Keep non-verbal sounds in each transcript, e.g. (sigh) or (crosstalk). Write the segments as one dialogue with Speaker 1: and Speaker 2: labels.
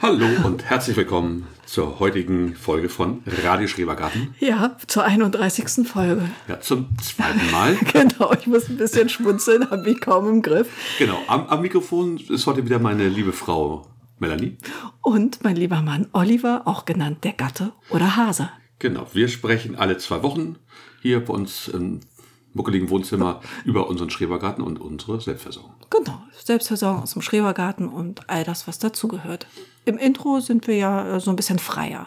Speaker 1: Hallo und herzlich willkommen zur heutigen Folge von Radio Schrebergarten.
Speaker 2: Ja, zur 31. Folge. (laughs)
Speaker 1: Ja, zum zweiten Mal.
Speaker 2: Genau, ich muss ein bisschen schmunzeln, habe ich kaum im Griff.
Speaker 1: Genau, am, am Mikrofon ist heute wieder meine liebe Frau Melanie.
Speaker 2: Und mein lieber Mann Oliver, auch genannt der Gatte oder Hase.
Speaker 1: Genau, wir sprechen alle zwei Wochen hier bei uns im muckeligen Wohnzimmer über unseren Schrebergarten und unsere Selbstversorgung.
Speaker 2: Genau, Selbstversorgung aus dem Schrebergarten und all das, was dazugehört. Im Intro sind wir ja äh, so ein bisschen freier.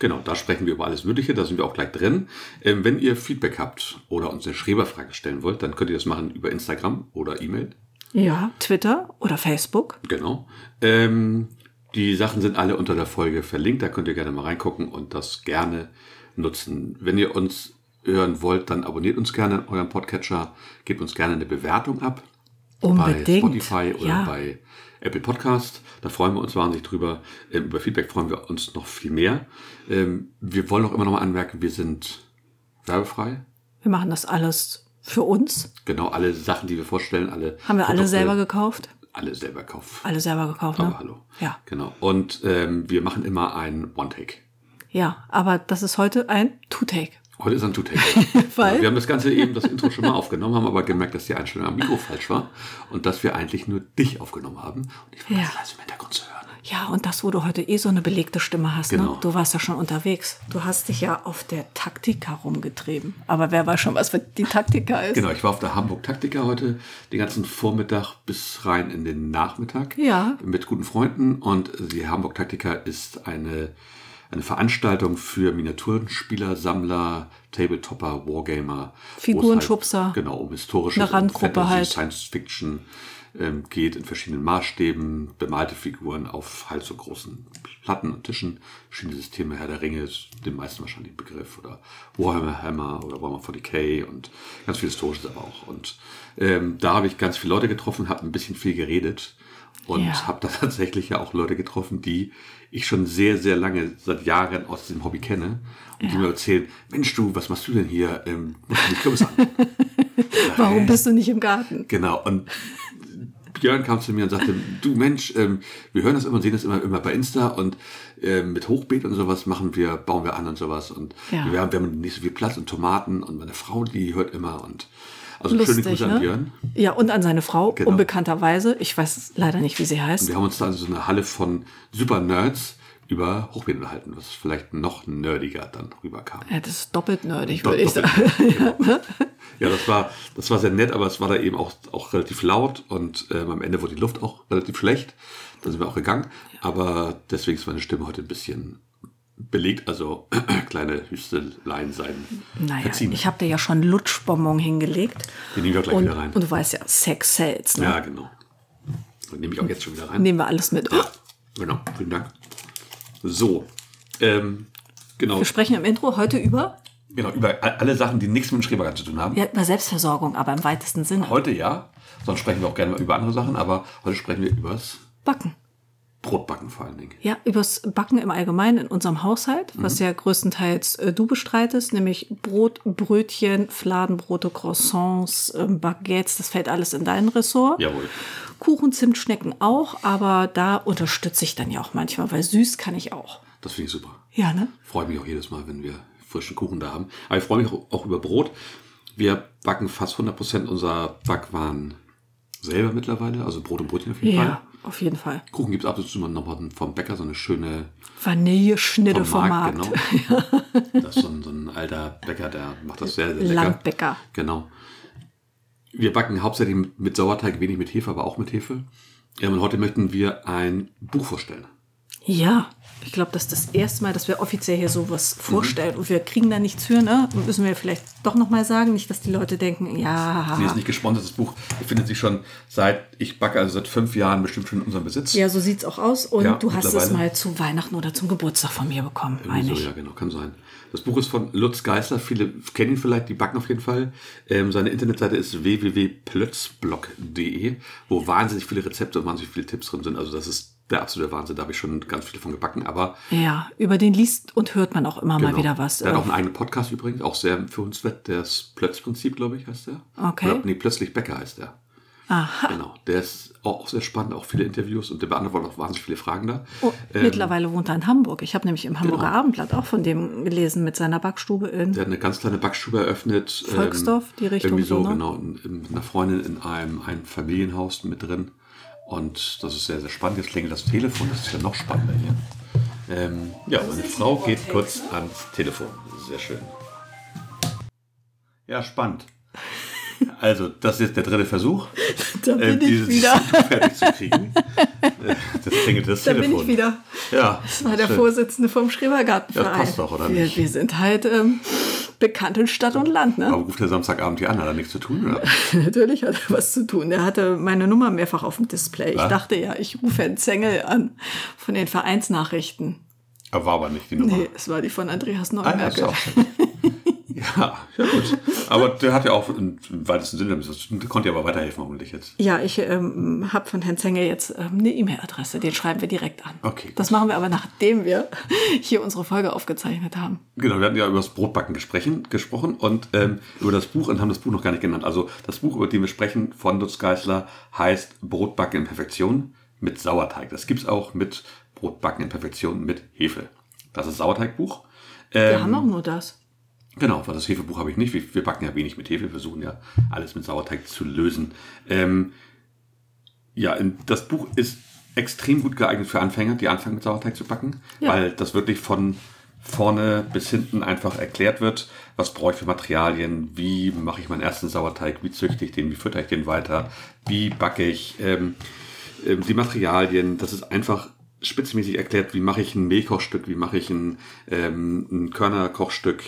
Speaker 1: Genau, da sprechen wir über alles Mögliche, da sind wir auch gleich drin. Ähm, wenn ihr Feedback habt oder uns eine Schreberfrage stellen wollt, dann könnt ihr das machen über Instagram oder E-Mail.
Speaker 2: Ja, Twitter oder Facebook.
Speaker 1: Genau. Ähm, die Sachen sind alle unter der Folge verlinkt, da könnt ihr gerne mal reingucken und das gerne nutzen. Wenn ihr uns hören wollt, dann abonniert uns gerne in eurem Podcatcher, gebt uns gerne eine Bewertung ab bei
Speaker 2: Unbedingt.
Speaker 1: Spotify oder
Speaker 2: ja.
Speaker 1: bei Apple Podcast. Da freuen wir uns wahnsinnig drüber. Ähm, über Feedback freuen wir uns noch viel mehr. Ähm, wir wollen auch immer noch mal anmerken, wir sind werbefrei.
Speaker 2: Wir machen das alles für uns.
Speaker 1: Genau, alle Sachen, die wir vorstellen, alle
Speaker 2: Haben wir alle
Speaker 1: Produkte,
Speaker 2: selber gekauft?
Speaker 1: alle selber kaufen.
Speaker 2: Alle selber gekauft, ne?
Speaker 1: Aber Oh, hallo.
Speaker 2: Ja.
Speaker 1: Genau. Und ähm, wir machen immer ein One-Take.
Speaker 2: Ja, aber das ist heute ein Two-Take.
Speaker 1: Heute ist ein
Speaker 2: (laughs)
Speaker 1: Two-Take. Genau.
Speaker 2: Weil?
Speaker 1: Wir haben das Ganze eben, das Intro schon mal aufgenommen, haben aber gemerkt, dass die Einstellung am Mikro falsch war und dass wir eigentlich nur dich aufgenommen haben. Und ich war
Speaker 2: Ja.
Speaker 1: ganz leise im Hintergrund zu hören.
Speaker 2: Ja, und das, wo du heute eh so eine belegte Stimme hast,
Speaker 1: Genau.
Speaker 2: ne? Du warst ja schon unterwegs. Du hast dich ja auf der Taktika rumgetrieben. Aber wer weiß schon, was für die Taktika ist?
Speaker 1: Genau, ich war auf der Hamburg Taktika heute den ganzen Vormittag bis rein in den Nachmittag.
Speaker 2: Ja.
Speaker 1: Mit guten Freunden und die Hamburg Taktika ist eine, eine Veranstaltung für Miniaturenspieler, Sammler, Tabletopper, Wargamer. wo es
Speaker 2: Figurenschubser.
Speaker 1: Halt, genau, um historische
Speaker 2: Eine Randgruppe
Speaker 1: Fantasy,
Speaker 2: halt.
Speaker 1: Science Fiction ähm, geht in verschiedenen Maßstäben, bemalte Figuren auf halt so großen Platten und Tischen, verschiedene Systeme, Herr der Ringe ist den meisten wahrscheinlich ein Begriff oder Warhammer Hammer oder Warhammer 40k und ganz viel Historisches aber auch. Und ähm, da habe ich ganz viele Leute getroffen, habe ein bisschen viel geredet und
Speaker 2: Ja.
Speaker 1: habe da (laughs) tatsächlich ja auch Leute getroffen, die ich schon sehr, sehr lange, seit Jahren aus diesem Hobby kenne und die mir erzählen, Mensch du, was machst du denn hier? Ähm, musst du nicht Kürbis an?
Speaker 2: Warum bist du nicht im Garten?
Speaker 1: Genau, und Björn kam zu mir und sagte, du Mensch, ähm, wir hören das immer und sehen das immer, immer bei Insta und ähm, mit Hochbeet und sowas machen wir, bauen wir an und sowas und
Speaker 2: Ja.
Speaker 1: wir, haben, wir haben nicht so viel Platz und Tomaten und meine Frau, die hört immer und also schöne Grüße an Björn.
Speaker 2: ne? Ja, und an seine Frau,
Speaker 1: Genau.
Speaker 2: unbekannterweise. Ich weiß leider nicht, wie sie heißt.
Speaker 1: Wir haben uns da also so eine Halle von Super Nerds über Hochbeet unterhalten, was vielleicht noch nerdiger dann rüberkam.
Speaker 2: Ja, das ist doppelt nerdig,
Speaker 1: Do-
Speaker 2: würde ich
Speaker 1: doppelt
Speaker 2: sagen. (laughs)
Speaker 1: Ja, das war, das war sehr nett, aber es war da eben auch, auch relativ laut und ähm, am Ende wurde die Luft auch relativ schlecht. Dann sind wir auch gegangen. Aber deswegen ist meine Stimme heute ein bisschen belegt, also (clears throat) kleine Hüsteleien sein.
Speaker 2: Naja,
Speaker 1: verziehen.
Speaker 2: ich habe dir ja schon Lutschbonbon hingelegt.
Speaker 1: Die nehmen wir gleich
Speaker 2: und,
Speaker 1: wieder rein.
Speaker 2: und du weißt ja, Sex sells. Ne?
Speaker 1: Ja, genau. Dann nehme ich auch jetzt schon wieder rein.
Speaker 2: Nehmen wir alles mit. Wir
Speaker 1: Genau, vielen Dank. So, ähm, genau,
Speaker 2: sprechen im Intro heute über,
Speaker 1: genau, über a- alle Sachen, die nichts mit dem Schrebergarten zu tun haben.
Speaker 2: ja, über Selbstversorgung, aber im weitesten Sinne.
Speaker 1: Heute ja, sonst sprechen wir auch gerne mal über andere Sachen, aber heute sprechen wir übers
Speaker 2: Backen.
Speaker 1: Brotbacken vor allen Dingen.
Speaker 2: Ja, übers Backen im Allgemeinen in unserem Haushalt, was ja größtenteils äh, du bestreitest, nämlich Brot, Brötchen, Fladenbrote, Croissants, ähm, Baguettes, das fällt alles in dein Ressort.
Speaker 1: Jawohl.
Speaker 2: Kuchen, Zimt, Schnecken auch, aber da unterstütze ich dann ja auch manchmal, weil süß kann ich auch.
Speaker 1: Das finde ich super.
Speaker 2: Ja, ne?
Speaker 1: Freue mich auch jedes Mal, wenn wir frischen Kuchen da haben. Aber ich freue mich auch auch über Brot. Wir backen fast 100% unserer Backwaren selber mittlerweile, also Brot und Brötchen auf jeden Fall.
Speaker 2: Ja, auf jeden Fall.
Speaker 1: Kuchen gibt es ab und zu mal nochmal vom Bäcker, so eine schöne
Speaker 2: Vanilleschnitte vom Markt.
Speaker 1: genau.
Speaker 2: (laughs)
Speaker 1: Das ist so ein, so ein alter Bäcker, der macht das sehr, sehr lecker.
Speaker 2: Landbäcker.
Speaker 1: Genau. Wir backen hauptsächlich mit, mit Sauerteig, wenig mit Hefe, aber auch mit Hefe. Ja, und heute möchten wir ein Buch vorstellen.
Speaker 2: Ja, ich glaube, das ist das erste Mal, dass wir offiziell hier sowas vorstellen und wir kriegen da nichts für, ne? Müssen wir vielleicht doch nochmal sagen, nicht, dass die Leute denken, ja.
Speaker 1: Nee, ist nicht gesponsertes Buch. Befindet sich schon seit, ich backe also seit fünf Jahren bestimmt schon in unserem Besitz.
Speaker 2: Ja, so sieht's auch aus. Und
Speaker 1: Ja,
Speaker 2: du hast es
Speaker 1: mittlerweile.
Speaker 2: mal zu Weihnachten oder zum Geburtstag von mir bekommen, meine
Speaker 1: Wieso,
Speaker 2: ich.
Speaker 1: ja, genau, kann sein. Das Buch ist von Lutz Geißler. Viele kennen ihn vielleicht, die backen auf jeden Fall. Ähm, seine Internetseite ist www.plötzblog.de, wo wahnsinnig viele Rezepte und wahnsinnig viele Tipps drin sind. Also das ist der absolute Wahnsinn. Da habe ich schon ganz viele von gebacken. Aber
Speaker 2: Ja, über den liest und hört man auch immer mal
Speaker 1: Genau.
Speaker 2: wieder was.
Speaker 1: Der hat auch
Speaker 2: Äh,
Speaker 1: einen eigenen Podcast übrigens, auch sehr für uns wert. Das Plötzprinzip, glaube ich, heißt der.
Speaker 2: Okay.
Speaker 1: Oder, nee, Plötzlich Bäcker heißt der. Aha. Genau, der ist auch sehr spannend, auch viele Interviews und der beantwortet auch wahnsinnig viele Fragen da.
Speaker 2: Oh, mittlerweile wohnt er in Hamburg. Ich habe nämlich im Hamburger
Speaker 1: ähm, genau.
Speaker 2: Abendblatt auch von dem gelesen mit seiner Backstube in.
Speaker 1: Der hat eine ganz kleine Backstube eröffnet. ähm,
Speaker 2: Volksdorf, die Richtung
Speaker 1: Irgendwie so,
Speaker 2: so, ne?
Speaker 1: genau. in- in- Mit einer Freundin in einem, einem Familienhaus mit drin. Und das ist sehr, sehr spannend. Jetzt klingelt das Telefon, das ist ja noch spannender hier. Ähm, ja, meine Frau geht kurz ans Telefon. Sehr schön. Ja, spannend. Also, das ist jetzt der dritte Versuch,
Speaker 2: Da
Speaker 1: ähm,
Speaker 2: bin
Speaker 1: diese
Speaker 2: ich wieder.
Speaker 1: Sitzung fertig zu kriegen. Äh, Das klingelt das
Speaker 2: Da bin
Speaker 1: Telefon.
Speaker 2: ich wieder.
Speaker 1: Ja,
Speaker 2: Das war der
Speaker 1: schön.
Speaker 2: Vorsitzende vom Schrebergartenverein.
Speaker 1: Das passt doch, oder
Speaker 2: wir,
Speaker 1: nicht?
Speaker 2: wir sind halt ähm, bekannt in Stadt und Land, ne?
Speaker 1: Aber ruft er Samstagabend hier an? Hat er nichts zu tun? Oder?
Speaker 2: (laughs) Natürlich hat er was zu tun. Er hatte meine Nummer mehrfach auf dem Display. Ich
Speaker 1: Ja?
Speaker 2: dachte ja, ich rufe Herrn Zengel an von den Vereinsnachrichten.
Speaker 1: Er war aber nicht die Nummer.
Speaker 2: Nee, es war die von Andreas
Speaker 1: Hm. Ah, ja, ist
Speaker 2: Neumärkel.
Speaker 1: ja, auch schön. (laughs) ja, ja gut. Aber der hat ja auch im im weitesten Sinne, das konnte ja aber weiterhelfen hoffentlich jetzt.
Speaker 2: Ja, ich ähm, habe von Herrn Zengel jetzt ähm, eine E-Mail-Adresse. Den schreiben wir direkt an.
Speaker 1: Okay.
Speaker 2: Das machen wir aber, nachdem wir (laughs) hier unsere Folge aufgezeichnet haben.
Speaker 1: Genau, wir hatten ja über das Brotbacken gesprochen, gesprochen und ähm, über das Buch und haben das Buch noch gar nicht genannt. Also das Buch, über dem wir sprechen, von Lutz Geißler, heißt Brotbacken in Perfektion mit Sauerteig. Das gibt's auch mit Brotbacken in Perfektion mit Hefe. Das ist Sauerteigbuch.
Speaker 2: Wir
Speaker 1: Ähm,
Speaker 2: haben auch nur das.
Speaker 1: Genau, weil das Hefebuch habe ich nicht. Wir, wir backen ja wenig mit Hefe, wir versuchen ja alles mit Sauerteig zu lösen. Ähm, ja, in- das Buch ist extrem gut geeignet für Anfänger, die anfangen mit Sauerteig zu backen,
Speaker 2: Ja.
Speaker 1: weil das wirklich von vorne bis hinten einfach erklärt wird, was brauche ich für Materialien, wie mache ich meinen ersten Sauerteig, wie züchte ich den, wie fütter ich den weiter, wie backe ich. Ähm, ähm, die Materialien, das ist einfach spitzenmäßig erklärt, wie mache ich ein Mehlkochstück, wie mache ich ein, ähm, ein Körnerkochstück,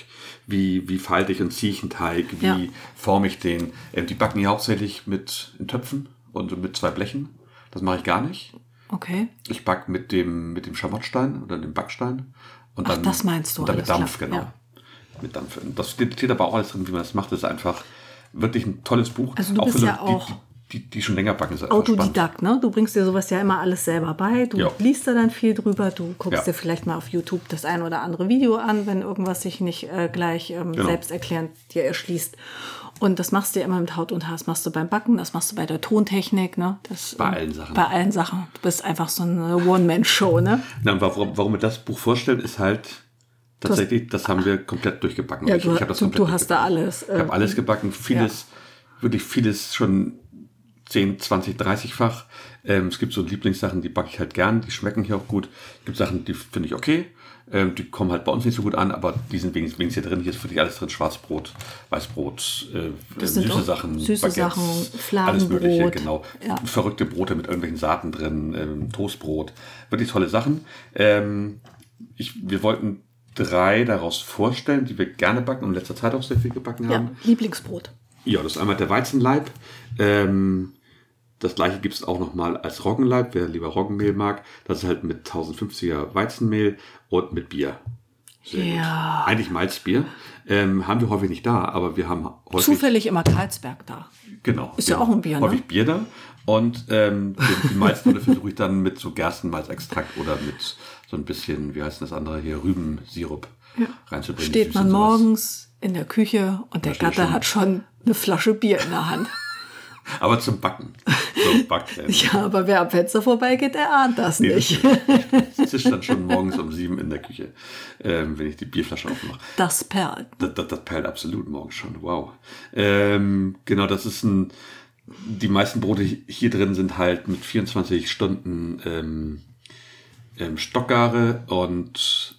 Speaker 1: wie, wie falte ich und ziehe ich einen Teig, wie
Speaker 2: Ja.
Speaker 1: forme ich den. Ähm, die backen ja hauptsächlich mit in Töpfen und mit zwei Blechen. Das mache ich gar nicht.
Speaker 2: Okay.
Speaker 1: Ich backe mit dem, mit dem Schamottstein oder dem Backstein. Und
Speaker 2: Ach,
Speaker 1: dann,
Speaker 2: das meinst du,
Speaker 1: Und dann mit
Speaker 2: alles
Speaker 1: Dampf,
Speaker 2: klar,
Speaker 1: genau.
Speaker 2: ja.
Speaker 1: Mit Dampf. Und das steht, steht aber auch alles drin, wie man das macht. Das ist einfach wirklich ein tolles Buch.
Speaker 2: Also du
Speaker 1: für
Speaker 2: bist ja
Speaker 1: Leute, die-
Speaker 2: auch
Speaker 1: Die, die, die schon länger backen. ist einfach spannend.
Speaker 2: Autodidakt, ne? Du bringst dir sowas ja immer alles selber bei. Du
Speaker 1: Ja.
Speaker 2: liest da dann viel drüber. Du guckst
Speaker 1: Ja.
Speaker 2: dir vielleicht mal auf YouTube das ein oder andere Video an, wenn irgendwas sich nicht äh, gleich ähm,
Speaker 1: Genau.
Speaker 2: selbsterklärend dir erschließt. Und das machst du ja immer mit Haut und Haar. Das machst du beim Backen, das machst du bei der Tontechnik, ne? Das,
Speaker 1: Bei
Speaker 2: ähm,
Speaker 1: allen Sachen.
Speaker 2: Bei allen Sachen. Du bist einfach so eine One-Man-Show, ne?
Speaker 1: Nein, warum, warum wir das Buch vorstellen, ist halt tatsächlich, das haben wir komplett durchgebacken.
Speaker 2: Ja,
Speaker 1: Ich-
Speaker 2: du,
Speaker 1: ich hab das
Speaker 2: Also du,
Speaker 1: komplett
Speaker 2: du hast da
Speaker 1: durchgebacken.
Speaker 2: alles.
Speaker 1: Ich
Speaker 2: äh,
Speaker 1: habe alles gebacken, vieles, wirklich vieles schon 10, 20, 30-fach. Ähm, es gibt so Lieblingssachen, die backe ich halt gern, die schmecken hier auch gut. Es gibt Sachen, die finde ich okay. Ähm, die kommen halt bei uns nicht so gut an, aber die sind wenigstens, wenigstens hier drin. Hier ist wirklich alles drin: Schwarzbrot, Weißbrot, äh, äh,
Speaker 2: sind
Speaker 1: süße
Speaker 2: auch
Speaker 1: Sachen,
Speaker 2: süße Sachen,
Speaker 1: alles
Speaker 2: Fladenbrot.
Speaker 1: Mögliche, genau.
Speaker 2: Ja.
Speaker 1: Verrückte Brote mit irgendwelchen Saaten drin, ähm, Toastbrot. Wirklich tolle Sachen. Ähm, ich, wir wollten drei daraus vorstellen, die wir gerne backen und in letzter Zeit auch sehr viel gebacken haben.
Speaker 2: Ja, Lieblingsbrot.
Speaker 1: Ja, das ist einmal der Weizenleib. Ähm, das gleiche gibt es auch nochmal als Roggenleib, wer lieber Roggenmehl mag. Das ist halt mit 1050er Weizenmehl und mit Bier. Sehr
Speaker 2: Ja.
Speaker 1: gut. Eigentlich Malzbier. Ähm, haben wir häufig nicht da, aber wir haben häufig.
Speaker 2: Zufällig immer Karlsberg da.
Speaker 1: Genau.
Speaker 2: Ist ja
Speaker 1: wir
Speaker 2: auch ein Bier, ne?
Speaker 1: Häufig Bier da. Und ähm, die, die Malzrolle versuche ich dann mit so Gerstenmalzextrakt oder mit so ein bisschen, wie heißt denn das andere hier, Rübensirup reinzubringen.
Speaker 2: Steht
Speaker 1: Süß und
Speaker 2: man
Speaker 1: sowas.
Speaker 2: morgens in der Küche und der
Speaker 1: stehe ich
Speaker 2: Gatte
Speaker 1: schon.
Speaker 2: hat schon eine Flasche Bier in der Hand. (laughs)
Speaker 1: Aber zum Backen. Zum Backen.
Speaker 2: Ja, aber wer am Fenster vorbeigeht, der ahnt das
Speaker 1: Nee,
Speaker 2: nicht.
Speaker 1: Ich sitze dann schon morgens um sieben in der Küche, ähm, wenn ich die Bierflasche aufmache.
Speaker 2: Das perlt.
Speaker 1: Das, das, das perlt absolut morgens schon, wow. Ähm, genau, das ist ein. Die meisten Brote hier drin sind halt mit 24 Stunden ähm, ähm, Stockgare und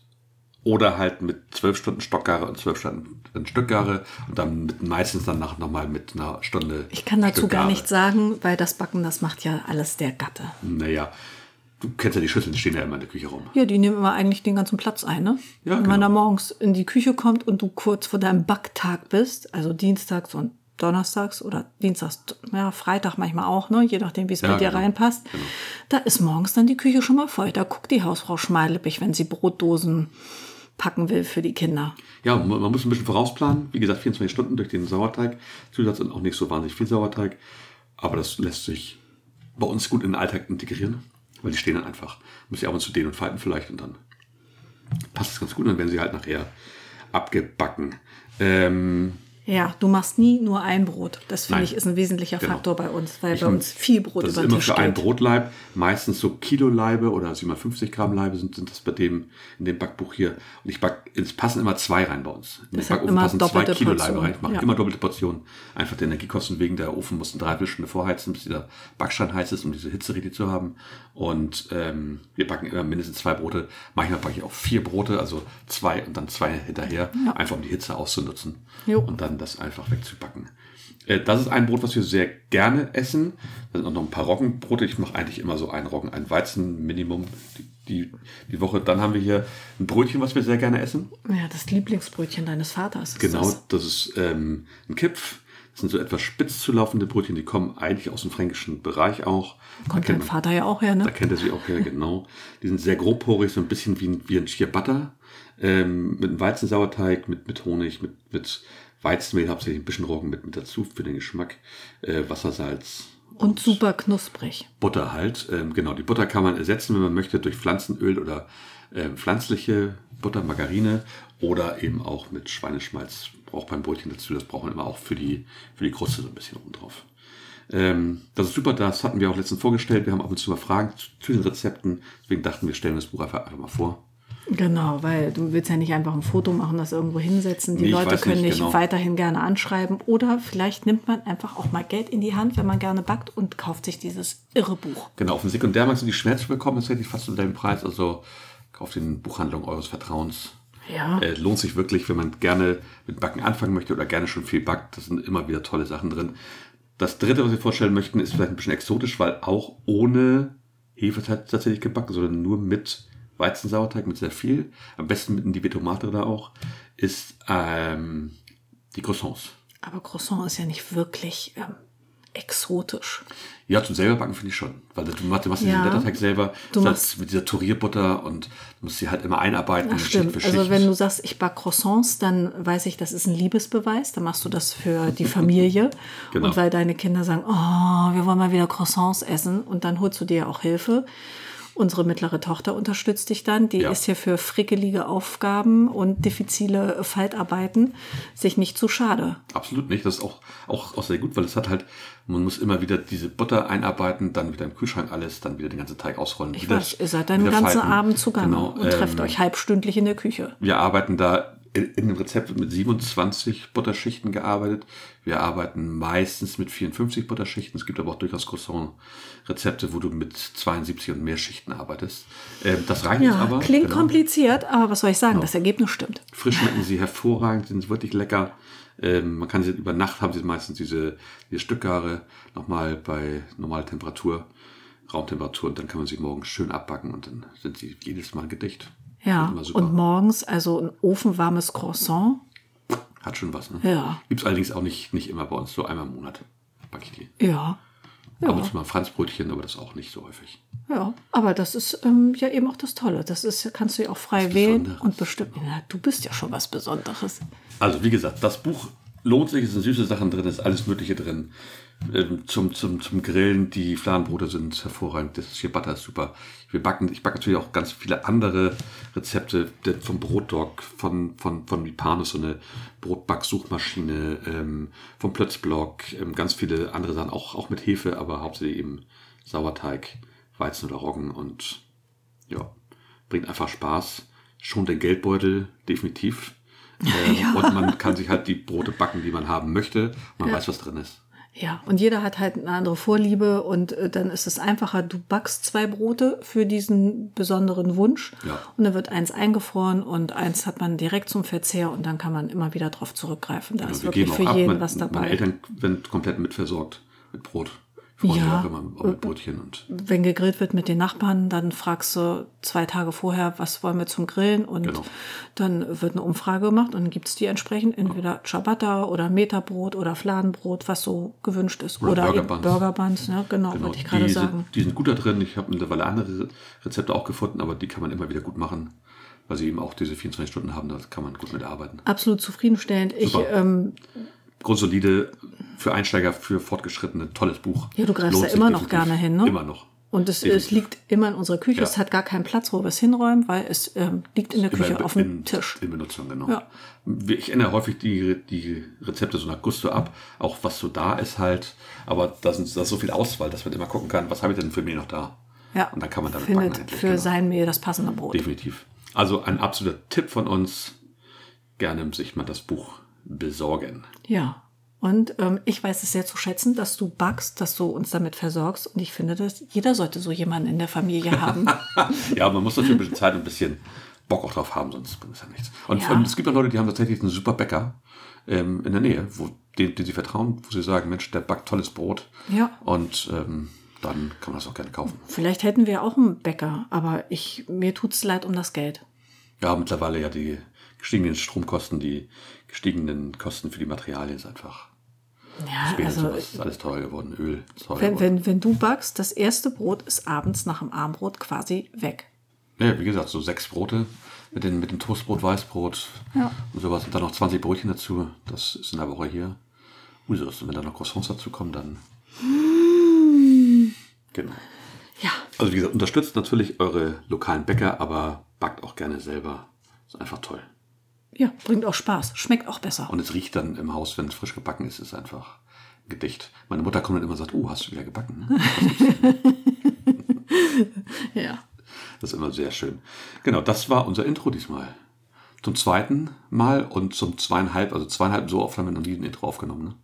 Speaker 1: oder halt mit 12 Stunden Stockgare und 12 Stunden Stückgare und dann mit, meistens danach nochmal mit einer Stunde.
Speaker 2: Ich kann dazu gar
Speaker 1: Stückgare.
Speaker 2: nichts sagen, weil das Backen, das macht ja alles der Gatte.
Speaker 1: Naja, du kennst ja die Schüsseln, die stehen ja immer in der Küche rum.
Speaker 2: Ja, die nehmen immer eigentlich den ganzen Platz ein, ne?
Speaker 1: Ja,
Speaker 2: Wenn
Speaker 1: genau.
Speaker 2: man da morgens in die Küche kommt und du kurz vor deinem Backtag bist, also dienstags und donnerstags oder dienstags, ja, Freitag manchmal auch, ne? Je nachdem, wie es
Speaker 1: Ja,
Speaker 2: bei dir
Speaker 1: genau.
Speaker 2: reinpasst, da ist morgens dann die Küche schon mal voll. Da guckt die Hausfrau schmeidlippig, wenn sie Brotdosen packen will für die Kinder.
Speaker 1: Ja, man, man muss ein bisschen vorausplanen. Wie gesagt, 24 Stunden durch den Sauerteig. Zusatz und auch nicht so wahnsinnig viel Sauerteig. Aber das lässt sich bei uns gut in den Alltag integrieren, weil die stehen dann einfach. Muss ich ab und zu dehnen und falten vielleicht und dann passt es ganz gut. Und dann werden sie halt nachher abgebacken. Ähm,
Speaker 2: Ja, du machst nie nur ein Brot. Das finde
Speaker 1: Nein.
Speaker 2: ich ist ein wesentlicher
Speaker 1: Genau.
Speaker 2: Faktor bei uns, weil
Speaker 1: Ich
Speaker 2: bei
Speaker 1: mein,
Speaker 2: uns viel Brot
Speaker 1: Das ist
Speaker 2: über den
Speaker 1: immer
Speaker 2: Tisch
Speaker 1: für ein
Speaker 2: geht.
Speaker 1: Brotleib, meistens so Kilo-Leibe oder 750 Gramm Leibe sind, sind das bei dem, in dem Backbuch hier. Und ich back, es passen immer zwei rein bei uns. In den
Speaker 2: Deshalb
Speaker 1: Backofen
Speaker 2: immer
Speaker 1: passen zwei
Speaker 2: doppelte
Speaker 1: Kilo-Leibe
Speaker 2: Portionen.
Speaker 1: rein. Ich mache
Speaker 2: Ja.
Speaker 1: immer doppelte Portionen. Einfach der Energiekosten wegen, der Ofen muss eine Dreiviertelstunde vorheizen, bis dieser Backstein heiß ist, um diese Hitze richtig zu haben. Und ähm, wir backen immer mindestens zwei Brote. Manchmal backe ich auch vier Brote, also zwei und dann zwei hinterher, einfach um die Hitze auszunutzen
Speaker 2: Jo.
Speaker 1: und dann das einfach wegzubacken. Äh, Das ist ein Brot, was wir sehr gerne essen. Da sind auch noch ein paar Roggenbrote. Ich mache eigentlich immer so einen Roggen, ein Weizen Minimum die, die, die Woche. Dann haben wir hier ein Brötchen, was wir sehr gerne essen.
Speaker 2: Ja, das Lieblingsbrötchen deines Vaters. Ist
Speaker 1: Genau,
Speaker 2: Das.
Speaker 1: das, ist ähm, ein Kipf. Das sind so etwas spitz zu laufende Brötchen, die kommen eigentlich aus dem fränkischen Bereich auch.
Speaker 2: Kommt
Speaker 1: Da
Speaker 2: dein
Speaker 1: kennt man-
Speaker 2: Vater ja auch her,
Speaker 1: Genau. da
Speaker 2: ne?
Speaker 1: kennt er sie auch ja genau. Die sind sehr grobporig, so ein bisschen wie ein, wie ein Ciabatta. Ähm, mit einem Weizensauerteig, mit, mit Honig, mit, mit Weizenmehl, hauptsächlich ein bisschen Roggen mit, mit dazu für den Geschmack. Äh, Wassersalz,
Speaker 2: Und super knusprig.
Speaker 1: Butter halt. Ähm, genau, die Butter kann man ersetzen, wenn man möchte, durch Pflanzenöl oder ähm, pflanzliche Butter, Margarine oder eben auch mit Schweineschmalz. Braucht man ein Brötchen dazu, das braucht man immer auch für die, für die Kruste so ein bisschen oben drauf. Ähm, das ist super, das hatten wir auch letztens vorgestellt. Wir haben ab und zu mal Fragen zu, zu den Rezepten. Deswegen dachten wir, stellen das Buch einfach, einfach mal vor.
Speaker 2: Genau, weil du willst ja nicht einfach ein Foto machen, das irgendwo hinsetzen. Die
Speaker 1: Nee, ich
Speaker 2: Leute
Speaker 1: weiß
Speaker 2: können
Speaker 1: nicht
Speaker 2: dich
Speaker 1: genau.
Speaker 2: weiterhin gerne anschreiben. Oder vielleicht nimmt man einfach auch mal Geld in die Hand, wenn man gerne backt und kauft sich dieses irre Buch.
Speaker 1: Genau, auf dem Sekundärmarkt sind die schwer zu bekommen, das hätte ich fast zu deinem Preis. Also kauft den Buchhandlung eures Vertrauens.
Speaker 2: Ja.
Speaker 1: Äh, lohnt sich wirklich, wenn man gerne mit Backen anfangen möchte oder gerne schon viel backt. Das sind immer wieder tolle Sachen drin. Das dritte, was wir vorstellen möchten, ist vielleicht ein bisschen exotisch, weil auch ohne Hefe tats- tatsächlich gebacken, sondern nur mit Weizensauerteig, mit sehr viel, am besten mit Individuum Tomate da auch, ist ähm, die Croissants.
Speaker 2: Aber Croissant ist ja nicht wirklich ähm, exotisch.
Speaker 1: Ja, zum selber backen finde ich schon. Weil du machst, du machst
Speaker 2: Ja.
Speaker 1: diesen Blätterteig selber
Speaker 2: Du
Speaker 1: das
Speaker 2: machst-
Speaker 1: mit dieser Tourierbutter und du musst sie halt immer einarbeiten,
Speaker 2: Ach stimmt. Also wenn du sagst, ich backe Croissants, dann weiß ich, das ist ein Liebesbeweis. Dann machst du das für die (laughs) Familie.
Speaker 1: Genau.
Speaker 2: Und weil deine Kinder sagen, oh, wir wollen mal wieder Croissants essen. Und dann holst du dir auch Hilfe. Unsere mittlere Tochter unterstützt dich dann. Die
Speaker 1: Ja.
Speaker 2: ist hier für frickelige Aufgaben und diffizile Faltarbeiten sich nicht zu schade.
Speaker 1: Absolut nicht. Das ist auch, auch, auch sehr gut, weil es hat halt, man muss immer wieder diese Butter einarbeiten, dann wieder im Kühlschrank alles, dann wieder den ganzen Teig ausrollen.
Speaker 2: Ich
Speaker 1: wieder,
Speaker 2: weiß, ihr seid dann den
Speaker 1: wieder
Speaker 2: ganzen
Speaker 1: falten.
Speaker 2: Abend zugange
Speaker 1: Genau,
Speaker 2: und trefft
Speaker 1: ähm,
Speaker 2: euch halbstündlich in der Küche.
Speaker 1: Wir arbeiten da in, in dem Rezept wird mit 27 Butterschichten gearbeitet. Wir arbeiten meistens mit 54 Butterschichten. Es gibt aber auch durchaus Croissant-Rezepte, wo du mit 72 und mehr Schichten arbeitest. Ähm, das reicht jetzt
Speaker 2: Ja,
Speaker 1: aber.
Speaker 2: klingt
Speaker 1: Genau.
Speaker 2: kompliziert, aber was soll ich sagen? Das Ergebnis stimmt.
Speaker 1: Frisch schmecken sie hervorragend, sind wirklich lecker. Ähm, man kann sie über Nacht haben sie meistens diese, diese Stückgare nochmal bei normaler Temperatur, Raumtemperatur und dann kann man sie morgens schön abbacken und dann sind sie jedes Mal gedicht.
Speaker 2: Ja,
Speaker 1: Sind immer super.
Speaker 2: und morgens also ein ofenwarmes Croissant.
Speaker 1: Hat schon was, ne?
Speaker 2: Ja.
Speaker 1: Gibt's allerdings auch nicht, nicht immer bei uns, so einmal im Monat backe ich die.
Speaker 2: Ja. Ja,
Speaker 1: Ab und zu mal ein Franzbrötchen, aber das auch nicht so häufig.
Speaker 2: ja, aber das ist ähm, ja eben auch das Tolle. Das ist, kannst du ja auch frei wählen
Speaker 1: Besonderes.
Speaker 2: und bestimmen. Na, du bist ja schon was Besonderes.
Speaker 1: Also wie gesagt, das Buch lohnt sich, es sind süße Sachen drin, es ist alles Mögliche drin. Ähm, zum, zum, zum Grillen, die Fladenbrote sind hervorragend, das Ciabatta ist super. Wir backen, ich backe natürlich auch ganz viele andere Rezepte der- vom Brotdog, von, von, von Mipanus, so eine Brotbacksuchmaschine, ähm, vom Plötzblock, ähm, ganz viele andere Sachen, auch, auch mit Hefe, aber hauptsächlich eben Sauerteig, Weizen oder Roggen und ja, bringt einfach Spaß. Schon den Geldbeutel, definitiv.
Speaker 2: (laughs)
Speaker 1: Ähm, Und man kann sich halt die Brote backen, die man haben möchte. Man weiß, was drin ist.
Speaker 2: Ja, und jeder hat halt eine andere Vorliebe und äh, dann ist es einfacher, du backst zwei Brote für diesen besonderen Wunsch
Speaker 1: Ja.
Speaker 2: und dann wird eins eingefroren und eins hat man direkt zum Verzehr und dann kann man immer wieder drauf zurückgreifen. Da
Speaker 1: Also
Speaker 2: ist wirklich für jeden
Speaker 1: Mein-
Speaker 2: was dabei.
Speaker 1: Meine Eltern werden komplett mitversorgt mit Brot. Freuen
Speaker 2: Ja. Äh,
Speaker 1: ja. auch immer auch mit Brötchen. Und
Speaker 2: wenn gegrillt wird mit den Nachbarn, dann fragst du zwei Tage vorher, was wollen wir zum Grillen und
Speaker 1: Genau.
Speaker 2: dann wird eine Umfrage gemacht und gibt's die entsprechend entweder Ciabatta oder Meterbrot oder Fladenbrot, was so gewünscht ist
Speaker 1: Oder
Speaker 2: oder, eben
Speaker 1: Burgerbuns.
Speaker 2: Burgerbuns, ne? genau,
Speaker 1: genau,
Speaker 2: wollte ich gerade
Speaker 1: die,
Speaker 2: sagen.
Speaker 1: Sind, die sind gut da drin. Ich habe mittlerweile andere Rezepte auch gefunden, aber die kann man immer wieder gut machen, weil sie eben auch diese 24 Stunden haben. Da kann man gut mitarbeiten.
Speaker 2: Absolut zufriedenstellend. Ich,
Speaker 1: Super.
Speaker 2: ähm,
Speaker 1: Grundsolide für Einsteiger, für Fortgeschrittene, tolles Buch.
Speaker 2: Ja, du greifst
Speaker 1: Lohnt
Speaker 2: da
Speaker 1: sich
Speaker 2: immer noch
Speaker 1: definitiv.
Speaker 2: gerne hin, ne?
Speaker 1: Immer noch.
Speaker 2: Und es,
Speaker 1: Definitiv.
Speaker 2: es liegt immer in unserer Küche.
Speaker 1: Ja.
Speaker 2: Es hat gar keinen Platz, wo wir es hinräumen, weil es ähm, liegt in der
Speaker 1: Immer
Speaker 2: Küche
Speaker 1: in-
Speaker 2: auf dem
Speaker 1: in,
Speaker 2: Tisch.
Speaker 1: In Benutzung, genau.
Speaker 2: Ja.
Speaker 1: Ich ändere häufig die, die Rezepte so nach Gusto ab, auch was so da ist halt. Aber da, sind, da ist so viel Auswahl, dass man immer gucken kann, was habe ich denn für Mehl noch da?
Speaker 2: Ja.
Speaker 1: Und dann kann man damit
Speaker 2: Findet
Speaker 1: backen eigentlich,
Speaker 2: für
Speaker 1: genau.
Speaker 2: sein Mehl das passende Brot.
Speaker 1: Definitiv. Also ein absoluter Tipp von uns. Gerne sich mal das Buch besorgen.
Speaker 2: Ja. Und ähm, ich weiß es sehr zu schätzen, dass du backst, dass du uns damit versorgst. Und ich finde, dass jeder sollte so jemanden in der
Speaker 1: (laughs)
Speaker 2: Familie haben.
Speaker 1: Ja, man muss natürlich ein bisschen Zeit und ein bisschen Bock auch drauf haben, sonst bringt es ja nichts. Und
Speaker 2: Ja.
Speaker 1: ähm, es gibt auch Leute, die haben tatsächlich einen super Bäcker ähm, in der Nähe, wo, den, den sie vertrauen, wo sie sagen, Mensch, der backt tolles Brot.
Speaker 2: Ja.
Speaker 1: Und ähm, dann kann man das auch gerne kaufen.
Speaker 2: Vielleicht hätten wir auch einen Bäcker, aber ich, mir tut's leid um das Geld.
Speaker 1: Ja, mittlerweile ja die gestiegenen Stromkosten, die gestiegenen Kosten für die Materialien ist einfach.
Speaker 2: Ja,
Speaker 1: Später
Speaker 2: also
Speaker 1: sowas ist alles teurer geworden, Öl ist teurer
Speaker 2: wenn,
Speaker 1: geworden.
Speaker 2: wenn, wenn du backst, das erste Brot ist abends nach dem Armbrot quasi weg.
Speaker 1: Ja, wie gesagt, so sechs Brote mit, den, mit dem Toastbrot, Weißbrot
Speaker 2: Ja.
Speaker 1: und sowas. Und dann noch 20 Brötchen dazu. Das ist in der Woche hier Usus. Und wenn da noch Croissants dazu kommen, dann. Genau.
Speaker 2: Ja,
Speaker 1: Also wie gesagt, unterstützt natürlich eure lokalen Bäcker, aber backt auch gerne selber. Ist einfach toll.
Speaker 2: ja, bringt auch Spaß, schmeckt auch besser.
Speaker 1: Und es riecht dann im Haus, wenn es frisch gebacken ist, ist einfach ein Gedicht. Meine Mutter kommt dann immer und sagt, oh, hast du wieder gebacken? Ne?
Speaker 2: Ja.
Speaker 1: Das ist immer sehr schön. Genau, das war unser Intro diesmal. Zum zweiten Mal und zum zweieinhalb, also zweieinhalb, so oft haben wir noch nie ein Intro aufgenommen. Ne?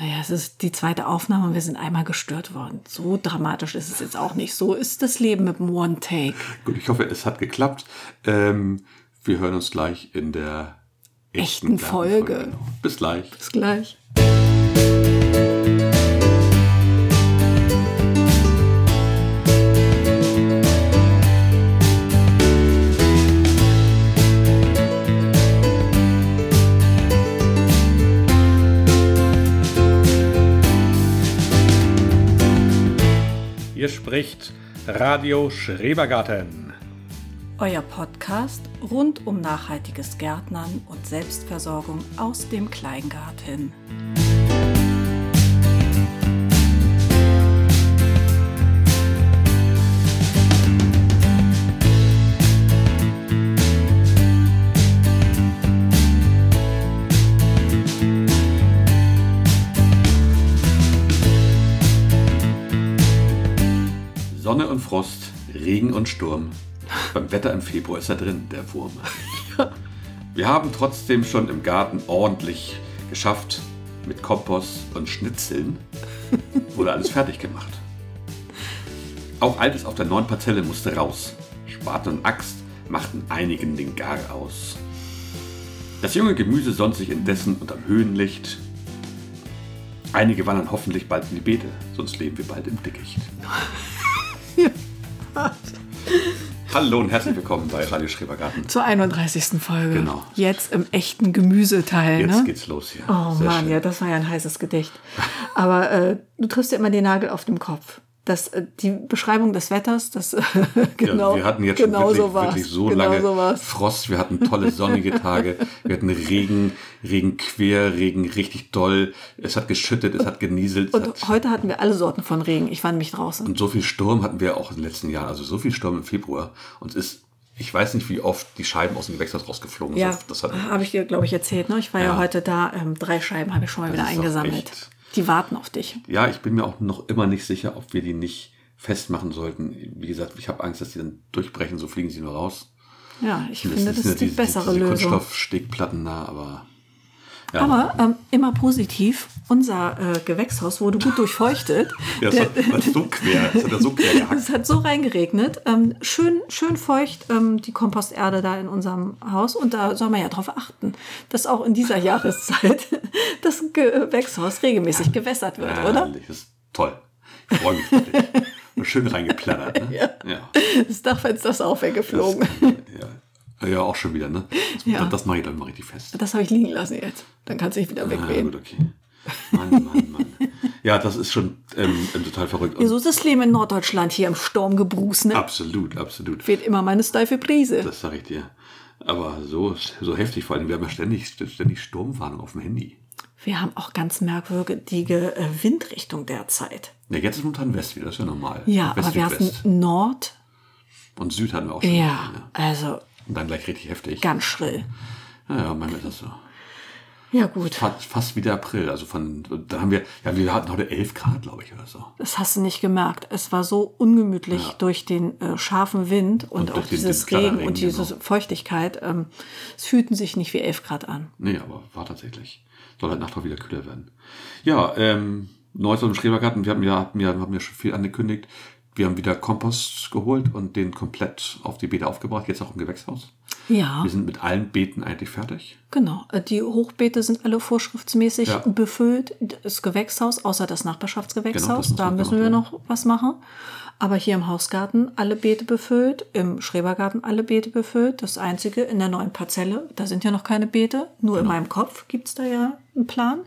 Speaker 2: Naja, es ist die zweite Aufnahme und wir sind einmal gestört worden. So dramatisch ist es jetzt auch nicht. So ist das Leben mit dem One-Take.
Speaker 1: Gut, ich hoffe, es hat geklappt. Ähm, wir hören uns gleich in der kleinen
Speaker 2: Echten Folge.
Speaker 1: Genau. Bis gleich.
Speaker 2: Bis gleich.
Speaker 3: Hier spricht Radio Schrebergarten.
Speaker 2: Euer Podcast rund um nachhaltiges Gärtnern und Selbstversorgung aus dem Kleingarten.
Speaker 1: Sonne und Frost, Regen und Sturm. Beim Wetter im Februar ist er drin, der Wurm. Wir haben trotzdem schon im Garten ordentlich geschafft. Mit Kompost und Schnitzeln wurde alles fertig gemacht. Auch Altes auf der neuen Parzelle musste raus. Spaten und Axt machten einigen den Gar aus. Das junge Gemüse sonnt sich indessen unterm Höhenlicht. Einige wandern hoffentlich bald in die Beete, sonst leben wir bald im Dickicht. Hallo und herzlich willkommen bei Radio Schrebergarten.
Speaker 2: (laughs) Zur 31. Folge.
Speaker 1: Genau.
Speaker 2: Jetzt im echten Gemüseteil.
Speaker 1: Jetzt
Speaker 2: ne?
Speaker 1: geht's los hier.
Speaker 2: Oh
Speaker 1: Sehr
Speaker 2: Mann,
Speaker 1: schön.
Speaker 2: ja, das war ja ein heißes Gedicht. Aber äh, du triffst ja immer den Nagel auf den Kopf. Das, äh, die Beschreibung des Wetters, das (laughs) äh, genau,
Speaker 1: ja, wir hatten jetzt
Speaker 2: genau
Speaker 1: schon wirklich,
Speaker 2: so war's.
Speaker 1: wirklich so
Speaker 2: genau
Speaker 1: lange
Speaker 2: so war's.
Speaker 1: Frost. Wir hatten tolle sonnige Tage. Wir hatten Regen, Regen quer, Regen richtig doll. Es hat geschüttet, es hat genieselt. Es
Speaker 2: Und
Speaker 1: hat,
Speaker 2: heute hatten wir alle Sorten von Regen. Ich fand mich draußen.
Speaker 1: und so viel Sturm hatten wir auch in den letzten Jahren. Also so viel Sturm im Februar. Und es ist, ich weiß nicht, wie oft die Scheiben aus dem Gewächshaus rausgeflogen
Speaker 2: Ja,
Speaker 1: sind. Das hat,
Speaker 2: habe ich dir, glaube ich, erzählt. Ne? Ich war ja,
Speaker 1: Ja.
Speaker 2: heute da. Ähm, drei Scheiben habe ich schon mal wieder
Speaker 1: ist doch
Speaker 2: eingesammelt.
Speaker 1: echt-
Speaker 2: Die warten auf dich.
Speaker 1: ja, ich bin mir auch noch immer nicht sicher, ob wir die nicht festmachen sollten. Wie gesagt, ich habe Angst, dass die dann durchbrechen, so fliegen sie nur raus.
Speaker 2: Ja, ich
Speaker 1: Das
Speaker 2: finde, das
Speaker 1: ja
Speaker 2: ist die
Speaker 1: diese-
Speaker 2: bessere
Speaker 1: diese
Speaker 2: Lösung.
Speaker 1: Kunststoffstegplatten da, aber. Ja.
Speaker 2: Aber ähm, immer positiv, unser äh, Gewächshaus
Speaker 1: (laughs)
Speaker 2: wurde gut durchfeuchtet.
Speaker 1: Ja, das, war, das war so quer. Das hat er so quer gehackt.
Speaker 2: (laughs) Es hat so reingeregnet. Ähm, schön, schön feucht ähm, die Komposterde da in unserem Haus. Und da soll man ja drauf achten, dass auch in
Speaker 1: (laughs)
Speaker 2: dieser Jahreszeit (laughs) das Gewächshaus regelmäßig gewässert wird, oder?
Speaker 1: Herrlich, ist toll. Ich freue mich für dich.
Speaker 2: (laughs)
Speaker 1: Und Schön reingeplattert, ne? Ja. ja.
Speaker 2: Das Dachfenster ist auch
Speaker 1: Das,
Speaker 2: weggeflogen.
Speaker 1: ja. ja, auch schon wieder, ne? Das,
Speaker 2: Ja.
Speaker 1: das mache ich dann mal richtig fest.
Speaker 2: Das habe ich liegen lassen jetzt. Dann kannst du dich wieder
Speaker 1: Ah,
Speaker 2: wegwehen.
Speaker 1: gut, okay. Mann, Mann, Mann. Ja, das ist schon ähm, ähm, total verrückt. Und
Speaker 2: Ja, so ist das Leben in Norddeutschland hier im Sturmgebruß, ne?
Speaker 1: Absolut, absolut.
Speaker 2: Fehlt immer meine steife Prise.
Speaker 1: Ah. Das sage ich dir. Aber so, so heftig, vor allem, wir haben ja ständig, ständig Sturmwarnung auf dem Handy.
Speaker 2: Wir haben auch ganz merkwürdige äh, Windrichtung derzeit.
Speaker 1: Ja, jetzt ist momentan West wieder, das ist ja normal.
Speaker 2: Ja,
Speaker 1: West,
Speaker 2: aber wir
Speaker 1: Süd,
Speaker 2: hatten
Speaker 1: West.
Speaker 2: Nord.
Speaker 1: Und Süd hatten wir auch schon.
Speaker 2: Ja, also
Speaker 1: Und dann gleich richtig heftig.
Speaker 2: ganz schrill.
Speaker 1: Ja, ja, manchmal ist das so.
Speaker 2: Ja, gut.
Speaker 1: Fast, fast wieder April. Also von, dann haben wir, ja, wir hatten heute 11 Grad, glaube ich, oder so.
Speaker 2: Das hast du nicht gemerkt. Es war so ungemütlich durch den äh, scharfen Wind
Speaker 1: Und
Speaker 2: und, auch
Speaker 1: durch den-
Speaker 2: dieses
Speaker 1: den
Speaker 2: Regen
Speaker 1: Starregen,
Speaker 2: und diese Feuchtigkeit. Ähm, es fühlten sich nicht wie 11 Grad an.
Speaker 1: Nee, aber war tatsächlich. Soll halt nachher wieder kühler werden. Ja, ähm, Neues aus dem Schrebergarten. Wir haben ja, haben ja, haben ja schon viel angekündigt. Wir haben wieder Kompost geholt und den komplett auf die Beete aufgebracht. Jetzt auch im Gewächshaus.
Speaker 2: Ja,
Speaker 1: Wir sind mit allen Beeten eigentlich fertig.
Speaker 2: genau. Äh, Die Hochbeete sind alle vorschriftsmäßig
Speaker 1: Ja.
Speaker 2: befüllt. Das Gewächshaus, außer das Nachbarschaftsgewächshaus,
Speaker 1: Genau, das muss
Speaker 2: da
Speaker 1: noch
Speaker 2: müssen
Speaker 1: gemacht
Speaker 2: wir
Speaker 1: werden.
Speaker 2: noch was machen. Aber hier im Hausgarten alle Beete befüllt, im Schrebergarten alle Beete befüllt. Das Einzige in der neuen Parzelle, da sind ja noch keine Beete.
Speaker 1: Genau.
Speaker 2: Nur in meinem Kopf gibt es da ja einen Plan.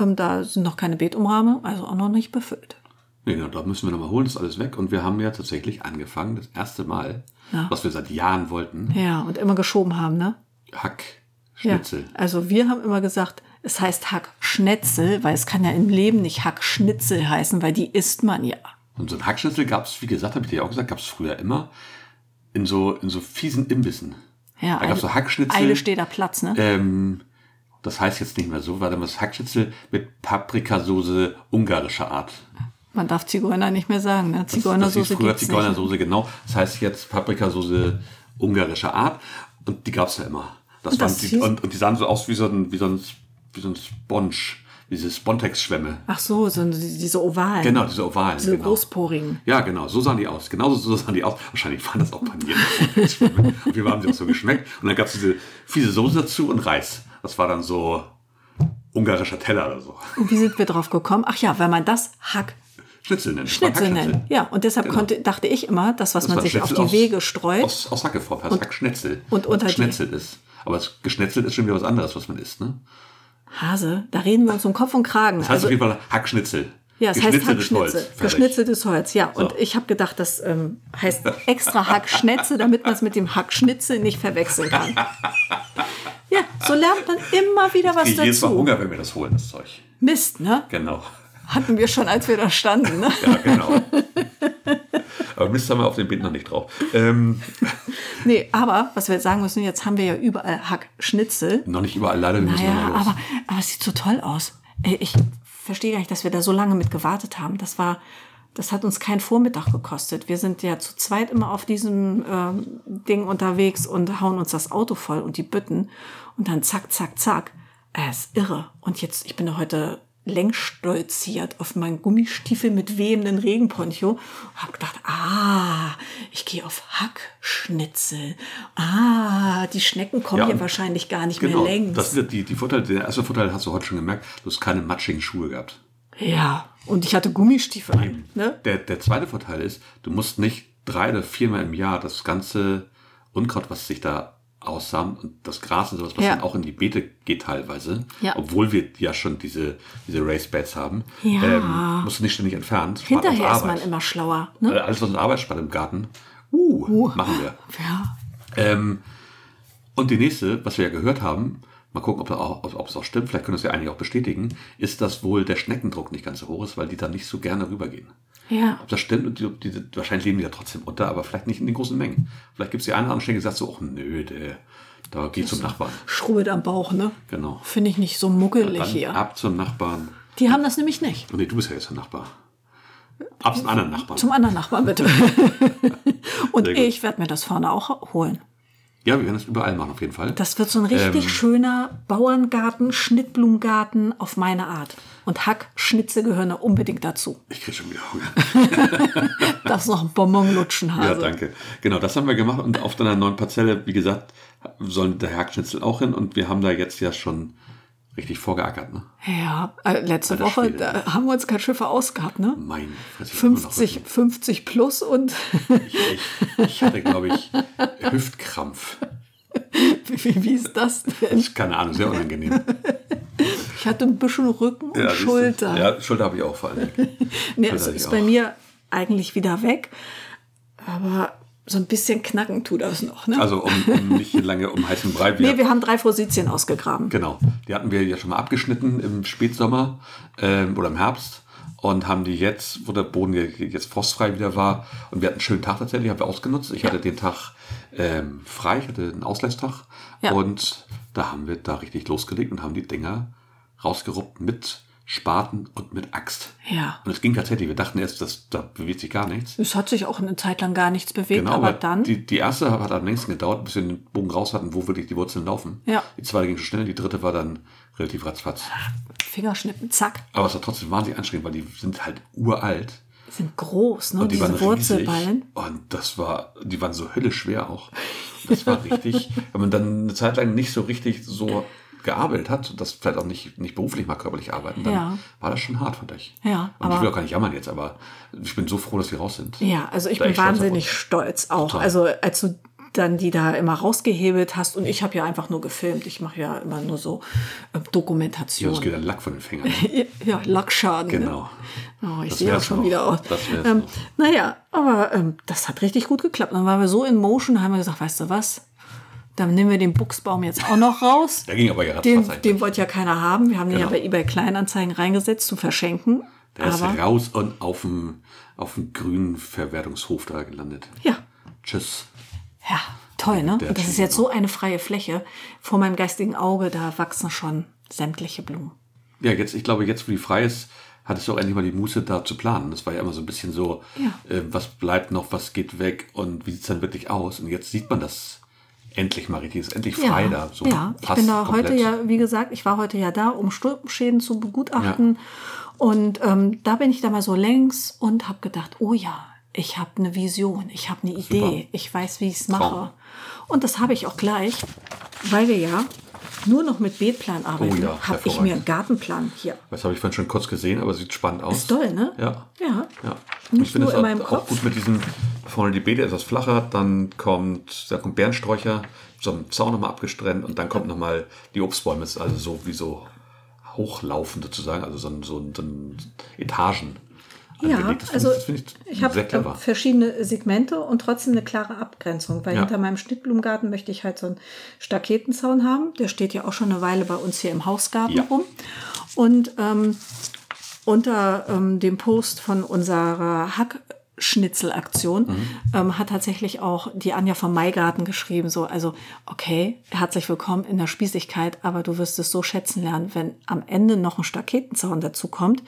Speaker 2: Ähm, da sind noch keine Beetumrahmung, also auch noch nicht befüllt.
Speaker 1: Nee, genau, da müssen wir nochmal holen, ist alles weg. Und wir haben ja tatsächlich angefangen, das erste Mal,
Speaker 2: Ja.
Speaker 1: was wir seit Jahren wollten,
Speaker 2: Ja, und immer geschoben haben, ne?
Speaker 1: Hack,
Speaker 2: Ja.
Speaker 1: Schnitzel.
Speaker 2: Also wir haben immer gesagt, es heißt Hackschnetzel, weil es kann ja im Leben nicht Hackschnitzel heißen, weil die isst man ja.
Speaker 1: Und so ein Hackschnitzel gab es, wie gesagt, habe ich dir ja auch gesagt, gab es früher immer in so, in so fiesen Imbissen.
Speaker 2: Ja,
Speaker 1: da gab es
Speaker 2: Eile-
Speaker 1: so Hackschnitzel.
Speaker 2: Eile steht da Platz, ne?
Speaker 1: ähm, das heißt jetzt nicht mehr so, weil dann das Hackschnitzel mit Paprikasauce ungarischer Art.
Speaker 2: Man darf Zigeuner nicht mehr sagen, ne?
Speaker 1: Das
Speaker 2: Zigeunersoße
Speaker 1: hieß früher
Speaker 2: gibt's nicht.
Speaker 1: Zigeunersoße, genau. Das heißt jetzt Paprikasauce ungarischer Art. Und die gab es ja immer. Das
Speaker 2: Und
Speaker 1: waren
Speaker 2: das
Speaker 1: die,
Speaker 2: hieß-
Speaker 1: und, und die sahen so aus wie so ein, wie so ein, wie so ein Sponge, diese Spontex-Schwämme.
Speaker 2: Ach so, so diese ovalen,
Speaker 1: Genau, diese ovalen.
Speaker 2: diese
Speaker 1: genau.
Speaker 2: großporigen.
Speaker 1: Ja, genau, so sahen die aus. Genauso so sahen die aus. Wahrscheinlich waren das auch Panieren. Auf jeden Fall haben sie auch so geschmeckt. Und dann gab es diese fiese Soße dazu und Reis. Das war dann so ungarischer Teller oder so.
Speaker 2: Und wie sind wir drauf gekommen? Ach ja, weil man das Hack
Speaker 1: Schnitzel nennen.
Speaker 2: Schnitzel
Speaker 1: Hackschnitzel.
Speaker 2: nennt. Ja, und deshalb konnte, dachte ich immer, das, was
Speaker 1: Das
Speaker 2: man
Speaker 1: war
Speaker 2: sich auf
Speaker 1: Schnitzel
Speaker 2: die
Speaker 1: aus-
Speaker 2: Wege streut,
Speaker 1: Aus, aus Hacke formt, heißt Hackschnitzel.
Speaker 2: und unter die-
Speaker 1: Geschnetzelt ist. Aber es- geschnetzelt ist schon wieder was anderes, was man isst. Ne?
Speaker 2: Hase, da reden wir uns um Kopf und Kragen.
Speaker 1: Das heißt auf jeden Fall Hackschnitzel.
Speaker 2: Ja, es heißt
Speaker 1: Geschnitzeltes
Speaker 2: Hackschnitzel.
Speaker 1: Holz. Fertig.
Speaker 2: Geschnitzeltes Holz, ja. Und ich habe gedacht, das ähm, heißt extra Hackschnetze, damit man es mit dem Hackschnitzel nicht verwechseln kann. Ja, so lernt man immer wieder was
Speaker 1: Ich kriege jedes Mal
Speaker 2: dazu.
Speaker 1: Hunger, wenn wir das holen, das Zeug.
Speaker 2: Mist, ne?
Speaker 1: Genau.
Speaker 2: Hatten wir schon, als wir da standen, ne?
Speaker 1: Ja, genau.
Speaker 2: (laughs)
Speaker 1: Aber Mist haben wir auf dem Bild noch nicht drauf. Ähm,
Speaker 2: Nee, aber was wir jetzt sagen müssen, jetzt haben wir ja überall Hackschnitzel.
Speaker 1: noch nicht überall, leider. Wir müssen
Speaker 2: Naja,
Speaker 1: noch mal los.
Speaker 2: aber, aber es sieht so toll aus. Ey, Ich verstehe gar nicht, dass wir da so lange mit gewartet haben. Das war. Das hat uns keinen Vormittag gekostet. Wir sind ja zu zweit immer auf diesem ähm, Ding unterwegs und hauen uns das Auto voll und die Bütten. Und dann zack, zack, zack. Äh, ist irre. Und jetzt, ich bin ja heute längsstolziert auf meinen Gummistiefel mit wehenden Regenponcho. Hab gedacht, ah, ich gehe auf Hackschnitzel. Ah, die Schnecken kommen
Speaker 1: Ja,
Speaker 2: hier
Speaker 1: und-
Speaker 2: wahrscheinlich gar nicht
Speaker 1: Genau,
Speaker 2: mehr längs.
Speaker 1: das sind die, die Vorteile. Der erste Vorteil hast du heute schon gemerkt, du hast keine matschigen Schuhe gehabt.
Speaker 2: ja, und ich hatte Gummistiefel an. Ne?
Speaker 1: Der, der zweite Vorteil ist, du musst nicht drei oder viermal im Jahr das ganze Unkraut, was sich da aussamt und das Gras und sowas, was
Speaker 2: Ja.
Speaker 1: dann auch in die Beete geht teilweise,
Speaker 2: Ja.
Speaker 1: obwohl wir ja schon diese, diese Race Beds haben, ähm,
Speaker 2: Ja.
Speaker 1: musst du nicht ständig entfernen. spart uns
Speaker 2: Hinterher ist man
Speaker 1: Arbeit.
Speaker 2: immer schlauer. Ne?
Speaker 1: Äh, Alles, was uns Arbeit spart im Garten, uh, machen wir.
Speaker 2: Ja,
Speaker 1: Ähm, und die nächste, was wir ja gehört haben, mal gucken, ob, da auch, ob, ob es auch stimmt, vielleicht können das ja einige auch bestätigen, ist, dass wohl der Schneckendruck nicht ganz so hoch ist, weil die da nicht so gerne rübergehen.
Speaker 2: ja.
Speaker 1: Ob das stimmt, und die, ob die, wahrscheinlich leben die da trotzdem unter, aber vielleicht nicht in den großen Mengen. Vielleicht gibt es die eine oder andere Schnecke, die sagt so, ach nö, der, da geht zum Nachbarn.
Speaker 2: Schrubbelt am Bauch, ne?
Speaker 1: Genau.
Speaker 2: Finde ich nicht so muckelig
Speaker 1: Dann
Speaker 2: hier.
Speaker 1: ab zum Nachbarn.
Speaker 2: Die haben das nämlich nicht.
Speaker 1: Und nee, du bist ja jetzt der Nachbar. Ab zum anderen Nachbarn.
Speaker 2: Zum anderen Nachbarn
Speaker 1: (laughs)
Speaker 2: bitte. (laughs) Und
Speaker 1: Sehr gut.
Speaker 2: ich werde mir das vorne auch holen.
Speaker 1: ja, wir werden das überall machen, auf jeden Fall.
Speaker 2: Das wird so ein
Speaker 1: Ähm.
Speaker 2: richtig schöner Bauerngarten, Schnittblumengarten auf meine Art. Und Hack, Schnitze gehören da unbedingt dazu.
Speaker 1: ich krieg schon wieder Hunger.
Speaker 2: Darfst noch ein Bonbon lutschen, Hase.
Speaker 1: Ja, danke. Genau, das haben wir gemacht und auf deiner neuen Parzelle, wie gesagt, sollen der Hackschnitzel auch hin und wir haben da jetzt ja schon richtig vorgeackert, ne?
Speaker 2: Ja, äh, letzte
Speaker 1: Alter
Speaker 2: Woche
Speaker 1: Schwede.
Speaker 2: da haben wir uns ganz schön verausgabt, ne?
Speaker 1: Mein Fresse, ich hab immer noch
Speaker 2: 50, 50 plus und (laughs)
Speaker 1: Rücken. Ich, ich, ich hatte, glaube ich, Hüftkrampf.
Speaker 2: wie, wie ist das denn?
Speaker 1: Das ist keine Ahnung, sehr unangenehm.
Speaker 2: Ich hatte ein bisschen Rücken und
Speaker 1: Ja, siehst du.
Speaker 2: Schulter.
Speaker 1: Ja, Schulter habe ich auch vor allem.
Speaker 2: Nee,
Speaker 1: Schulter
Speaker 2: es
Speaker 1: hatte ich
Speaker 2: ist
Speaker 1: auch.
Speaker 2: bei mir eigentlich wieder weg. Aber so ein bisschen knacken tut das noch. Ne?
Speaker 1: Also um, um nicht hier lange um heißen Brei. Wir,
Speaker 2: nee, wir haben drei Frositien ausgegraben.
Speaker 1: genau, die hatten wir ja schon mal abgeschnitten im Spätsommer ähm, oder im Herbst. und haben die jetzt, wo der Boden ja jetzt frostfrei wieder war, und wir hatten einen schönen Tag tatsächlich, haben wir ausgenutzt. Ich hatte den Tag ähm, frei, ich hatte einen Ausgleichstag
Speaker 2: Ja.
Speaker 1: und da haben wir da richtig losgelegt und haben die Dinger rausgeruppt mit Spaten und mit Axt.
Speaker 2: Ja.
Speaker 1: Und es ging tatsächlich, wir dachten erst, das, da bewegt sich gar nichts.
Speaker 2: Es hat sich auch eine Zeit lang gar nichts bewegt,
Speaker 1: Genau,
Speaker 2: aber
Speaker 1: aber
Speaker 2: dann.
Speaker 1: Die, die erste hat am längsten gedauert, bis wir den Bogen raus hatten, wo wirklich die Wurzeln laufen.
Speaker 2: Ja.
Speaker 1: Die zweite ging schon schnell, die dritte war dann relativ ratzfatz.
Speaker 2: Fingerschnippen, zack,
Speaker 1: Aber es war trotzdem wahnsinnig anstrengend, weil die sind halt uralt.
Speaker 2: sind groß, ne?
Speaker 1: Und die
Speaker 2: diese
Speaker 1: waren
Speaker 2: Wurzelballen.
Speaker 1: riesig. Und das war, die waren so höllisch schwer auch. Das war
Speaker 2: (laughs)
Speaker 1: richtig, wenn man dann eine Zeit lang nicht so richtig so gearbeitet hat, das vielleicht auch nicht, nicht beruflich mal körperlich arbeiten, dann
Speaker 2: Ja.
Speaker 1: war das schon hart, fand ich.
Speaker 2: Ja,
Speaker 1: Und ich
Speaker 2: aber-
Speaker 1: will auch gar nicht jammern jetzt, aber ich bin so froh, dass wir raus sind.
Speaker 2: Ja, also ich
Speaker 1: Da
Speaker 2: bin
Speaker 1: echt stolz auf
Speaker 2: wahnsinnig
Speaker 1: uns.
Speaker 2: stolz auch.
Speaker 1: Total.
Speaker 2: Also als du dann die da immer rausgehebelt hast und ich habe ja einfach nur gefilmt. Ich mache ja immer nur so äh,
Speaker 1: Ja, uns
Speaker 2: (laughs) Dokumentation.
Speaker 1: geht der Lack von den Fingern.
Speaker 2: Ja, Lackschaden.
Speaker 1: Genau.
Speaker 2: Ne? Oh, ich
Speaker 1: Das
Speaker 2: sehe auch
Speaker 1: wär's
Speaker 2: schon
Speaker 1: noch.
Speaker 2: wieder aus.
Speaker 1: Das wär's
Speaker 2: ähm,
Speaker 1: noch.
Speaker 2: naja, aber ähm, das hat richtig gut geklappt. Dann waren wir so in Motion, haben wir gesagt, weißt du was? Dann nehmen wir den Buchsbaum jetzt auch
Speaker 1: (laughs)
Speaker 2: noch raus.
Speaker 1: Der ging aber ja ratzfatz
Speaker 2: Den,
Speaker 1: eigentlich.
Speaker 2: den wollte ja keiner haben. Wir haben
Speaker 1: Genau.
Speaker 2: den ja bei eBay Kleinanzeigen reingesetzt zum Verschenken.
Speaker 1: Der ist
Speaker 2: aber
Speaker 1: raus und auf dem, auf dem grünen Verwertungshof da gelandet.
Speaker 2: ja,
Speaker 1: Tschüss.
Speaker 2: ja, toll, ne?
Speaker 1: Der
Speaker 2: Und das ist
Speaker 1: Chili
Speaker 2: jetzt so eine freie Fläche. Vor meinem geistigen Auge, da wachsen schon sämtliche Blumen.
Speaker 1: Ja, jetzt, ich glaube, jetzt, wo die frei ist, hattest du auch endlich mal die Muße, da zu planen. Das war ja immer so ein bisschen so,
Speaker 2: Ja.
Speaker 1: äh, was bleibt noch, was geht weg und wie sieht es dann wirklich aus? Und jetzt sieht man das endlich mal richtig. Es Ist endlich frei
Speaker 2: ja,
Speaker 1: da. So
Speaker 2: ja. ich
Speaker 1: fast
Speaker 2: bin da
Speaker 1: komplett.
Speaker 2: heute ja, wie gesagt, ich war heute ja da, um Stulpenschäden zu begutachten. Und ähm, da bin ich da mal so längs und habe gedacht, oh ja, ich habe eine Vision, ich habe eine Idee, ich weiß, wie ich es mache. Und das habe ich auch gleich, weil wir ja nur noch mit Beetplan arbeiten,
Speaker 1: Oh ja,
Speaker 2: habe ich mir
Speaker 1: hervorragend.
Speaker 2: einen Gartenplan hier.
Speaker 1: Das habe ich vorhin schon kurz gesehen, aber sieht spannend aus.
Speaker 2: Ist toll, ne?
Speaker 1: Ja.
Speaker 2: Ja.
Speaker 1: Ja. Und
Speaker 2: Nicht
Speaker 1: ich finde
Speaker 2: nur
Speaker 1: es
Speaker 2: in meinem
Speaker 1: auch, auch
Speaker 2: Kopf.
Speaker 1: gut mit diesem, vorne die Beete etwas flacher, dann kommt, da kommt Bärensträucher, so ein Zaun nochmal abgestrennt und dann kommt nochmal die Obstbäume, Es ist also so wie so hochlaufen sozusagen, also so ein, so ein, so ein Etagen.
Speaker 2: Ja,
Speaker 1: angelegt. das
Speaker 2: also
Speaker 1: finde ich, das finde ich
Speaker 2: ich habe
Speaker 1: sehr clever.
Speaker 2: verschiedene Segmente und trotzdem eine klare Abgrenzung, weil
Speaker 1: Ja.
Speaker 2: hinter meinem Schnittblumengarten möchte ich halt so einen Staketenzaun haben. Der steht ja auch schon eine Weile bei uns hier im Hausgarten
Speaker 1: Ja.
Speaker 2: rum. Und ähm, unter ähm, dem Post von unserer Hackschnitzelaktion
Speaker 1: Mhm.
Speaker 2: ähm, hat tatsächlich auch die Anja vom Maigarten geschrieben, so, also, okay, herzlich willkommen in der Spießigkeit, aber du wirst es so schätzen lernen, wenn am Ende noch ein Staketenzaun dazu kommt,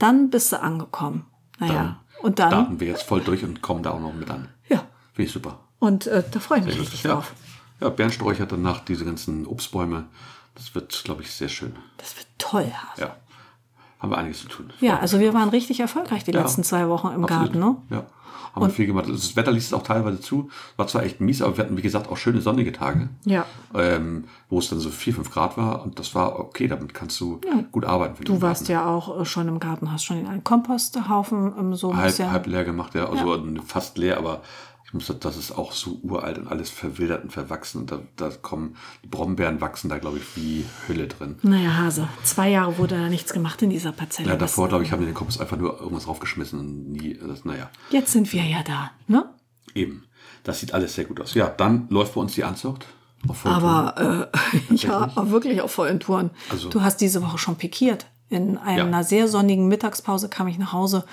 Speaker 2: dann bist du angekommen. Naja, und dann,
Speaker 1: Starten wir jetzt voll durch und kommen da auch noch mit an.
Speaker 2: ja,
Speaker 1: Finde ich super.
Speaker 2: und äh, da freue ich mich
Speaker 1: Sehr
Speaker 2: richtig
Speaker 1: gut. Ja.
Speaker 2: drauf.
Speaker 1: ja, Bärensträucher danach, diese ganzen Obstbäume, das wird, glaube ich, sehr schön.
Speaker 2: Das wird toll. Ja.
Speaker 1: Ja. Haben wir einiges zu tun.
Speaker 2: ja, also wir waren richtig erfolgreich die letzten zwei Wochen im
Speaker 1: Absolut.
Speaker 2: Garten, ne?
Speaker 1: Ja, haben wir viel gemacht. Also Das Wetter ließ es auch teilweise zu. War zwar echt mies, aber wir hatten, wie gesagt, auch schöne sonnige Tage.
Speaker 2: Ja.
Speaker 1: Ähm, wo es dann so 4, 5 Grad war und das war okay, damit kannst du gut arbeiten.
Speaker 2: Du warst ja auch äh, schon im Garten, hast schon einen Komposthaufen ähm, so ein
Speaker 1: halb,
Speaker 2: bisschen.
Speaker 1: halb leer gemacht, ja, also fast leer, aber ich muss sagen, das ist auch so uralt und alles verwildert und verwachsen. Und da, da kommen, die Brombeeren wachsen da, glaube ich, wie Hülle drin.
Speaker 2: Naja, Hase, zwei Jahre wurde da nichts gemacht in dieser Parzelle.
Speaker 1: Ja,
Speaker 2: Das-
Speaker 1: davor, glaube ich, haben wir den Kompass einfach nur irgendwas draufgeschmissen und nie, das, naja,
Speaker 2: Jetzt sind wir ja da, ne?
Speaker 1: eben. Das sieht alles sehr gut aus. Ja, dann läuft bei uns die Anzucht. auf Volltour.
Speaker 2: Aber äh, (laughs) ja, aber wirklich auf vollen Touren.
Speaker 1: Also-
Speaker 2: du hast diese Woche schon pikiert. In einer
Speaker 1: Ja.
Speaker 2: sehr sonnigen Mittagspause kam ich nach Hause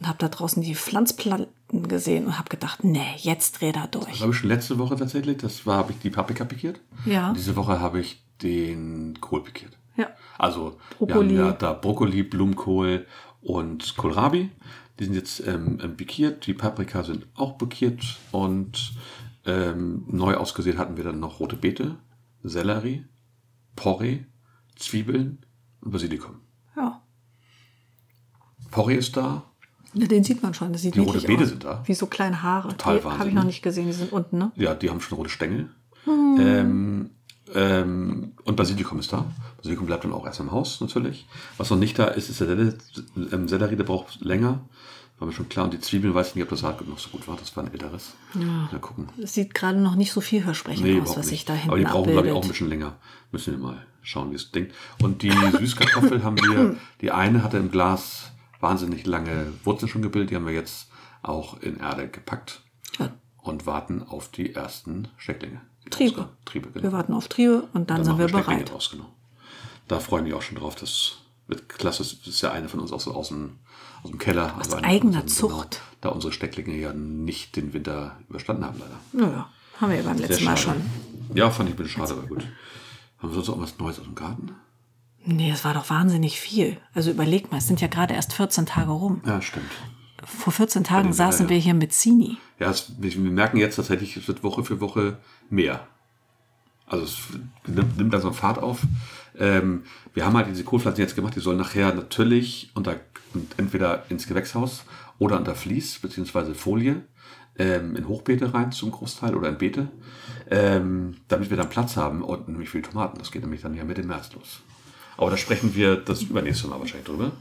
Speaker 2: und habe da draußen die Pflanzplanten gesehen und habe gedacht, nee, jetzt dreh da durch.
Speaker 1: Das habe ich schon letzte Woche tatsächlich. Das war, habe ich die Paprika pikiert.
Speaker 2: Ja.
Speaker 1: Und diese Woche habe ich den Kohl pikiert.
Speaker 2: Ja.
Speaker 1: Also
Speaker 2: Brokkoli.
Speaker 1: wir haben ja da Brokkoli, Blumenkohl und Kohlrabi. Die sind jetzt ähm, ähm, pikiert. Die Paprika sind auch pikiert. Und ähm, neu ausgesät hatten wir dann noch rote Beete, Sellerie, Porree, Zwiebeln und Basilikum.
Speaker 2: Ja.
Speaker 1: Porree ist da.
Speaker 2: Na, den sieht man schon. Das sieht
Speaker 1: Die rote
Speaker 2: niedlich
Speaker 1: Beete
Speaker 2: aus.
Speaker 1: sind da.
Speaker 2: Wie so kleine Haare.
Speaker 1: Total
Speaker 2: die habe ich
Speaker 1: Wahnsinn,
Speaker 2: noch
Speaker 1: ne?
Speaker 2: nicht gesehen. Die sind unten, ne?
Speaker 1: Ja, die haben schon rote Stängel.
Speaker 2: Hm.
Speaker 1: Ähm, ähm, und Basilikum ist da. Basilikum bleibt dann auch erst im Haus natürlich. Was noch nicht da ist, ist der Selle- ähm, Sellerie, der braucht länger. War mir schon klar. Und die Zwiebeln weiß ich nicht, ob das Saatgut noch so gut war. Das war ein älteres. Ja. Mal gucken.
Speaker 2: Es sieht gerade noch nicht so vielversprechend
Speaker 1: Nee,
Speaker 2: aus,
Speaker 1: überhaupt
Speaker 2: was
Speaker 1: nicht.
Speaker 2: sich da hinten
Speaker 1: Aber die brauchen, glaube ich, auch ein
Speaker 2: abbildet.
Speaker 1: bisschen länger. Müssen wir mal schauen, wie es denkt. Und die Süßkartoffel haben
Speaker 2: (clears throat)
Speaker 1: wir, die eine hatte im Glas wahnsinnig lange Wurzeln schon gebildet. Die haben wir jetzt auch in Erde gepackt
Speaker 2: Ja.
Speaker 1: und warten auf die ersten Stecklinge. Die
Speaker 2: Triebe.
Speaker 1: rauskommen. Triebe, genau.
Speaker 2: Wir warten auf Triebe und dann, sind
Speaker 1: machen
Speaker 2: wir
Speaker 1: Stecklinge
Speaker 2: bereit.
Speaker 1: Draus, genau. Da freue ich mich auch schon drauf, dass mit Klasse ist ist ja eine von uns aus, aus, dem, aus dem Keller.
Speaker 2: Aus
Speaker 1: eine von
Speaker 2: eigener
Speaker 1: uns, genau,
Speaker 2: Zucht.
Speaker 1: da unsere Stecklinge ja nicht den Winter überstanden haben, leider.
Speaker 2: Naja, haben wir ja beim letzten Mal
Speaker 1: schade.
Speaker 2: schon.
Speaker 1: Ja, fand ich ein bisschen schade, aber gut. Haben wir sonst auch was Neues aus dem Garten?
Speaker 2: Nee, das war doch wahnsinnig viel. Also überleg mal, es sind ja gerade erst 14 Tage rum.
Speaker 1: Ja, stimmt.
Speaker 2: Vor 14 Tagen saßen
Speaker 1: ja.
Speaker 2: wir hier mit Zini.
Speaker 1: Ja, es, wir wir merken jetzt tatsächlich, es wird Woche für Woche mehr. Also es nimmt, nimmt langsam Fahrt auf. Ähm, wir haben halt diese Kohlpflanzen jetzt gemacht, die sollen nachher natürlich unter, und entweder ins Gewächshaus oder unter Vlies beziehungsweise Folie ähm, in Hochbeete rein zum Großteil oder in Beete, ähm, damit wir dann Platz haben und nämlich viel Tomaten. Das geht nämlich dann ja Mitte März los. Aber da sprechen wir das übernächste Mal wahrscheinlich drüber,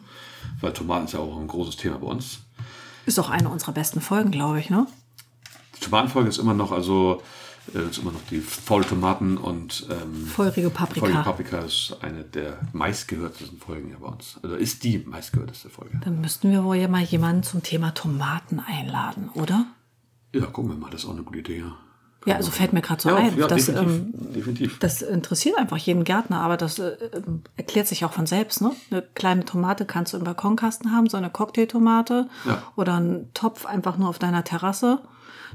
Speaker 1: weil Tomaten ist ja auch ein großes Thema bei uns.
Speaker 2: Ist auch eine unserer besten Folgen, glaube ich, ne?
Speaker 1: Die Tomatenfolge ist immer noch, also äh, ist immer noch die faule Tomaten und ähm,
Speaker 2: Feurige Paprika.
Speaker 1: Folge Paprika ist eine der meistgehörtesten Folgen hier bei uns. Also ist die meistgehörteste Folge.
Speaker 2: Dann müssten wir wohl ja mal jemanden zum Thema Tomaten einladen, oder?
Speaker 1: Ja, gucken wir mal, das ist auch eine gute Idee. Ja,
Speaker 2: Ja, also fällt mir gerade so
Speaker 1: ja,
Speaker 2: ein.
Speaker 1: ja
Speaker 2: das,
Speaker 1: definitiv.
Speaker 2: ähm,
Speaker 1: definitiv.
Speaker 2: das interessiert einfach jeden Gärtner, aber das äh, ähm, erklärt sich auch von selbst. Ne? Eine kleine Tomate kannst du im Balkonkasten haben, so eine Cocktailtomate
Speaker 1: Ja.
Speaker 2: oder einen Topf einfach nur auf deiner Terrasse.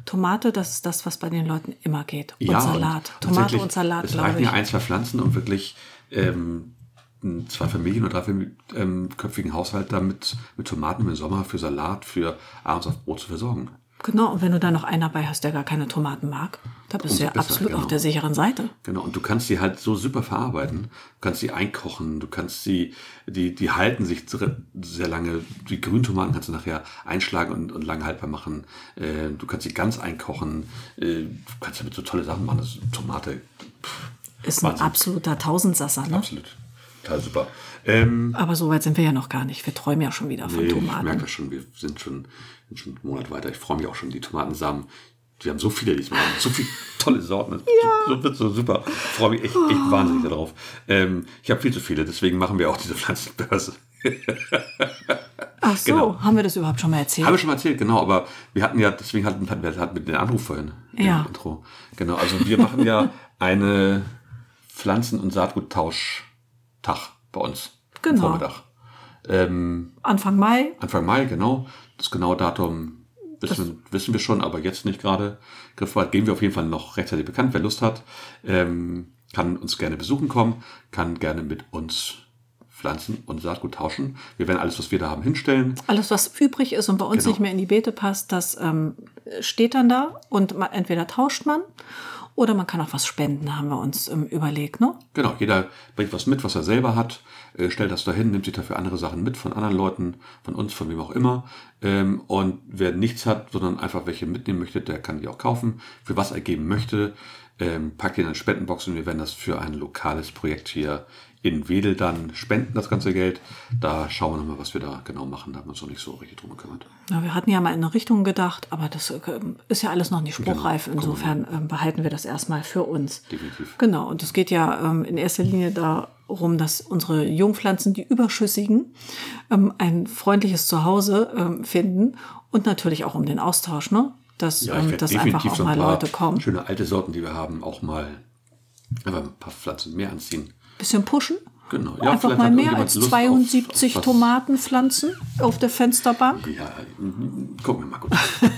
Speaker 2: Tomate, das ist das, was bei den Leuten immer geht. Und
Speaker 1: ja,
Speaker 2: Salat.
Speaker 1: und
Speaker 2: Tomate
Speaker 1: tatsächlich,
Speaker 2: und Salat,
Speaker 1: Es
Speaker 2: glaube
Speaker 1: reichen
Speaker 2: ich.
Speaker 1: ja ein, zwei Pflanzen, um wirklich ähm, einen zwei Familien- oder dreiköpfigen Haushalt damit mit Tomaten im Sommer für Salat, für abends auf Brot zu versorgen.
Speaker 2: Genau, und wenn du da noch einen dabei hast, der gar keine Tomaten mag, da bist
Speaker 1: Umso
Speaker 2: du ja
Speaker 1: besser,
Speaker 2: absolut
Speaker 1: genau.
Speaker 2: auf der sicheren Seite.
Speaker 1: Genau, und du kannst sie halt so super verarbeiten. Du kannst sie einkochen, du kannst sie, die, die halten sich dr- sehr lange. Die Grüntomaten kannst du nachher einschlagen und, und lang haltbar machen. Äh, du kannst sie ganz einkochen. Äh, du kannst damit so tolle Sachen machen. Das ist Tomate,
Speaker 2: Ist ein
Speaker 1: Wahnsinn.
Speaker 2: absoluter Tausendsasser, ne?
Speaker 1: absolut. Total super. Ähm,
Speaker 2: Aber so weit sind wir ja noch gar nicht. Wir träumen ja schon wieder von
Speaker 1: nee, ich merke
Speaker 2: Tomaten.
Speaker 1: das schon, wir sind schon, sind schon einen Monat weiter. Ich freue mich auch schon, die Tomatensamen. Wir haben so viele diesmal, so viele (laughs) tolle Sorten. Das so, wird so super. Ich freue mich echt,
Speaker 2: Ah.
Speaker 1: echt wahnsinnig darauf. Ähm, ich habe viel zu viele, deswegen machen wir auch diese (laughs) Pflanzenbörse.
Speaker 2: Ach so,
Speaker 1: genau.
Speaker 2: haben wir das überhaupt schon mal erzählt?
Speaker 1: Habe ich schon mal erzählt, genau, aber wir hatten ja, deswegen hatten, hatten wir hatten mit den Anruf vorhin. im
Speaker 2: Ja.
Speaker 1: Intro. Genau, also wir machen ja eine Pflanzen- und Saatguttausch-Tag bei uns. am
Speaker 2: Genau.
Speaker 1: Vormittag. Ähm,
Speaker 2: Anfang Mai.
Speaker 1: Anfang Mai, genau. Das genaue Datum wissen, wissen wir schon, aber jetzt nicht gerade. Griffbereit geben wir auf jeden Fall noch rechtzeitig bekannt. Wer Lust hat, ähm, kann uns gerne besuchen kommen, kann gerne mit uns Pflanzen und Saatgut tauschen. Wir werden alles, was wir da haben, hinstellen.
Speaker 2: Alles, was übrig ist und bei uns
Speaker 1: Genau.
Speaker 2: nicht mehr in die Beete passt, das ähm, steht dann da und ma- entweder tauscht man oder man kann auch was spenden, haben wir uns ähm, überlegt. Ne?
Speaker 1: Genau, jeder bringt was mit, was er selber hat, äh, stellt das dahin, nimmt sich dafür andere Sachen mit von anderen Leuten, von uns, von wem auch immer. Ähm, und wer nichts hat, sondern einfach welche mitnehmen möchte, der kann die auch kaufen. Für was er geben möchte, ähm, packt die in eine Spendenbox und wir werden das für ein lokales Projekt hier in Wedel dann spenden, das ganze Geld. Da schauen wir nochmal, was wir da genau machen. Da haben wir uns noch nicht so richtig drum gekümmert.
Speaker 2: Ja, wir hatten ja mal in eine Richtung gedacht, aber das äh, ist ja alles noch nicht spruchreif.
Speaker 1: Genau, gucken wir
Speaker 2: Insofern ähm, behalten wir das erstmal für uns.
Speaker 1: Definitiv.
Speaker 2: Genau, und es geht ja ähm, in erster Linie darum, dass unsere Jungpflanzen, die überschüssigen, ähm, ein freundliches Zuhause ähm, finden und natürlich auch um den Austausch, ne? dass,
Speaker 1: Ja, ich
Speaker 2: ähm,
Speaker 1: werde
Speaker 2: dass einfach
Speaker 1: definitiv
Speaker 2: auch
Speaker 1: so
Speaker 2: mal
Speaker 1: ein paar
Speaker 2: Leute kommen.
Speaker 1: schöne alte Sorten, die wir haben, auch mal einfach ein paar Pflanzen mehr anziehen.
Speaker 2: Bisschen pushen.
Speaker 1: Genau. Ja,
Speaker 2: Einfach
Speaker 1: vielleicht
Speaker 2: mal
Speaker 1: hat
Speaker 2: mehr
Speaker 1: irgendjemand
Speaker 2: als
Speaker 1: Lust auf-
Speaker 2: 72
Speaker 1: auf was-
Speaker 2: Tomatenpflanzen auf der Fensterbank.
Speaker 1: Ja, mm, gucken wir mal gut.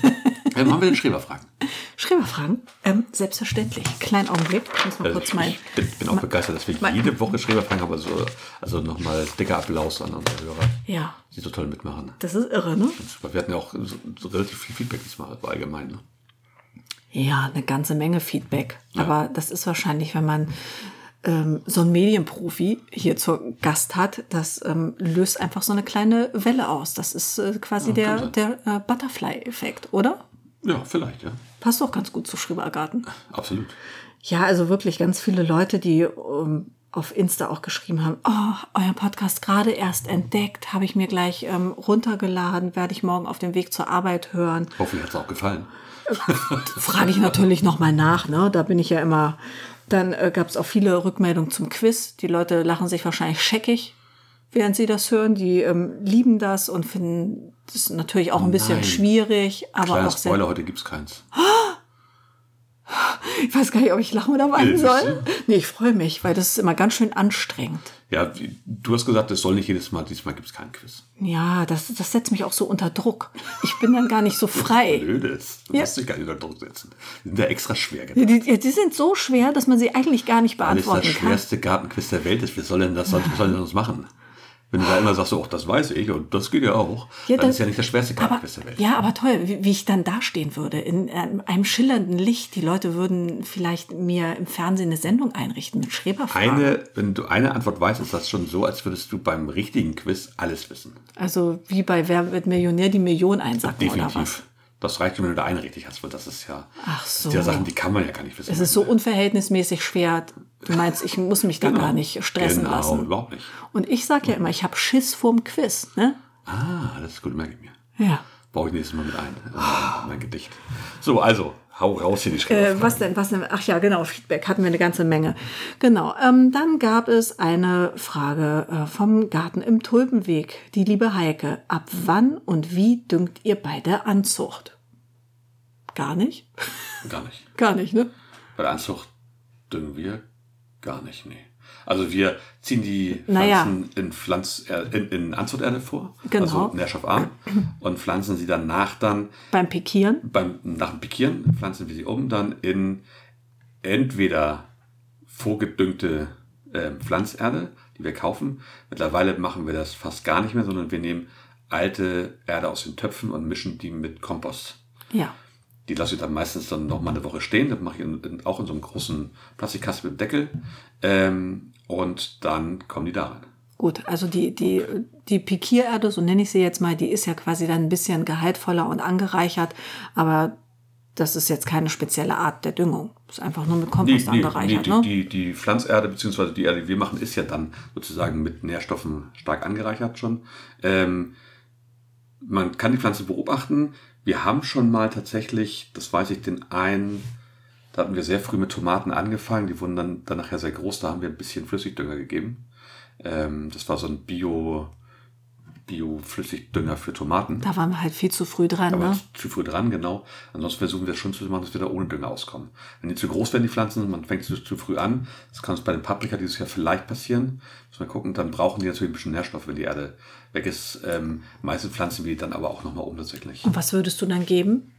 Speaker 1: (laughs) ähm, haben wir den Schreber fragen?
Speaker 2: Schreberfragen? Ähm, selbstverständlich. Kleinen Augenblick. Ich muss mal
Speaker 1: Also
Speaker 2: (laughs) kurz mein.
Speaker 1: ich bin, bin auch begeistert, dass wir jede Woche Schreber fragen haben. Also, also nochmal dicker Applaus an unsere Hörer,
Speaker 2: Ja,
Speaker 1: die so toll mitmachen.
Speaker 2: das ist irre, ne?
Speaker 1: Super. Wir hatten ja auch so, so relativ viel Feedback diesmal, also allgemein. Ne?
Speaker 2: Ja, eine ganze Menge Feedback. Aber das ist wahrscheinlich, wenn man ähm, so einen Medienprofi hier zur Gast hat, das ähm, löst einfach so eine kleine Welle aus. Das ist äh, quasi der,
Speaker 1: kann
Speaker 2: der äh, Butterfly-Effekt, oder?
Speaker 1: Ja, vielleicht, ja.
Speaker 2: Passt doch ganz gut zu Schrebergarten.
Speaker 1: Absolut.
Speaker 2: Ja, also wirklich ganz viele Leute, die ähm, auf Insta auch geschrieben haben, oh, euer Podcast gerade erst entdeckt, habe ich mir gleich ähm, runtergeladen, werde ich morgen auf dem Weg zur Arbeit hören.
Speaker 1: Hoffentlich hat es auch gefallen.
Speaker 2: frage ich natürlich nochmal nach. Ne? Da bin ich ja immer. Dann äh, gab es auch viele Rückmeldungen zum Quiz. Die Leute lachen sich wahrscheinlich scheckig, während sie das hören. Die ähm, lieben das und finden das natürlich auch ein bisschen
Speaker 1: nein.
Speaker 2: schwierig, aber
Speaker 1: Kleiner
Speaker 2: auch sehr.
Speaker 1: Spoiler, heute gibt es keins.
Speaker 2: (laughs) Ich weiß gar nicht, ob ich lachen oder weinen soll. Nee, ich freue mich, weil das ist immer ganz schön anstrengend.
Speaker 1: Ja, du hast gesagt, es soll nicht jedes Mal, diesmal gibt es keinen Quiz.
Speaker 2: Ja, das, das setzt mich auch so unter Druck. Ich bin dann gar nicht so frei.
Speaker 1: Blödes. Du
Speaker 2: Äh, Ja.
Speaker 1: musst dich gar nicht unter Druck setzen. Die sind ja extra schwer gedacht.
Speaker 2: Die, die, die sind so schwer, dass man sie eigentlich gar nicht
Speaker 1: Weil es das
Speaker 2: beantworten kann.
Speaker 1: schwerste Gartenquiz der Welt ist. Wie soll denn das sonst, was soll denn sonst machen? Wenn du da immer sagst, oh, das weiß ich und das geht ja auch,
Speaker 2: Ja,
Speaker 1: dann
Speaker 2: das-
Speaker 1: ist ja nicht das schwerste
Speaker 2: Aber,
Speaker 1: Gartenquiz der Welt.
Speaker 2: ja, aber toll, wie, wie ich dann dastehen würde, in einem, einem schillernden Licht. Die Leute würden vielleicht mir im Fernsehen eine Sendung einrichten mit Schreberfragen.
Speaker 1: Eine, wenn du eine Antwort weißt, ist das schon so, als würdest du beim richtigen Quiz alles wissen.
Speaker 2: Also wie bei Wer wird Millionär die Million einsacken oder was?
Speaker 1: Definitiv. Das reicht schon, wenn du da eine richtig hast, weil das ist ja,
Speaker 2: Ach
Speaker 1: das
Speaker 2: so.
Speaker 1: sind ja Sachen, die kann man ja gar nicht wissen.
Speaker 2: Es ist so unverhältnismäßig schwer. Du meinst, ich muss mich da
Speaker 1: Genau.
Speaker 2: gar nicht stressen
Speaker 1: genau,
Speaker 2: lassen.
Speaker 1: überhaupt nicht.
Speaker 2: Und ich sage ja immer, ich habe Schiss vorm Quiz. Ne?
Speaker 1: Ah, das ist gut, merke ich mir.
Speaker 2: Ja.
Speaker 1: Baue ich nächstes Mal mit ein. in mein Gedicht. So, also, hau raus hier die Schrift.
Speaker 2: Äh, was denn, was denn? Ach ja, genau, Feedback hatten wir eine ganze Menge. Genau, ähm, dann gab es eine Frage äh, vom Garten im Tulpenweg. Die liebe Heike, ab wann und wie düngt ihr bei der Anzucht? Gar nicht? (laughs) Äh.
Speaker 1: Gar nicht.
Speaker 2: Gar nicht, ne?
Speaker 1: Bei der Anzucht düngen wir gar nicht, nee. Also wir ziehen die
Speaker 2: Naja.
Speaker 1: Pflanzen in, Pflanz, äh, in, in Anzuchterde vor,
Speaker 2: Genau.
Speaker 1: also nährstoffarm, und pflanzen sie danach dann,
Speaker 2: Beim Pikieren?
Speaker 1: beim, nach dem Pikieren, pflanzen wir sie um dann in entweder vorgedüngte ähm, Pflanzerde, die wir kaufen. Mittlerweile machen wir das fast gar nicht mehr, sondern wir nehmen alte Erde aus den Töpfen und mischen die mit Kompost.
Speaker 2: Ja.
Speaker 1: Die lasse ich dann meistens dann noch mal eine Woche stehen. Das mache ich in, in, auch in so einem großen Plastikkasten mit Deckel. Ähm, und dann kommen die da rein.
Speaker 2: Gut, also die, die, die Pikiererde, so nenne ich sie jetzt mal, die ist ja quasi dann ein bisschen gehaltvoller und angereichert, aber das ist jetzt keine spezielle Art der Düngung. Ist einfach nur mit Kompost angereichert,
Speaker 1: die,
Speaker 2: ne?
Speaker 1: die, die Pflanzerde bzw. die Erde, die wir machen, ist ja dann sozusagen mit Nährstoffen stark angereichert schon. Ähm, man kann die Pflanze beobachten. Wir haben schon mal tatsächlich, das weiß ich, den einen, da hatten wir sehr früh mit Tomaten angefangen. Die wurden dann, dann nachher sehr groß. Da haben wir ein bisschen Flüssigdünger gegeben. Ähm, das war so ein Bio, Bio-Flüssigdünger für Tomaten.
Speaker 2: Da waren wir halt viel zu früh dran,
Speaker 1: Aber
Speaker 2: ne?
Speaker 1: zu früh dran, genau. Ansonsten versuchen wir schon zu machen, dass wir da ohne Dünger auskommen. Wenn die zu groß werden, die Pflanzen, man fängt zu, zu früh an. Das kann uns bei den Paprika dieses Jahr vielleicht passieren. Muss man gucken, dann brauchen die natürlich ein bisschen Nährstoff, wenn die Erde weg ist. Ähm, meistens pflanzen wir die dann aber auch nochmal um tatsächlich.
Speaker 2: Und was würdest du dann geben?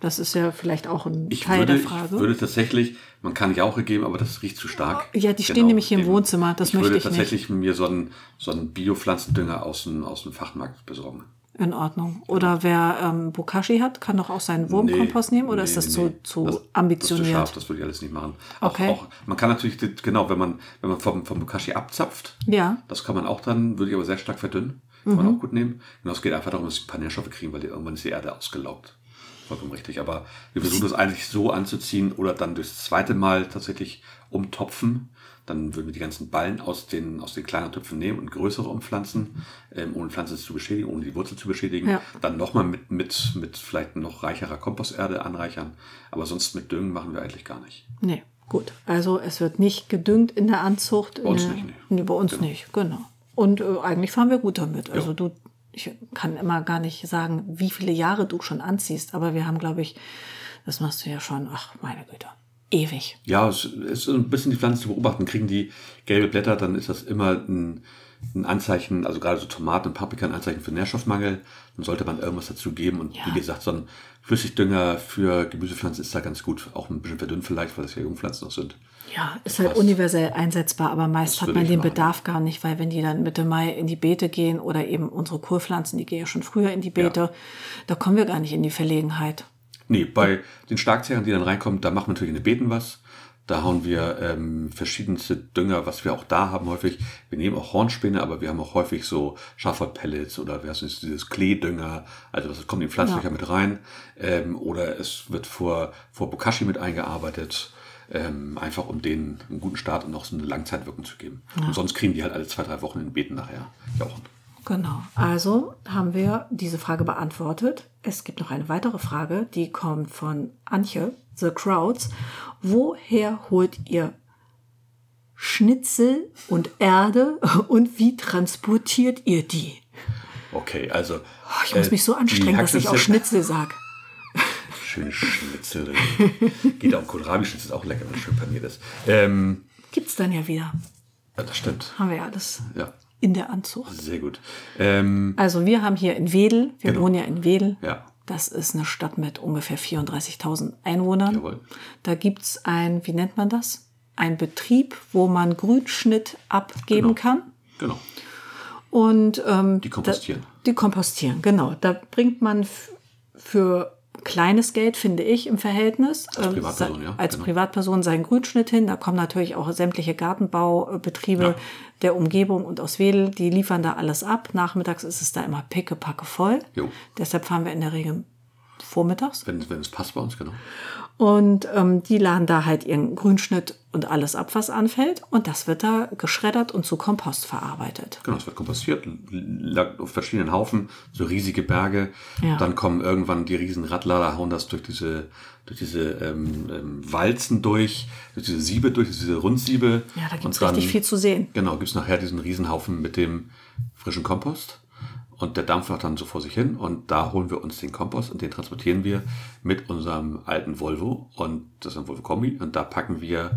Speaker 2: Das ist ja vielleicht auch ein
Speaker 1: Ich
Speaker 2: Teil
Speaker 1: würde, ich
Speaker 2: der Frage.
Speaker 1: würde tatsächlich, man kann Jauche geben, aber das riecht zu stark.
Speaker 2: Ja, die stehen nämlich hier im
Speaker 1: dem-
Speaker 2: Wohnzimmer, das
Speaker 1: Genau, ich
Speaker 2: möchte
Speaker 1: würde
Speaker 2: ich nicht.
Speaker 1: tatsächlich mir so einen, so einen Bio-Pflanzendünger aus dem, aus dem Fachmarkt besorgen.
Speaker 2: in Ordnung. Oder wer ähm, Bokashi hat, kann doch auch seinen Wurmkompost nehmen oder
Speaker 1: nee,
Speaker 2: ist das
Speaker 1: nee,
Speaker 2: zu,
Speaker 1: nee.
Speaker 2: zu
Speaker 1: Das- Das, ist zu
Speaker 2: ambitioniert?
Speaker 1: scharf, das würde ich alles nicht machen.
Speaker 2: Okay.
Speaker 1: Auch, auch, man kann natürlich, die- genau, wenn man, wenn man vom, vom Bokashi abzapft,
Speaker 2: ja.
Speaker 1: das kann man auch dann, würde ich aber sehr stark verdünnen. Kann man auch gut nehmen. Genau, es geht einfach darum, dass sie ein paar Nährstoffe kriegen, weil die, irgendwann ist die Erde ausgelaugt. Vollkommen richtig. Aber wir versuchen das eigentlich so anzuziehen oder dann durchs zweite Mal tatsächlich umtopfen. Dann würden wir die ganzen Ballen aus den, aus den kleinen Töpfen nehmen und größere umpflanzen, ähm, ohne Pflanzen zu beschädigen, ohne die Wurzel zu beschädigen.
Speaker 2: Ja.
Speaker 1: Dann nochmal mit, mit, mit vielleicht noch reicherer Komposterde anreichern. Aber sonst mit Düngen machen wir eigentlich gar nicht.
Speaker 2: Nee, gut. Also es wird nicht gedüngt in der Anzucht.
Speaker 1: Bei uns
Speaker 2: in der,
Speaker 1: nicht, nee.
Speaker 2: Nee, bei uns
Speaker 1: Genau.
Speaker 2: nicht, genau. Und äh, eigentlich fahren wir gut damit. Also
Speaker 1: Ja.
Speaker 2: du, ich kann immer gar nicht sagen, wie viele Jahre du schon anziehst, aber wir haben, glaube ich, das machst du ja schon, ach meine Güte, ewig.
Speaker 1: Ja, es ist so ein bisschen die Pflanzen zu beobachten. Kriegen die gelbe Blätter, dann ist das immer ein, ein Anzeichen, also gerade so Tomaten und Paprika, ein Anzeichen für Nährstoffmangel. Dann sollte man irgendwas dazu geben. Und
Speaker 2: Ja.
Speaker 1: wie gesagt, so ein Flüssigdünger für Gemüsepflanzen ist da ganz gut. Auch ein bisschen verdünnt vielleicht, weil das ja Jungpflanzen noch sind.
Speaker 2: Ja, ist halt universell einsetzbar, aber meist hat
Speaker 1: würde
Speaker 2: man
Speaker 1: ich
Speaker 2: den
Speaker 1: machen.
Speaker 2: Bedarf gar nicht, weil wenn die dann Mitte Mai in die Beete gehen oder eben unsere Kurpflanzen, die gehen ja schon früher in die Beete, da kommen wir gar nicht in die Verlegenheit.
Speaker 1: Nee, bei den Starkzehren, die dann reinkommen, da machen wir natürlich in den Beeten was. Da hauen wir ähm, verschiedenste Dünger, was wir auch da haben häufig. Wir nehmen auch Hornspäne, aber wir haben auch häufig so Schafwollpellets oder wer ist dieses Kleedünger. Also das kommt in Pflanzlöcher
Speaker 2: Ja.
Speaker 1: mit rein. Ähm, oder es wird vor, vor Bokashi mit eingearbeitet. Ähm, einfach um denen einen guten Start und auch so eine Langzeitwirkung zu geben. Und sonst kriegen die halt alle zwei, drei Wochen in den Beeten nachher jauchen.
Speaker 2: Genau. Also haben wir diese Frage beantwortet. Es gibt noch eine weitere Frage, die kommt von Antje, The Crowds. Woher holt ihr Schnitzel und Erde (laughs) und wie transportiert ihr die?
Speaker 1: Okay, also.
Speaker 2: Ah,
Speaker 1: äh,
Speaker 2: Ich muss mich so anstrengen, dass ich auch Schnitzel sage.
Speaker 1: schöne Schnitzel (laughs) drin. Geht auch Kohlrabi-Schnitzel, ist auch lecker, wenn es schön paniert ist. Ähm,
Speaker 2: Gibt's dann ja wieder.
Speaker 1: ja, das stimmt.
Speaker 2: Haben wir ja alles
Speaker 1: Ja,
Speaker 2: in der Anzucht.
Speaker 1: sehr gut. Ähm,
Speaker 2: Also wir haben hier in Wedel, wir
Speaker 1: Genau.
Speaker 2: wohnen ja in Wedel.
Speaker 1: Ja.
Speaker 2: Das ist eine Stadt mit ungefähr 34.000 Einwohnern.
Speaker 1: Jawohl.
Speaker 2: Da gibt's ein, wie nennt man das? Ein Betrieb, wo man Grünschnitt abgeben
Speaker 1: Genau.
Speaker 2: kann.
Speaker 1: genau.
Speaker 2: Und ähm,
Speaker 1: Die kompostieren.
Speaker 2: Da, die kompostieren, genau. Da bringt man f- für kleines Geld, finde ich, im Verhältnis. Als
Speaker 1: Privatperson, ja,
Speaker 2: Als
Speaker 1: genau.
Speaker 2: Privatperson seinen Grünschnitt hin. Da kommen natürlich auch sämtliche Gartenbaubetriebe
Speaker 1: Ja.
Speaker 2: der Umgebung und aus Wedel. Die liefern da alles ab. Nachmittags ist es da immer pickepacke voll.
Speaker 1: Jo.
Speaker 2: Deshalb fahren wir in der Regel vormittags.
Speaker 1: Wenn, wenn es passt bei uns, genau.
Speaker 2: Und ähm, die laden da halt ihren Grünschnitt und alles ab, was anfällt. Und das wird da geschreddert und zu Kompost verarbeitet.
Speaker 1: Genau, es wird kompostiert, lag auf verschiedenen Haufen, so riesige Berge.
Speaker 2: Ja.
Speaker 1: Dann kommen irgendwann die riesen Radlader, hauen das durch diese, durch diese ähm, ähm, Walzen durch, durch diese Siebe durch, diese Rundsiebe.
Speaker 2: Ja, da gibt's
Speaker 1: Und dann-
Speaker 2: richtig viel zu sehen.
Speaker 1: Genau, gibt's nachher diesen Riesenhaufen mit dem frischen Kompost. Und der Dampf hat dann so vor sich hin und da holen wir uns den Kompost und den transportieren wir mit unserem alten Volvo und das ist ein Volvo Kombi und da packen wir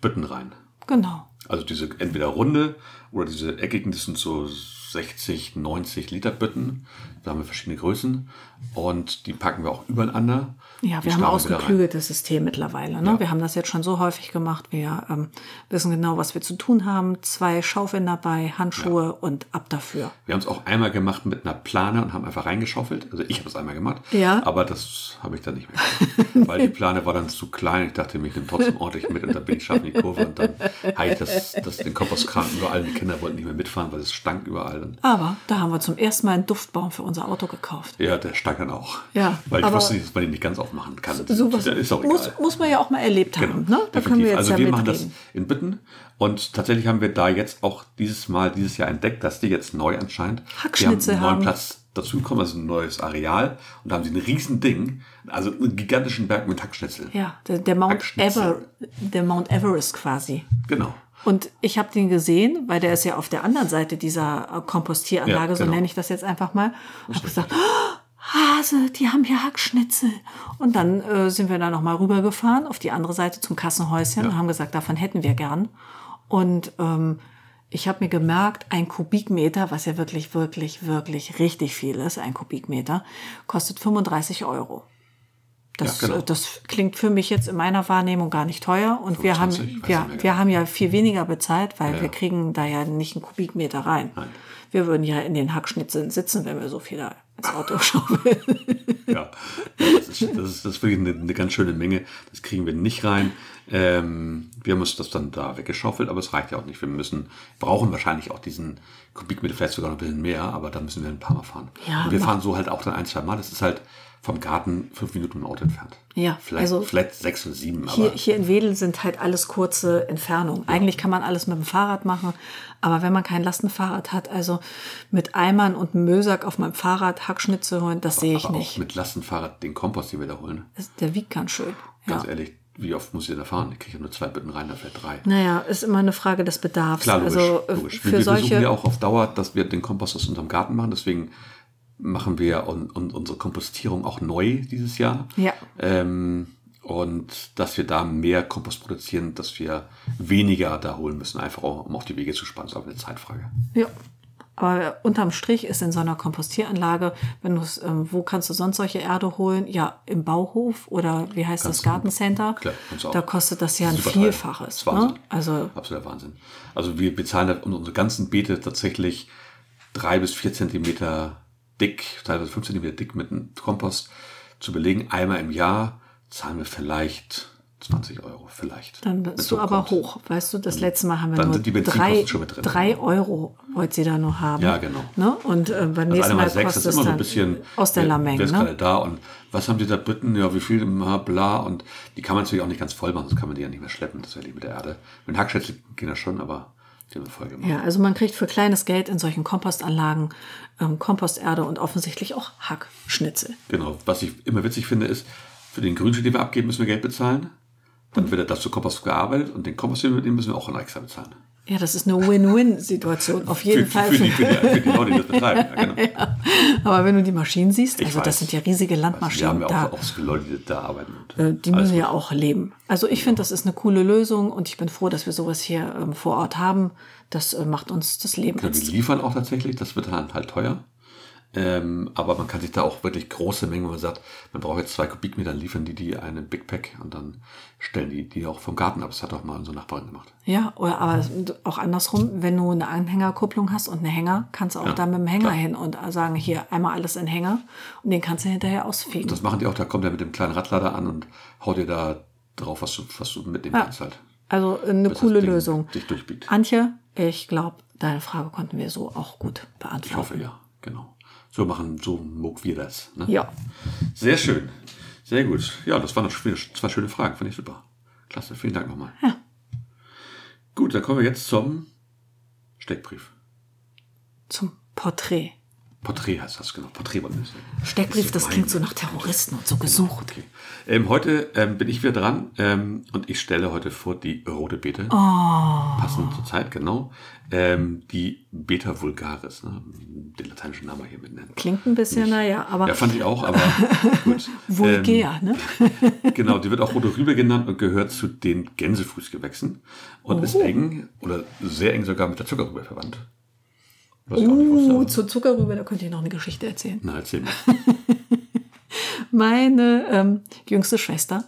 Speaker 1: Bütten rein.
Speaker 2: Genau.
Speaker 1: Also diese entweder runde oder diese eckigen, das sind so 60, 90 Liter Bütten. Da haben wir verschiedene Größen und die packen wir auch übereinander.
Speaker 2: Ja,
Speaker 1: Die
Speaker 2: wir
Speaker 1: stapeln
Speaker 2: haben
Speaker 1: da rein.
Speaker 2: ausgeklügeltes System mittlerweile. Ne? Wir haben das jetzt schon so häufig gemacht. Wir ähm, wissen genau, was wir zu tun haben. Zwei Schaufeln dabei, Handschuhe und ab dafür.
Speaker 1: Wir haben es auch einmal gemacht mit einer Plane und haben einfach reingeschaufelt. Also ich habe es einmal gemacht,
Speaker 2: Ja.
Speaker 1: aber das habe ich dann nicht mehr
Speaker 2: (laughs)
Speaker 1: gemacht, weil die Plane war dann zu klein. Ich dachte, ich nehme trotzdem ordentlich mit und dann bin ich scharf in die Kurve und dann habe ich das, das, den Kompostkram überall. Die Kinder wollten nicht mehr mitfahren, weil es stank überall. Und
Speaker 2: Aber da haben wir zum ersten Mal einen Duftbaum für unser Auto gekauft.
Speaker 1: ja, der stank dann auch.
Speaker 2: Ja,
Speaker 1: weil ich
Speaker 2: aber-
Speaker 1: wusste nicht, dass man den nicht ganz aufmachen kann.
Speaker 2: Sowas
Speaker 1: ist auch
Speaker 2: muss,
Speaker 1: egal.
Speaker 2: muss man ja auch mal erlebt
Speaker 1: Genau,
Speaker 2: haben. Ne? Da können
Speaker 1: definitiv.
Speaker 2: wir jetzt
Speaker 1: also
Speaker 2: ja
Speaker 1: wir machen
Speaker 2: mitreden.
Speaker 1: das in Bütten und tatsächlich haben wir da jetzt auch dieses Mal, dieses Jahr entdeckt, dass die jetzt neu anscheinend.
Speaker 2: Hackschnitzel
Speaker 1: die haben einen neuen
Speaker 2: haben.
Speaker 1: Platz dazugekommen, also ein neues Areal und da haben sie ein riesen Ding, also einen gigantischen Berg mit Hackschnitzel.
Speaker 2: Ja, der, der, Mount
Speaker 1: Hackschnitzel.
Speaker 2: Ever, der Mount Everest quasi.
Speaker 1: Genau.
Speaker 2: Und ich habe den gesehen, weil der ist ja auf der anderen Seite dieser äh, Kompostieranlage,
Speaker 1: Ja,
Speaker 2: so
Speaker 1: genau.
Speaker 2: nenne ich das jetzt einfach mal. Ich habe gesagt, "Oh, Hase, die haben hier Hackschnitzel. Und dann äh, sind wir da nochmal rübergefahren auf die andere Seite zum Kassenhäuschen und haben gesagt, davon hätten wir gern. Und ähm, ich habe mir gemerkt, ein Kubikmeter, was ja wirklich, wirklich, wirklich richtig viel ist, ein Kubikmeter, kostet 35 Euro. Das,
Speaker 1: Ja, genau.
Speaker 2: äh, das klingt für mich jetzt in meiner Wahrnehmung gar nicht teuer. Und wir haben,
Speaker 1: 25? Weiß
Speaker 2: wir,
Speaker 1: nicht mehr genau.
Speaker 2: wir haben ja viel weniger bezahlt, weil
Speaker 1: Ja.
Speaker 2: wir kriegen da ja nicht einen Kubikmeter rein.
Speaker 1: Nein.
Speaker 2: Wir würden ja in den Hackschnitzeln sitzen, wenn wir so viel da ins Auto (laughs) schaufeln.
Speaker 1: Ja, ja das, ist, das, ist, das ist wirklich eine, eine ganz schöne Menge. Das kriegen wir nicht rein. Ähm, wir haben uns das dann da weggeschaufelt, aber es reicht ja auch nicht. Wir müssen, brauchen wahrscheinlich auch diesen Kubikmeter, vielleicht sogar noch ein bisschen mehr, aber dann müssen wir ein paar Mal fahren.
Speaker 2: Ja,
Speaker 1: Und wir
Speaker 2: mach-
Speaker 1: fahren so halt auch dann ein, zwei Mal. Das ist halt vom Garten fünf Minuten im Auto entfernt.
Speaker 2: Ja,
Speaker 1: vielleicht,
Speaker 2: also-
Speaker 1: vielleicht sechs oder sieben,
Speaker 2: Hier,
Speaker 1: aber
Speaker 2: hier in Wedel sind halt alles kurze Entfernungen. Eigentlich kann man alles mit dem Fahrrad machen, aber wenn man kein Lastenfahrrad hat, also mit Eimern und einem Mösack auf meinem Fahrrad Hackschnitzel holen, das sehe ich
Speaker 1: aber auch
Speaker 2: nicht.
Speaker 1: mit Lastenfahrrad den Kompost, den wir da holen.
Speaker 2: Das- Der wiegt ganz schön. Ja.
Speaker 1: Ganz ehrlich, wie oft muss ich denn da fahren? Ich kriege ja nur zwei Bütten rein, da fährt drei.
Speaker 2: Naja, ist immer eine Frage des Bedarfs.
Speaker 1: Klar, logisch.
Speaker 2: also äh,
Speaker 1: logisch.
Speaker 2: für
Speaker 1: wir, wir
Speaker 2: solche
Speaker 1: versuchen ja auch auf Dauer, dass wir den Kompost aus unserem Garten machen. Deswegen machen wir un, un, unsere Kompostierung auch neu dieses Jahr.
Speaker 2: Ja.
Speaker 1: Ähm, und dass wir da mehr Kompost produzieren, dass wir weniger da holen müssen, einfach auch, um auf die Wege zu spannen. Das ist aber eine Zeitfrage.
Speaker 2: Ja. Aber äh, unterm Strich ist in so einer Kompostieranlage, wenn du es, ähm, wo kannst du sonst solche Erde holen? Ja, im Bauhof oder wie heißt das Gartencenter?
Speaker 1: Klar, kannst du auch.
Speaker 2: Da kostet das ja ein
Speaker 1: Super teuer. Das
Speaker 2: Vielfaches.
Speaker 1: ist Wahnsinn.
Speaker 2: Ne? Also
Speaker 1: Absoluter Wahnsinn. Also wir bezahlen halt unsere ganzen Beete tatsächlich drei bis vier Zentimeter dick, teilweise fünf Zentimeter dick mit einem Kompost zu belegen. Einmal im Jahr zahlen wir vielleicht 20 Euro, vielleicht.
Speaker 2: dann
Speaker 1: Wenn's
Speaker 2: bist du
Speaker 1: hochkommt.
Speaker 2: aber hoch. Weißt du, das letzte Mal haben wir
Speaker 1: dann
Speaker 2: nur
Speaker 1: sind die Benzinkosten
Speaker 2: drei,
Speaker 1: schon mit drin.
Speaker 2: drei Euro wollte sie da nur haben.
Speaker 1: Ja, genau.
Speaker 2: Ne? Und äh, beim
Speaker 1: Also
Speaker 2: nächsten
Speaker 1: einmal
Speaker 2: Mal
Speaker 1: sechs, das
Speaker 2: kostet
Speaker 1: ist
Speaker 2: es
Speaker 1: immer so
Speaker 2: dann
Speaker 1: ein bisschen
Speaker 2: aus der
Speaker 1: wer-
Speaker 2: Lameng.
Speaker 1: Wer ist
Speaker 2: Ne?
Speaker 1: gerade da und was haben die da Briten? Ja, wie viel im Haar, bla und die kann man natürlich auch nicht ganz voll machen, sonst kann man die ja nicht mehr schleppen, das wäre die mit der Erde. Mit Hackschätzel gehen das schon, aber die haben wir voll gemacht.
Speaker 2: Ja, also man kriegt für kleines Geld in solchen Kompostanlagen ähm, Komposterde und offensichtlich auch Hackschnitzel.
Speaker 1: Genau. Was ich immer witzig finde, ist, für den Grünschnitt, den wir abgeben, müssen wir Geld bezahlen. Dann wird er das zu Kompost gearbeitet und den Kompost, den wir mitnehmen, müssen wir auch noch extra bezahlen.
Speaker 2: Ja, das ist eine Win-Win-Situation, auf jeden
Speaker 1: für,
Speaker 2: Fall.
Speaker 1: Für, die, für, die, für die Leute, die das betreiben. Ja, genau.
Speaker 2: Aber wenn du die Maschinen siehst,
Speaker 1: Ich
Speaker 2: (laughs) also
Speaker 1: weiß.
Speaker 2: das sind ja riesige
Speaker 1: Wir
Speaker 2: Landmaschinen
Speaker 1: haben ja
Speaker 2: da.
Speaker 1: auch, Also- auch so viele Leute, die da arbeiten. Und,
Speaker 2: Äh, Die müssen ja auch leben. Also ich finde, das ist eine coole Lösung und ich bin froh, dass wir sowas hier ähm, vor Ort haben. Das äh, macht uns das Leben.
Speaker 1: Genau, wir liefern auch tatsächlich, das wird dann halt teuer. Ähm, aber man kann sich da auch wirklich große Mengen, wenn man sagt, man braucht jetzt zwei Kubikmeter, dann liefern die die einen Big Pack und dann stellen die die auch vom Garten ab. Das hat auch mal unsere Nachbarin gemacht.
Speaker 2: Ja, oder aber auch andersrum, wenn du eine Anhängerkupplung hast und einen Hänger, kannst du auch
Speaker 1: Ja,
Speaker 2: da mit dem Hänger
Speaker 1: klar.
Speaker 2: hin und sagen, hier einmal alles in Hänger und den kannst du hinterher ausfegen.
Speaker 1: Das machen die auch, da kommt er mit dem kleinen Radlader an und haut dir da drauf, was du, was du mitnehmen kannst halt.
Speaker 2: also äh, eine
Speaker 1: Bis das
Speaker 2: coole
Speaker 1: Ding
Speaker 2: Lösung.
Speaker 1: Dich durchbiegt.
Speaker 2: Antje, ich glaube, deine Frage konnten wir so auch gut beantworten.
Speaker 1: Ich hoffe ja, genau. So machen, so mog wir das. Ne?
Speaker 2: Ja,
Speaker 1: Sehr schön. Sehr gut. Ja, das waren noch schöne- zwei schöne Fragen. Fand ich super. Klasse. Vielen Dank nochmal.
Speaker 2: Ja.
Speaker 1: Gut, dann kommen wir jetzt zum Steckbrief.
Speaker 2: zum Porträt.
Speaker 1: Porträt heißt das, genau. Porträt wollen wir das nennen.
Speaker 2: Steckbrief, das
Speaker 1: mein-
Speaker 2: klingt so nach Terroristen und so gesucht.
Speaker 1: Okay. Ähm, heute ähm, bin ich wieder dran ähm, und ich stelle heute vor die rote Beete.
Speaker 2: Oh.
Speaker 1: Passend zur Zeit, genau. Ähm, die Beta vulgaris, ne? den lateinischen Namen hier mit nennen.
Speaker 2: Klingt ein bisschen, naja, aber
Speaker 1: Ja, fand ich auch,
Speaker 2: (laughs)
Speaker 1: aber gut. Ähm,
Speaker 2: vulgär, ne?
Speaker 1: Genau, die wird auch Rote Rübe genannt und gehört zu den Gänsefußgewächsen und
Speaker 2: Oh.
Speaker 1: ist eng oder sehr eng sogar mit der Zuckerrübe verwandt. Was ich auch nicht wusste.
Speaker 2: Uh,
Speaker 1: aber-
Speaker 2: zur Zuckerrübe, da könnt ihr noch eine Geschichte erzählen.
Speaker 1: Na, erzähl mal.
Speaker 2: Meine ähm, jüngste Schwester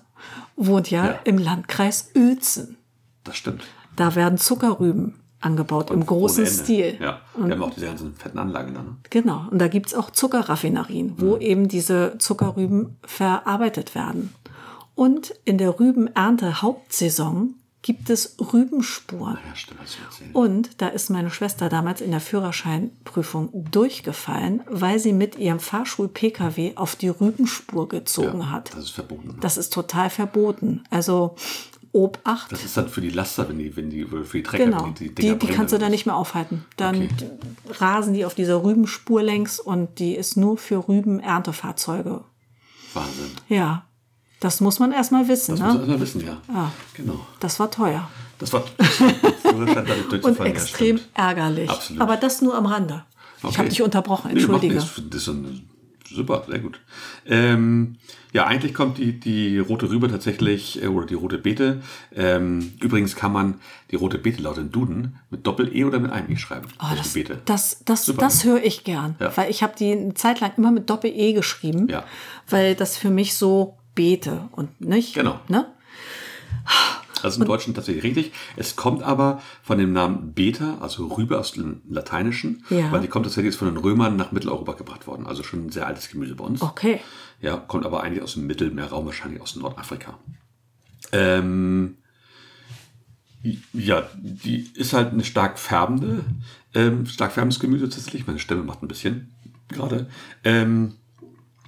Speaker 2: wohnt ja,
Speaker 1: Ja.
Speaker 2: im Landkreis Uelzen.
Speaker 1: Das stimmt.
Speaker 2: Da werden Zuckerrüben angebaut im großen
Speaker 1: Ohne Ende.
Speaker 2: Stil.
Speaker 1: Ja, wir haben auch diese ganzen fetten Anlagen da. Ne?
Speaker 2: Genau. Und da gibt's auch Zuckerraffinerien, wo
Speaker 1: Mhm.
Speaker 2: eben diese Zuckerrüben verarbeitet werden. Und in der Rübenernte-Hauptsaison gibt es Rübenspuren.
Speaker 1: Ja, stimmt, hast du erzählt.
Speaker 2: Und da ist meine Schwester damals in der Führerscheinprüfung durchgefallen, weil sie mit ihrem Fahrschul-Pkw auf die Rübenspur gezogen
Speaker 1: ja,
Speaker 2: hat.
Speaker 1: Das ist verboten. ne?
Speaker 2: Das ist total verboten. Also Obacht.
Speaker 1: Das ist dann für die Laster, wenn die, wenn die, oder für die Trecker,
Speaker 2: Genau,
Speaker 1: wenn
Speaker 2: die,
Speaker 1: die,
Speaker 2: die,
Speaker 1: bringen,
Speaker 2: kannst du dann nicht mehr aufhalten. Dann rasen die auf dieser Rübenspur längs und die ist nur für Rübenerntefahrzeuge.
Speaker 1: Wahnsinn.
Speaker 2: Ja, das muss man erstmal wissen.
Speaker 1: Das
Speaker 2: ne? Ah.
Speaker 1: muss man erstmal wissen, ja. Genau.
Speaker 2: das war teuer
Speaker 1: Das
Speaker 2: (laughs)
Speaker 1: war Führerschein dadurch
Speaker 2: und
Speaker 1: durchzufallen, ja,
Speaker 2: extrem
Speaker 1: stimmt.
Speaker 2: ärgerlich.
Speaker 1: Absolut.
Speaker 2: Aber das nur am Rande. Ich
Speaker 1: Okay.
Speaker 2: habe dich unterbrochen,
Speaker 1: Nee, macht
Speaker 2: entschuldige.
Speaker 1: nichts. das ist ein, super, sehr gut. Ähm, ja, eigentlich kommt die, die rote Rübe tatsächlich, äh, oder die rote Beete. Ähm, übrigens kann man die rote Beete laut dem Duden mit Doppel-E oder mit einem E schreiben.
Speaker 2: Oh,
Speaker 1: Rote
Speaker 2: das
Speaker 1: Beete.
Speaker 2: das, das,
Speaker 1: Super. ne?
Speaker 2: das höre ich gern,
Speaker 1: Ja.
Speaker 2: weil ich habe die eine Zeit lang immer mit Doppel-E geschrieben,
Speaker 1: Ja.
Speaker 2: weil das für mich so bete und nicht.
Speaker 1: Genau.
Speaker 2: Ne?
Speaker 1: Also im Deutschen tatsächlich richtig. Es kommt aber von dem Namen Beta, also Rübe aus dem Lateinischen,
Speaker 2: Ja.
Speaker 1: weil die kommt tatsächlich jetzt von den Römern nach Mitteleuropa gebracht worden. Also schon ein sehr altes Gemüse bei uns.
Speaker 2: Okay.
Speaker 1: Ja, kommt aber eigentlich aus dem Mittelmeerraum, wahrscheinlich aus Nordafrika. Ähm, ja, die ist halt eine stark färbende, ähm, stark färbendes Gemüse tatsächlich. Meine Stimme macht ein bisschen gerade. Ähm,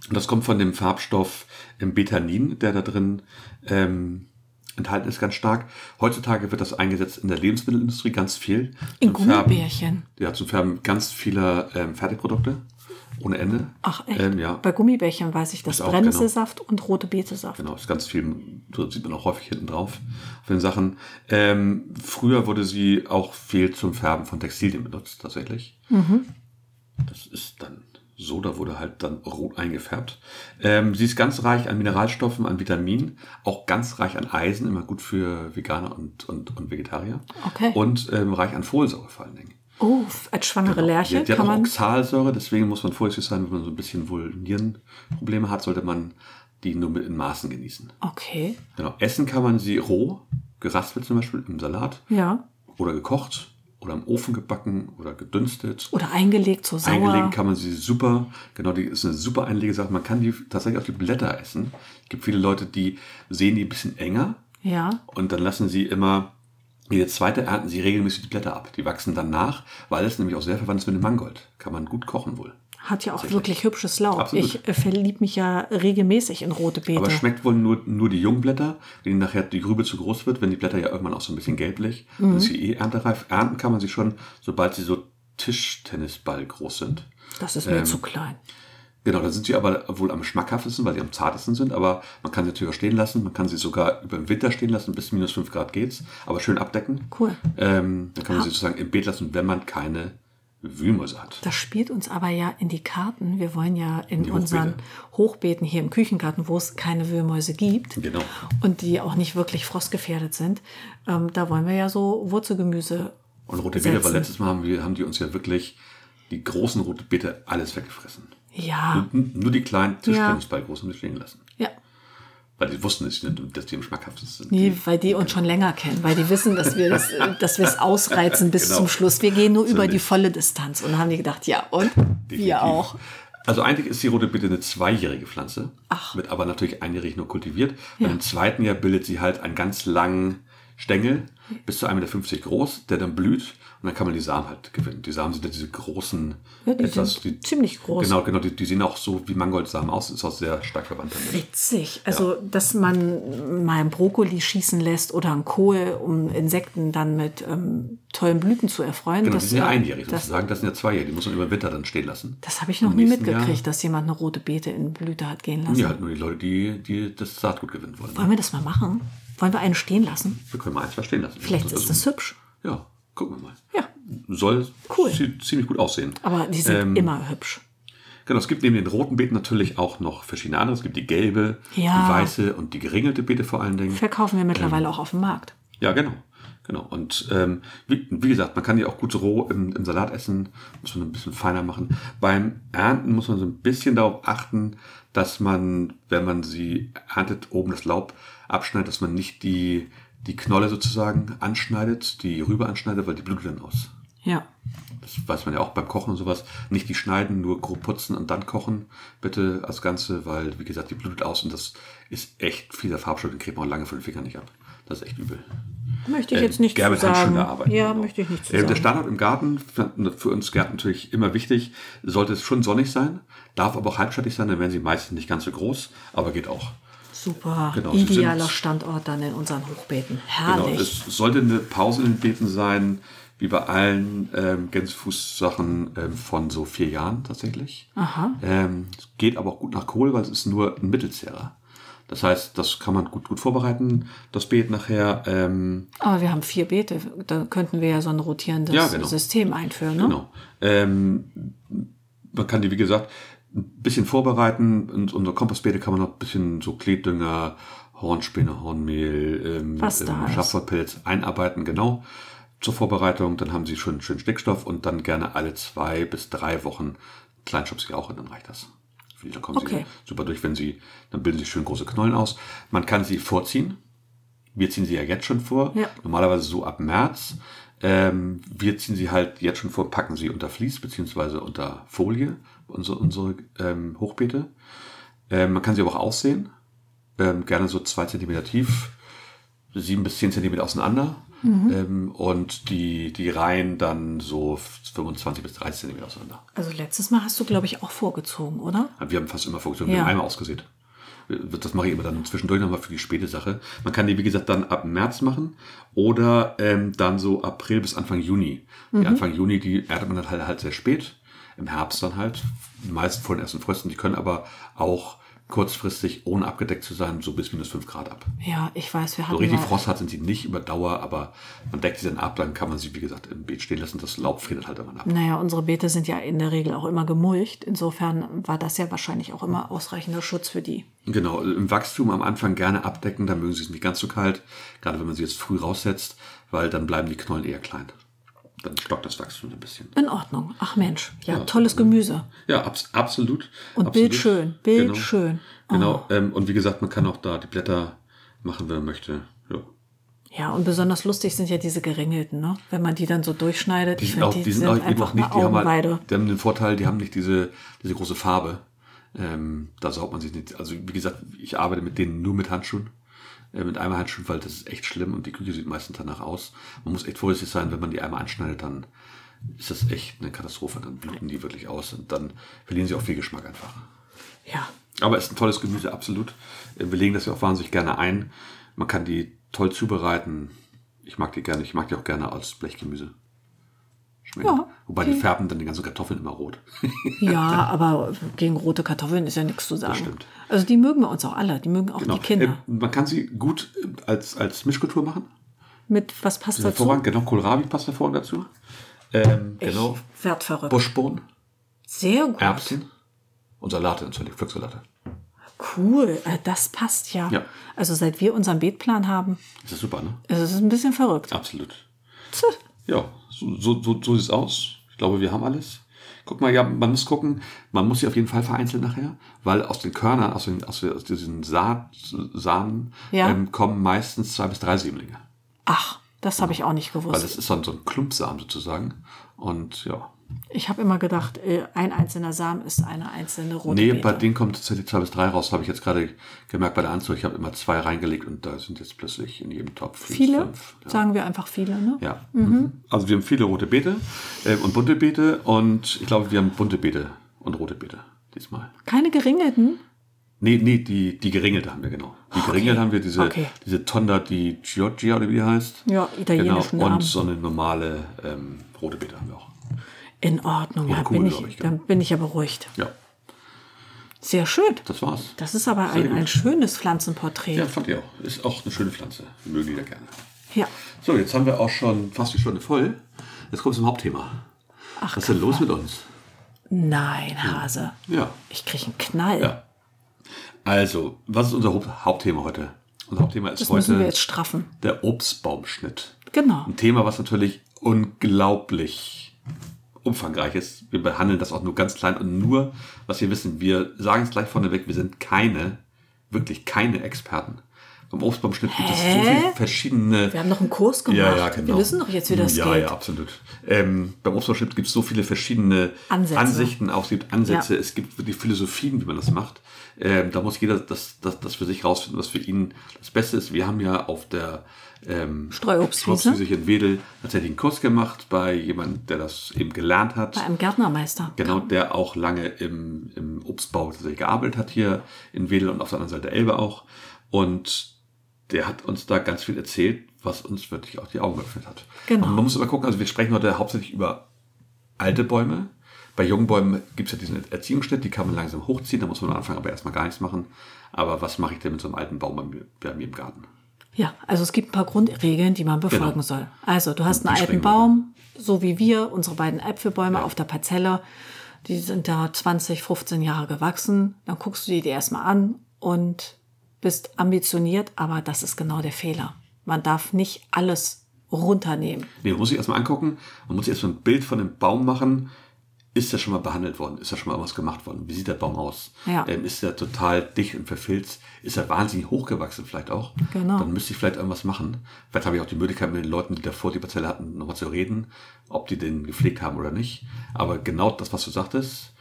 Speaker 1: und das kommt von dem Farbstoff ähm, Betanin, der da drin ähm, enthalten ist, ganz stark. Heutzutage wird das eingesetzt in der Lebensmittelindustrie ganz viel.
Speaker 2: In
Speaker 1: Zum Färben.
Speaker 2: Gummibärchen.
Speaker 1: Ja, zum Färben ganz vieler ähm, Fertigprodukte. Ohne Ende.
Speaker 2: Ach echt?
Speaker 1: Ähm, ja.
Speaker 2: Bei Gummibärchen weiß ich das.
Speaker 1: Ist auch,
Speaker 2: Brennnesselsaft und rote Betesaft.
Speaker 1: Genau, ist ganz viel, so sieht man auch häufig hinten drauf auf den Sachen. Ähm, früher wurde sie auch viel zum Färben von Textilien benutzt, tatsächlich.
Speaker 2: Mhm.
Speaker 1: Das ist dann so, da wurde halt dann rot eingefärbt. Ähm, sie ist ganz reich an Mineralstoffen, an Vitaminen, auch ganz reich an Eisen, immer gut für Veganer und, und, und Vegetarier.
Speaker 2: Okay.
Speaker 1: Und ähm, reich an Folsäure vor allen Dingen.
Speaker 2: Oh, als schwangere Lerche
Speaker 1: Genau. Die, die hat
Speaker 2: kann
Speaker 1: auch
Speaker 2: man.
Speaker 1: Oxalsäure, deswegen muss man vorsichtig sein, wenn man so ein bisschen wohl Nierenprobleme hat, sollte man die nur mit in Maßen genießen.
Speaker 2: Okay.
Speaker 1: Genau. Essen kann man sie roh, geraspelt zum Beispiel im Salat
Speaker 2: Ja.
Speaker 1: oder gekocht oder im Ofen gebacken oder gedünstet.
Speaker 2: Oder eingelegt, so sauer.
Speaker 1: Eingelegt kann man sie super, genau, die ist eine super Einlegesache. Man kann die tatsächlich auch die Blätter essen. Es gibt viele Leute, die sehen die ein bisschen enger
Speaker 2: ja.
Speaker 1: und dann lassen sie immer, jede zweite ernten sie regelmäßig die Blätter ab. Die wachsen dann nach, weil es nämlich auch sehr verwandt ist mit dem Mangold. Kann man gut kochen wohl.
Speaker 2: Hat ja auch wirklich hübsches Laub.
Speaker 1: Absolut.
Speaker 2: Ich äh, verlieb mich ja regelmäßig in rote Beete.
Speaker 1: Aber schmeckt wohl nur, nur die Jungblätter, wenn nachher die Rübe zu groß wird, wenn die Blätter ja irgendwann auch so ein bisschen gelblich, dann ist sie eh erntereif. Ernten kann man sie schon, sobald sie so Tischtennisball groß sind.
Speaker 2: das ist mir zu klein.
Speaker 1: Genau, dann sind sie aber wohl am schmackhaftesten, weil sie am zartesten sind, aber man kann sie natürlich auch stehen lassen, man kann sie sogar über den Winter stehen lassen, bis minus 5 Grad geht's, aber schön abdecken.
Speaker 2: Cool.
Speaker 1: Ähm, dann kann man sie sozusagen im Beet lassen, wenn man keine Wühlmäuse hat.
Speaker 2: Das spielt uns aber ja in die Karten. Wir wollen ja in unseren Hochbeeten hier im Küchengarten, wo es keine Wühlmäuse gibt
Speaker 1: Genau.
Speaker 2: und die auch nicht wirklich frostgefährdet sind, ähm, da wollen wir ja so Wurzelgemüse.
Speaker 1: Und rote Beete, weil
Speaker 2: setzen.
Speaker 1: letztes Mal haben, wir, haben die uns ja wirklich die großen rote Beete alles weggefressen.
Speaker 2: Ja,
Speaker 1: N- Hm, Nur die kleinen Tischtennis
Speaker 2: Ja.
Speaker 1: bei großen nicht stehen lassen.
Speaker 2: ja.
Speaker 1: Weil die wussten, dass die, dass die am schmackhaftesten sind.
Speaker 2: Nee, weil die uns schon länger kennen, weil die wissen, dass
Speaker 1: (laughs)
Speaker 2: wir es dass wir es ausreizen bis
Speaker 1: Genau.
Speaker 2: zum Schluss. Wir gehen nur
Speaker 1: So
Speaker 2: über die
Speaker 1: nicht.
Speaker 2: volle Distanz und haben die gedacht, ja, und wir
Speaker 1: Definitiv.
Speaker 2: auch.
Speaker 1: Also eigentlich ist die rote Beete eine zweijährige Pflanze,
Speaker 2: Ach.
Speaker 1: wird aber natürlich einjährig nur kultiviert. Und
Speaker 2: Ja.
Speaker 1: Im zweiten Jahr bildet sie halt einen ganz langen Stängel, bis zu 1,50 Meter groß, der dann blüht und dann kann man die Samen halt gewinnen. Die Samen sind ja diese großen,
Speaker 2: Ja, die sind ziemlich groß.
Speaker 1: Genau, genau, die, die sehen auch so wie Mangoldsamen aus, ist auch sehr stark verwandt damit.
Speaker 2: Witzig. Also, dass man mal einen Brokkoli schießen lässt oder einen Kohl, um Insekten dann mit ähm, tollen Blüten zu erfreuen.
Speaker 1: Genau,
Speaker 2: das,
Speaker 1: die sind ja
Speaker 2: äh,
Speaker 1: einjährig
Speaker 2: Das,
Speaker 1: sozusagen, das sind ja zweijährig, die muss man über den Winter dann stehen lassen.
Speaker 2: das habe ich noch
Speaker 1: Im
Speaker 2: nie
Speaker 1: nächsten
Speaker 2: mitgekriegt,
Speaker 1: Jahr-
Speaker 2: dass jemand eine rote Beete in Blüte hat gehen lassen.
Speaker 1: Ja, halt nur die Leute, die, die das Saatgut gewinnen wollen.
Speaker 2: Wollen wir das mal machen? Wollen wir einen stehen lassen?
Speaker 1: Wir können mal eins verstehen lassen.
Speaker 2: Vielleicht
Speaker 1: Also,
Speaker 2: ist das hübsch.
Speaker 1: Ja, gucken wir mal.
Speaker 2: Ja.
Speaker 1: Soll
Speaker 2: Cool. Ah.
Speaker 1: zie- ziemlich gut aussehen.
Speaker 2: Aber die sind
Speaker 1: Ähm,
Speaker 2: immer hübsch.
Speaker 1: Genau, es gibt neben den roten Beeten natürlich auch noch verschiedene andere. Es gibt die gelbe,
Speaker 2: Ja.
Speaker 1: die weiße und die geringelte Beete vor allen Dingen.
Speaker 2: Verkaufen wir mittlerweile
Speaker 1: ähm,
Speaker 2: auch auf dem Markt.
Speaker 1: Ja, genau. Genau. Und ähm, wie, wie gesagt, man kann die auch gut roh im, im Salat essen, muss man ein bisschen feiner machen. Beim Ernten muss man so ein bisschen darauf achten, dass man, wenn man sie erntet, oben das Laub abschneidet, dass man nicht die, die Knolle sozusagen anschneidet, die Rübe anschneidet, weil die blutet dann aus.
Speaker 2: Ja.
Speaker 1: Das weiß man ja auch beim Kochen und sowas. Nicht die schneiden, nur grob putzen und dann kochen, bitte als Ganze, weil, wie gesagt, die blutet aus und das ist echt fieser Farbstoff, den kriegt man auch lange von den Fingern nicht ab. Das ist echt übel.
Speaker 2: Möchte ich
Speaker 1: Ähm,
Speaker 2: jetzt nicht zu
Speaker 1: Gerben kann
Speaker 2: sagen.
Speaker 1: schöner arbeiten.
Speaker 2: Ja,
Speaker 1: genau.
Speaker 2: möchte ich nicht zu
Speaker 1: Ähm, Der
Speaker 2: sagen.
Speaker 1: Standort im Garten, für- für uns Gärten natürlich immer wichtig, sollte es schon sonnig sein, darf aber auch halbschattig sein, dann werden sie meistens nicht ganz so groß, aber geht auch.
Speaker 2: Super.
Speaker 1: Genau, sie
Speaker 2: Idealer
Speaker 1: sind-
Speaker 2: Standort dann in unseren Hochbeeten.
Speaker 1: Genau,
Speaker 2: Herrlich.
Speaker 1: es sollte eine Pause in den Beeten sein, wie bei allen ähm, Gänsefußsachen ähm, von so vier Jahren tatsächlich.
Speaker 2: Aha.
Speaker 1: Ähm, es geht aber auch gut nach Kohl, weil es ist nur ein Mittelzehrer. Das heißt, das kann man gut, gut vorbereiten, das Beet nachher. Ähm,
Speaker 2: Aber wir haben vier Beete. Da könnten wir ja so ein rotierendes
Speaker 1: Ja, genau.
Speaker 2: System einführen. Ne?
Speaker 1: Genau. Ähm, man kann die, wie gesagt, ein bisschen vorbereiten. Und unsere Kompostbeete kann man noch ein bisschen so Kleedünger, Hornspäne, Hornmehl, ähm,
Speaker 2: Was da ist.
Speaker 1: Schafwollpelz einarbeiten, genau. Zur Vorbereitung, dann haben sie schon schön Stickstoff und dann gerne alle zwei bis drei Wochen Kleinschubs hier auch und dann reicht das. Dann kommen
Speaker 2: Okay.
Speaker 1: sie super durch, wenn sie, dann bilden sie schön große Knollen aus. Man kann sie vorziehen. Wir ziehen sie ja jetzt schon vor.
Speaker 2: Ja.
Speaker 1: Normalerweise so ab März. Ähm, wir ziehen sie halt jetzt schon vor, packen sie unter Vlies beziehungsweise unter Folie, unsere, unsere ähm, Hochbeete. Ähm, man kann sie aber auch aussehen. Ähm, gerne so zwei Zentimeter tief, sieben bis zehn Zentimeter auseinander. Ähm, und die, die Reihen dann so 25 bis 30 Zentimeter auseinander. Also
Speaker 2: Also letztes Mal hast du, glaube ich, auch vorgezogen, oder?
Speaker 1: Wir haben fast immer Funktionen. Wir
Speaker 2: Ja.
Speaker 1: haben einmal ausgesät. Äh, Das mache ich immer dann zwischendurch nochmal für die späte Sache. Man kann die, wie gesagt, dann ab März machen oder ähm, dann so April bis Anfang Juni. Die Anfang Juni, die erntet man dann halt, halt sehr spät. Im Herbst dann halt. Meist vor den ersten Frösten. Die können aber auch kurzfristig, ohne abgedeckt zu sein, so bis minus 5 Grad ab.
Speaker 2: Ja, ich weiß, wir hatten.
Speaker 1: So richtig
Speaker 2: mal-
Speaker 1: frosthart sind sie nicht über Dauer, aber man deckt sie dann ab, dann kann man sie, wie gesagt, im Beet stehen lassen. Das Laub friert halt immer ab.
Speaker 2: Naja, unsere Beete sind ja in der Regel auch immer gemulcht. Insofern war das ja wahrscheinlich auch immer ausreichender Schutz für die.
Speaker 1: Genau, im Wachstum am Anfang gerne abdecken, dann mögen sie es nicht ganz so kalt, gerade wenn man sie jetzt früh raussetzt, weil dann bleiben die Knollen eher klein. Dann stockt das Wachstum ein bisschen.
Speaker 2: In Ordnung. Ach Mensch, ja, tolles Gemüse.
Speaker 1: Ja, abs absolut.
Speaker 2: Und
Speaker 1: absolut.
Speaker 2: bildschön, bildschön.
Speaker 1: Genau, genau
Speaker 2: Oh.
Speaker 1: ähm, und wie gesagt, man kann auch da die Blätter machen, wenn man möchte. Ja.
Speaker 2: Ja, und besonders lustig sind ja diese Geringelten, ne? Wenn man die dann so durchschneidet.
Speaker 1: Die
Speaker 2: ich
Speaker 1: sind
Speaker 2: finde,
Speaker 1: auch,
Speaker 2: die,
Speaker 1: die sind
Speaker 2: sind
Speaker 1: auch eben
Speaker 2: einfach
Speaker 1: auch nicht,
Speaker 2: eine
Speaker 1: die haben, halt,
Speaker 2: Augenweide.
Speaker 1: die haben den Vorteil, die haben nicht diese, diese große Farbe. Ähm, da saugt man sich nicht. Also wie gesagt, ich arbeite mit denen nur mit Handschuhen. Äh, mit einmal Handschuhen, weil das ist echt schlimm und die Küche sieht meistens danach aus. Man muss echt vorsichtig sein, wenn man die einmal anschneidet, dann ist das echt eine Katastrophe. Dann bluten die wirklich aus und dann verlieren sie auch viel Geschmack einfach.
Speaker 2: Ja,
Speaker 1: Aber es ist ein tolles Gemüse, absolut. Äh, Wir legen das ja auch wahnsinnig gerne ein. Man kann die toll zubereiten. Ich mag die gerne. Ich mag die auch gerne als Blechgemüse.
Speaker 2: Ja.
Speaker 1: Wobei die färben dann die ganzen Kartoffeln immer rot.
Speaker 2: Ja, aber gegen rote Kartoffeln ist ja nichts zu sagen.
Speaker 1: stimmt.
Speaker 2: Also die mögen wir uns auch alle, die mögen auch die Kinder.
Speaker 1: Äh, man kann sie gut äh, als, als Mischkultur machen.
Speaker 2: Mit was passt dazu?
Speaker 1: Hervorragend, genau, Kohlrabi passt hervorragend dazu. Ähm, genau,
Speaker 2: Ich werd verrückt.
Speaker 1: Buschbohnen,
Speaker 2: Sehr gut.
Speaker 1: Erbsen und Salate natürlich, Pflücksalate.
Speaker 2: Cool, äh, das passt ja.
Speaker 1: Ja.
Speaker 2: Also seit wir unseren Beetplan haben,
Speaker 1: Ist das super, ne?
Speaker 2: es ist ein bisschen verrückt.
Speaker 1: Absolut.
Speaker 2: Tch,
Speaker 1: Ja, so, so, so, so sieht es aus. Ich glaube, wir haben alles. Guck mal, ja, man muss gucken, man muss sie auf jeden Fall vereinzeln nachher, weil aus den Körnern, aus, den, aus, aus diesen Saat, Samen
Speaker 2: Ja.
Speaker 1: ähm, kommen meistens zwei bis drei Sämlinge.
Speaker 2: Ach, das habe ich auch nicht
Speaker 1: Weil
Speaker 2: gewusst.
Speaker 1: das ist dann so ein Klumpsamen sozusagen. Und ja.
Speaker 2: Ich habe immer gedacht, äh, ein einzelner Samen ist eine einzelne rote
Speaker 1: Nee,
Speaker 2: Beete.
Speaker 1: bei denen kommen tatsächlich zwei bis drei raus, habe ich jetzt gerade gemerkt bei der Anzucht. Ich habe immer zwei reingelegt und da sind jetzt plötzlich in jedem Topf
Speaker 2: viele,
Speaker 1: fünf. Ja.
Speaker 2: sagen wir einfach viele, ne?
Speaker 1: Ja. Also wir haben viele rote Beete äh, und bunte Beete und ich glaube, wir haben bunte Beete und rote Beete diesmal.
Speaker 2: Keine geringelten.
Speaker 1: Nee, nee, die, die geringelte haben wir, genau. Die geringelte haben wir, diese,
Speaker 2: Okay.
Speaker 1: diese Tonda di Giorgia oder wie die heißt.
Speaker 2: Ja, italienischen
Speaker 1: genau.
Speaker 2: Namen.
Speaker 1: Und so eine normale ähm, rote Beete haben wir auch.
Speaker 2: In Ordnung,
Speaker 1: Ja,
Speaker 2: dann,
Speaker 1: cool,
Speaker 2: bin
Speaker 1: glaub ich,
Speaker 2: ich,
Speaker 1: genau.
Speaker 2: dann bin ich ja beruhigt.
Speaker 1: Ja,
Speaker 2: Sehr schön.
Speaker 1: das war's.
Speaker 2: Das ist aber
Speaker 1: Sehr
Speaker 2: ein,
Speaker 1: gut.
Speaker 2: ein schönes Pflanzenporträt.
Speaker 1: ja, fand ich auch. Ist auch eine schöne Pflanze. Wir mögen die da gerne.
Speaker 2: ja.
Speaker 1: So, jetzt haben wir auch schon fast die Stunde voll. Jetzt kommt zum Hauptthema.
Speaker 2: Ach,
Speaker 1: Was ist denn los mit uns?
Speaker 2: Nein, Hase.
Speaker 1: Ja.
Speaker 2: Ich kriege einen Knall.
Speaker 1: Hm. Ja. Also, was ist unser Haupt Hauptthema heute? Unser Hauptthema ist
Speaker 2: Das müssen wir
Speaker 1: heute
Speaker 2: jetzt straffen.
Speaker 1: der Obstbaumschnitt.
Speaker 2: Genau.
Speaker 1: Ein Thema, was natürlich unglaublich umfangreich ist. Wir behandeln das auch nur ganz klein und nur, was wir wissen. Wir sagen es gleich vorneweg, wir sind keine, wirklich keine Experten. Beim Obstbaumschnitt gibt es so
Speaker 2: Hä?
Speaker 1: viele verschiedene
Speaker 2: Wir haben noch einen Kurs gemacht.
Speaker 1: ja, ja, genau.
Speaker 2: Wir wissen doch jetzt, wie das
Speaker 1: ja,
Speaker 2: geht.
Speaker 1: Ja, absolut. Ähm, beim Obstmanship gibt es so viele verschiedene
Speaker 2: Ansätze.
Speaker 1: Ansichten, auch es gibt Ansätze,
Speaker 2: Ja.
Speaker 1: es gibt die Philosophien, wie man das macht. Ähm, da muss jeder das, das, das für sich rausfinden, was für ihn das Beste ist. Wir haben ja auf der ähm,
Speaker 2: Streuobstwiese.
Speaker 1: Streuobstwiese hier in Wedel tatsächlich einen Kurs gemacht bei jemandem, der das eben gelernt hat.
Speaker 2: Bei einem Gärtnermeister.
Speaker 1: Genau, der auch lange im, im Obstbau tatsächlich gearbeitet hat hier in Wedel und auf der anderen Seite der Elbe auch. Und der hat uns da ganz viel erzählt, was uns wirklich auch die Augen geöffnet hat.
Speaker 2: Genau.
Speaker 1: Und man muss aber gucken, also wir sprechen heute hauptsächlich über alte Bäume. Bei jungen Bäumen gibt es ja diesen Erziehungsschnitt, die kann man langsam hochziehen, da muss man am Anfang aber erstmal gar nichts machen. Aber was mache ich denn mit so einem alten Baum bei mir, bei mir im Garten?
Speaker 2: Ja, also es gibt ein paar Grundregeln, die man befolgen
Speaker 1: Genau.
Speaker 2: soll. Also du hast
Speaker 1: Die
Speaker 2: einen
Speaker 1: strengen
Speaker 2: alten Baum, so wie wir, unsere beiden Äpfelbäume auf der Parzelle. Die sind da 20, 15 Jahre gewachsen. Dann guckst du die dir erstmal an und bist ambitioniert, aber das ist genau der Fehler. Man darf nicht alles runternehmen.
Speaker 1: Nee, man muss sich erstmal angucken, man muss sich erstmal ein Bild von dem Baum machen. Ist der schon mal behandelt worden? Ist da schon mal was gemacht worden? Wie sieht der Baum aus?
Speaker 2: Ja.
Speaker 1: Ähm, ist der total dicht und verfilzt? Ist er wahnsinnig hochgewachsen vielleicht auch?
Speaker 2: Genau.
Speaker 1: Dann müsste ich vielleicht irgendwas machen. Vielleicht habe ich auch die Möglichkeit, mit den Leuten, die davor die Parzelle hatten, nochmal zu reden, ob die den gepflegt haben oder nicht. Aber genau das, was du sagtest,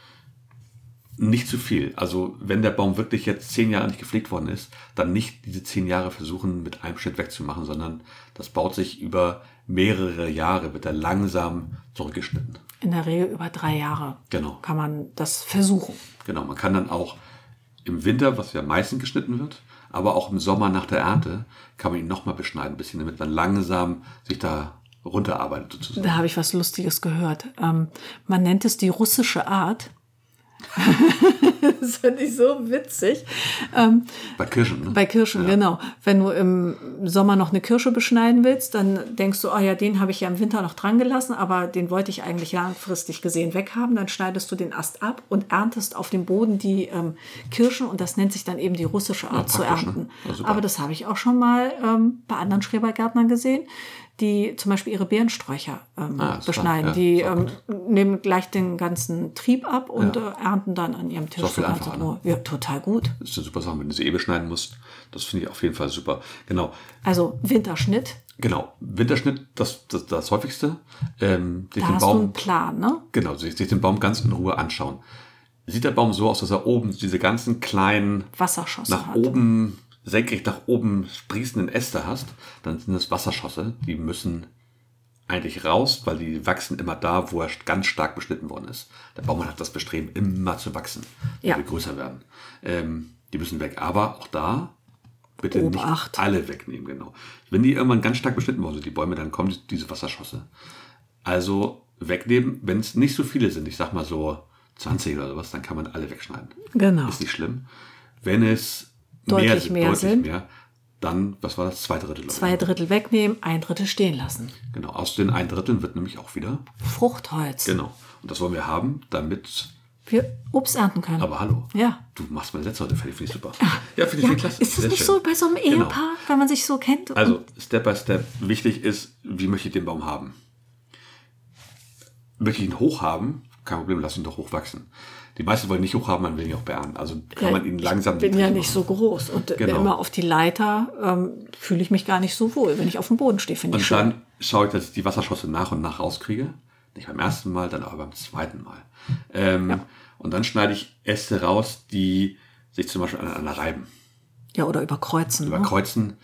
Speaker 1: nicht zu viel. Also wenn der Baum wirklich jetzt zehn Jahre nicht gepflegt worden ist, dann nicht diese zehn Jahre versuchen, mit einem Schnitt wegzumachen, sondern das baut sich über mehrere Jahre, wird er langsam zurückgeschnitten.
Speaker 2: In der Regel über drei Jahre
Speaker 1: Genau.
Speaker 2: kann man das versuchen.
Speaker 1: Genau, man kann dann auch im Winter, was ja am meisten geschnitten wird, aber auch im Sommer nach der Ernte kann man ihn nochmal beschneiden, ein bisschen, damit man langsam sich da runterarbeitet sozusagen.
Speaker 2: Da habe ich was Lustiges gehört. Ähm, man nennt es die russische Art. (laughs) das fand ich so witzig. Ähm,
Speaker 1: Bei Kirschen, ne?
Speaker 2: bei Kirschen, genau. Wenn du im Sommer noch eine Kirsche beschneiden willst, dann denkst du, oh ja, den habe ich ja im Winter noch dran gelassen, aber den wollte ich eigentlich langfristig gesehen weghaben. Dann schneidest du den Ast ab und erntest auf dem Boden die ähm, Kirschen und das nennt sich dann eben die russische Art zu
Speaker 1: praktisch, ne?
Speaker 2: ernten.
Speaker 1: Ja, super.
Speaker 2: aber das habe ich auch schon mal ähm, bei anderen Schrebergärtnern gesehen, die zum Beispiel ihre Beerensträucher ähm,
Speaker 1: Ah, super,
Speaker 2: beschneiden.
Speaker 1: ja,
Speaker 2: die
Speaker 1: ist auch
Speaker 2: ähm, nehmen gleich den ganzen Trieb ab und
Speaker 1: Ja.
Speaker 2: äh, ernten dann an ihrem Tisch.
Speaker 1: auch viel
Speaker 2: so ganz in
Speaker 1: einfacher, ne?
Speaker 2: Ruhe. Ja, total gut.
Speaker 1: Das ist eine super Sache, wenn du sie eh beschneiden musst. Das finde ich auf jeden Fall super. Genau.
Speaker 2: Also Winterschnitt,
Speaker 1: Genau, Winterschnitt, das, das, das häufigste. Ähm, sich
Speaker 2: Da
Speaker 1: den
Speaker 2: hast du
Speaker 1: Baum,
Speaker 2: einen Plan, ne?
Speaker 1: genau, sich, sich den Baum ganz in Ruhe anschauen. Sieht der Baum so aus, dass er oben diese ganzen kleinen
Speaker 2: Wasserschossen
Speaker 1: nach
Speaker 2: hat.
Speaker 1: oben, senkrecht nach oben sprießenden Äste hast, dann sind das Wasserschosse, die müssen eigentlich raus, weil die wachsen immer da, wo er ganz stark beschnitten worden ist. Der Baum hat das Bestreben, immer zu wachsen, wenn
Speaker 2: Ja.
Speaker 1: wir größer werden. Ähm, die müssen weg, aber auch da bitte
Speaker 2: Obacht.
Speaker 1: nicht alle wegnehmen, genau. Wenn die irgendwann ganz stark beschnitten worden sind, die Bäume, dann kommen die- diese Wasserschosse. Also wegnehmen, wenn es nicht so viele sind. Ich sag mal so 20 oder sowas, dann kann man alle wegschneiden.
Speaker 2: Genau.
Speaker 1: Ist nicht schlimm. Wenn es mehr
Speaker 2: Deutlich
Speaker 1: sind,
Speaker 2: mehr
Speaker 1: deutlich
Speaker 2: sind.
Speaker 1: mehr, dann, was war das? Zwei Drittel. Leute.
Speaker 2: Zwei Drittel wegnehmen, ein Drittel stehen lassen.
Speaker 1: Genau. Aus den ein Dritteln wird nämlich auch wieder.
Speaker 2: Fruchtholz.
Speaker 1: Genau. Und das wollen wir haben, damit.
Speaker 2: Wir Obst ernten können.
Speaker 1: Aber hallo.
Speaker 2: Ja. Ah,
Speaker 1: Du machst meine Sätze heute fertig, finde ich super. Ja, finde ich
Speaker 2: ja,
Speaker 1: viel klasse.
Speaker 2: ist das
Speaker 1: Sehr
Speaker 2: nicht
Speaker 1: schön.
Speaker 2: so bei so einem
Speaker 1: Genau.
Speaker 2: Ehepaar, wenn man sich so kennt? Und-
Speaker 1: Also, Step by Step, wichtig ist, wie möchte ich den Baum haben? Möchte ich ihn hoch haben? Kein Problem, lass ihn doch hochwachsen. Die meisten wollen ihn nicht hoch haben, man will ihn auch beernten. Also kann man ihn langsam
Speaker 2: ich bin ja
Speaker 1: niedrig
Speaker 2: nicht so
Speaker 1: machen.
Speaker 2: groß und
Speaker 1: Genau.
Speaker 2: immer auf die Leiter ähm, fühle ich mich gar nicht so wohl, wenn ich auf dem Boden stehe, finde ich
Speaker 1: Und
Speaker 2: schon.
Speaker 1: dann schaue ich, dass ich die Wasserschosse nach und nach rauskriege. Nicht beim ersten Mal, dann aber beim zweiten Mal. Ähm, Und dann schneide ich Äste raus, die sich zum Beispiel aneinander reiben.
Speaker 2: Ja, oder überkreuzen. ne?
Speaker 1: überkreuzen,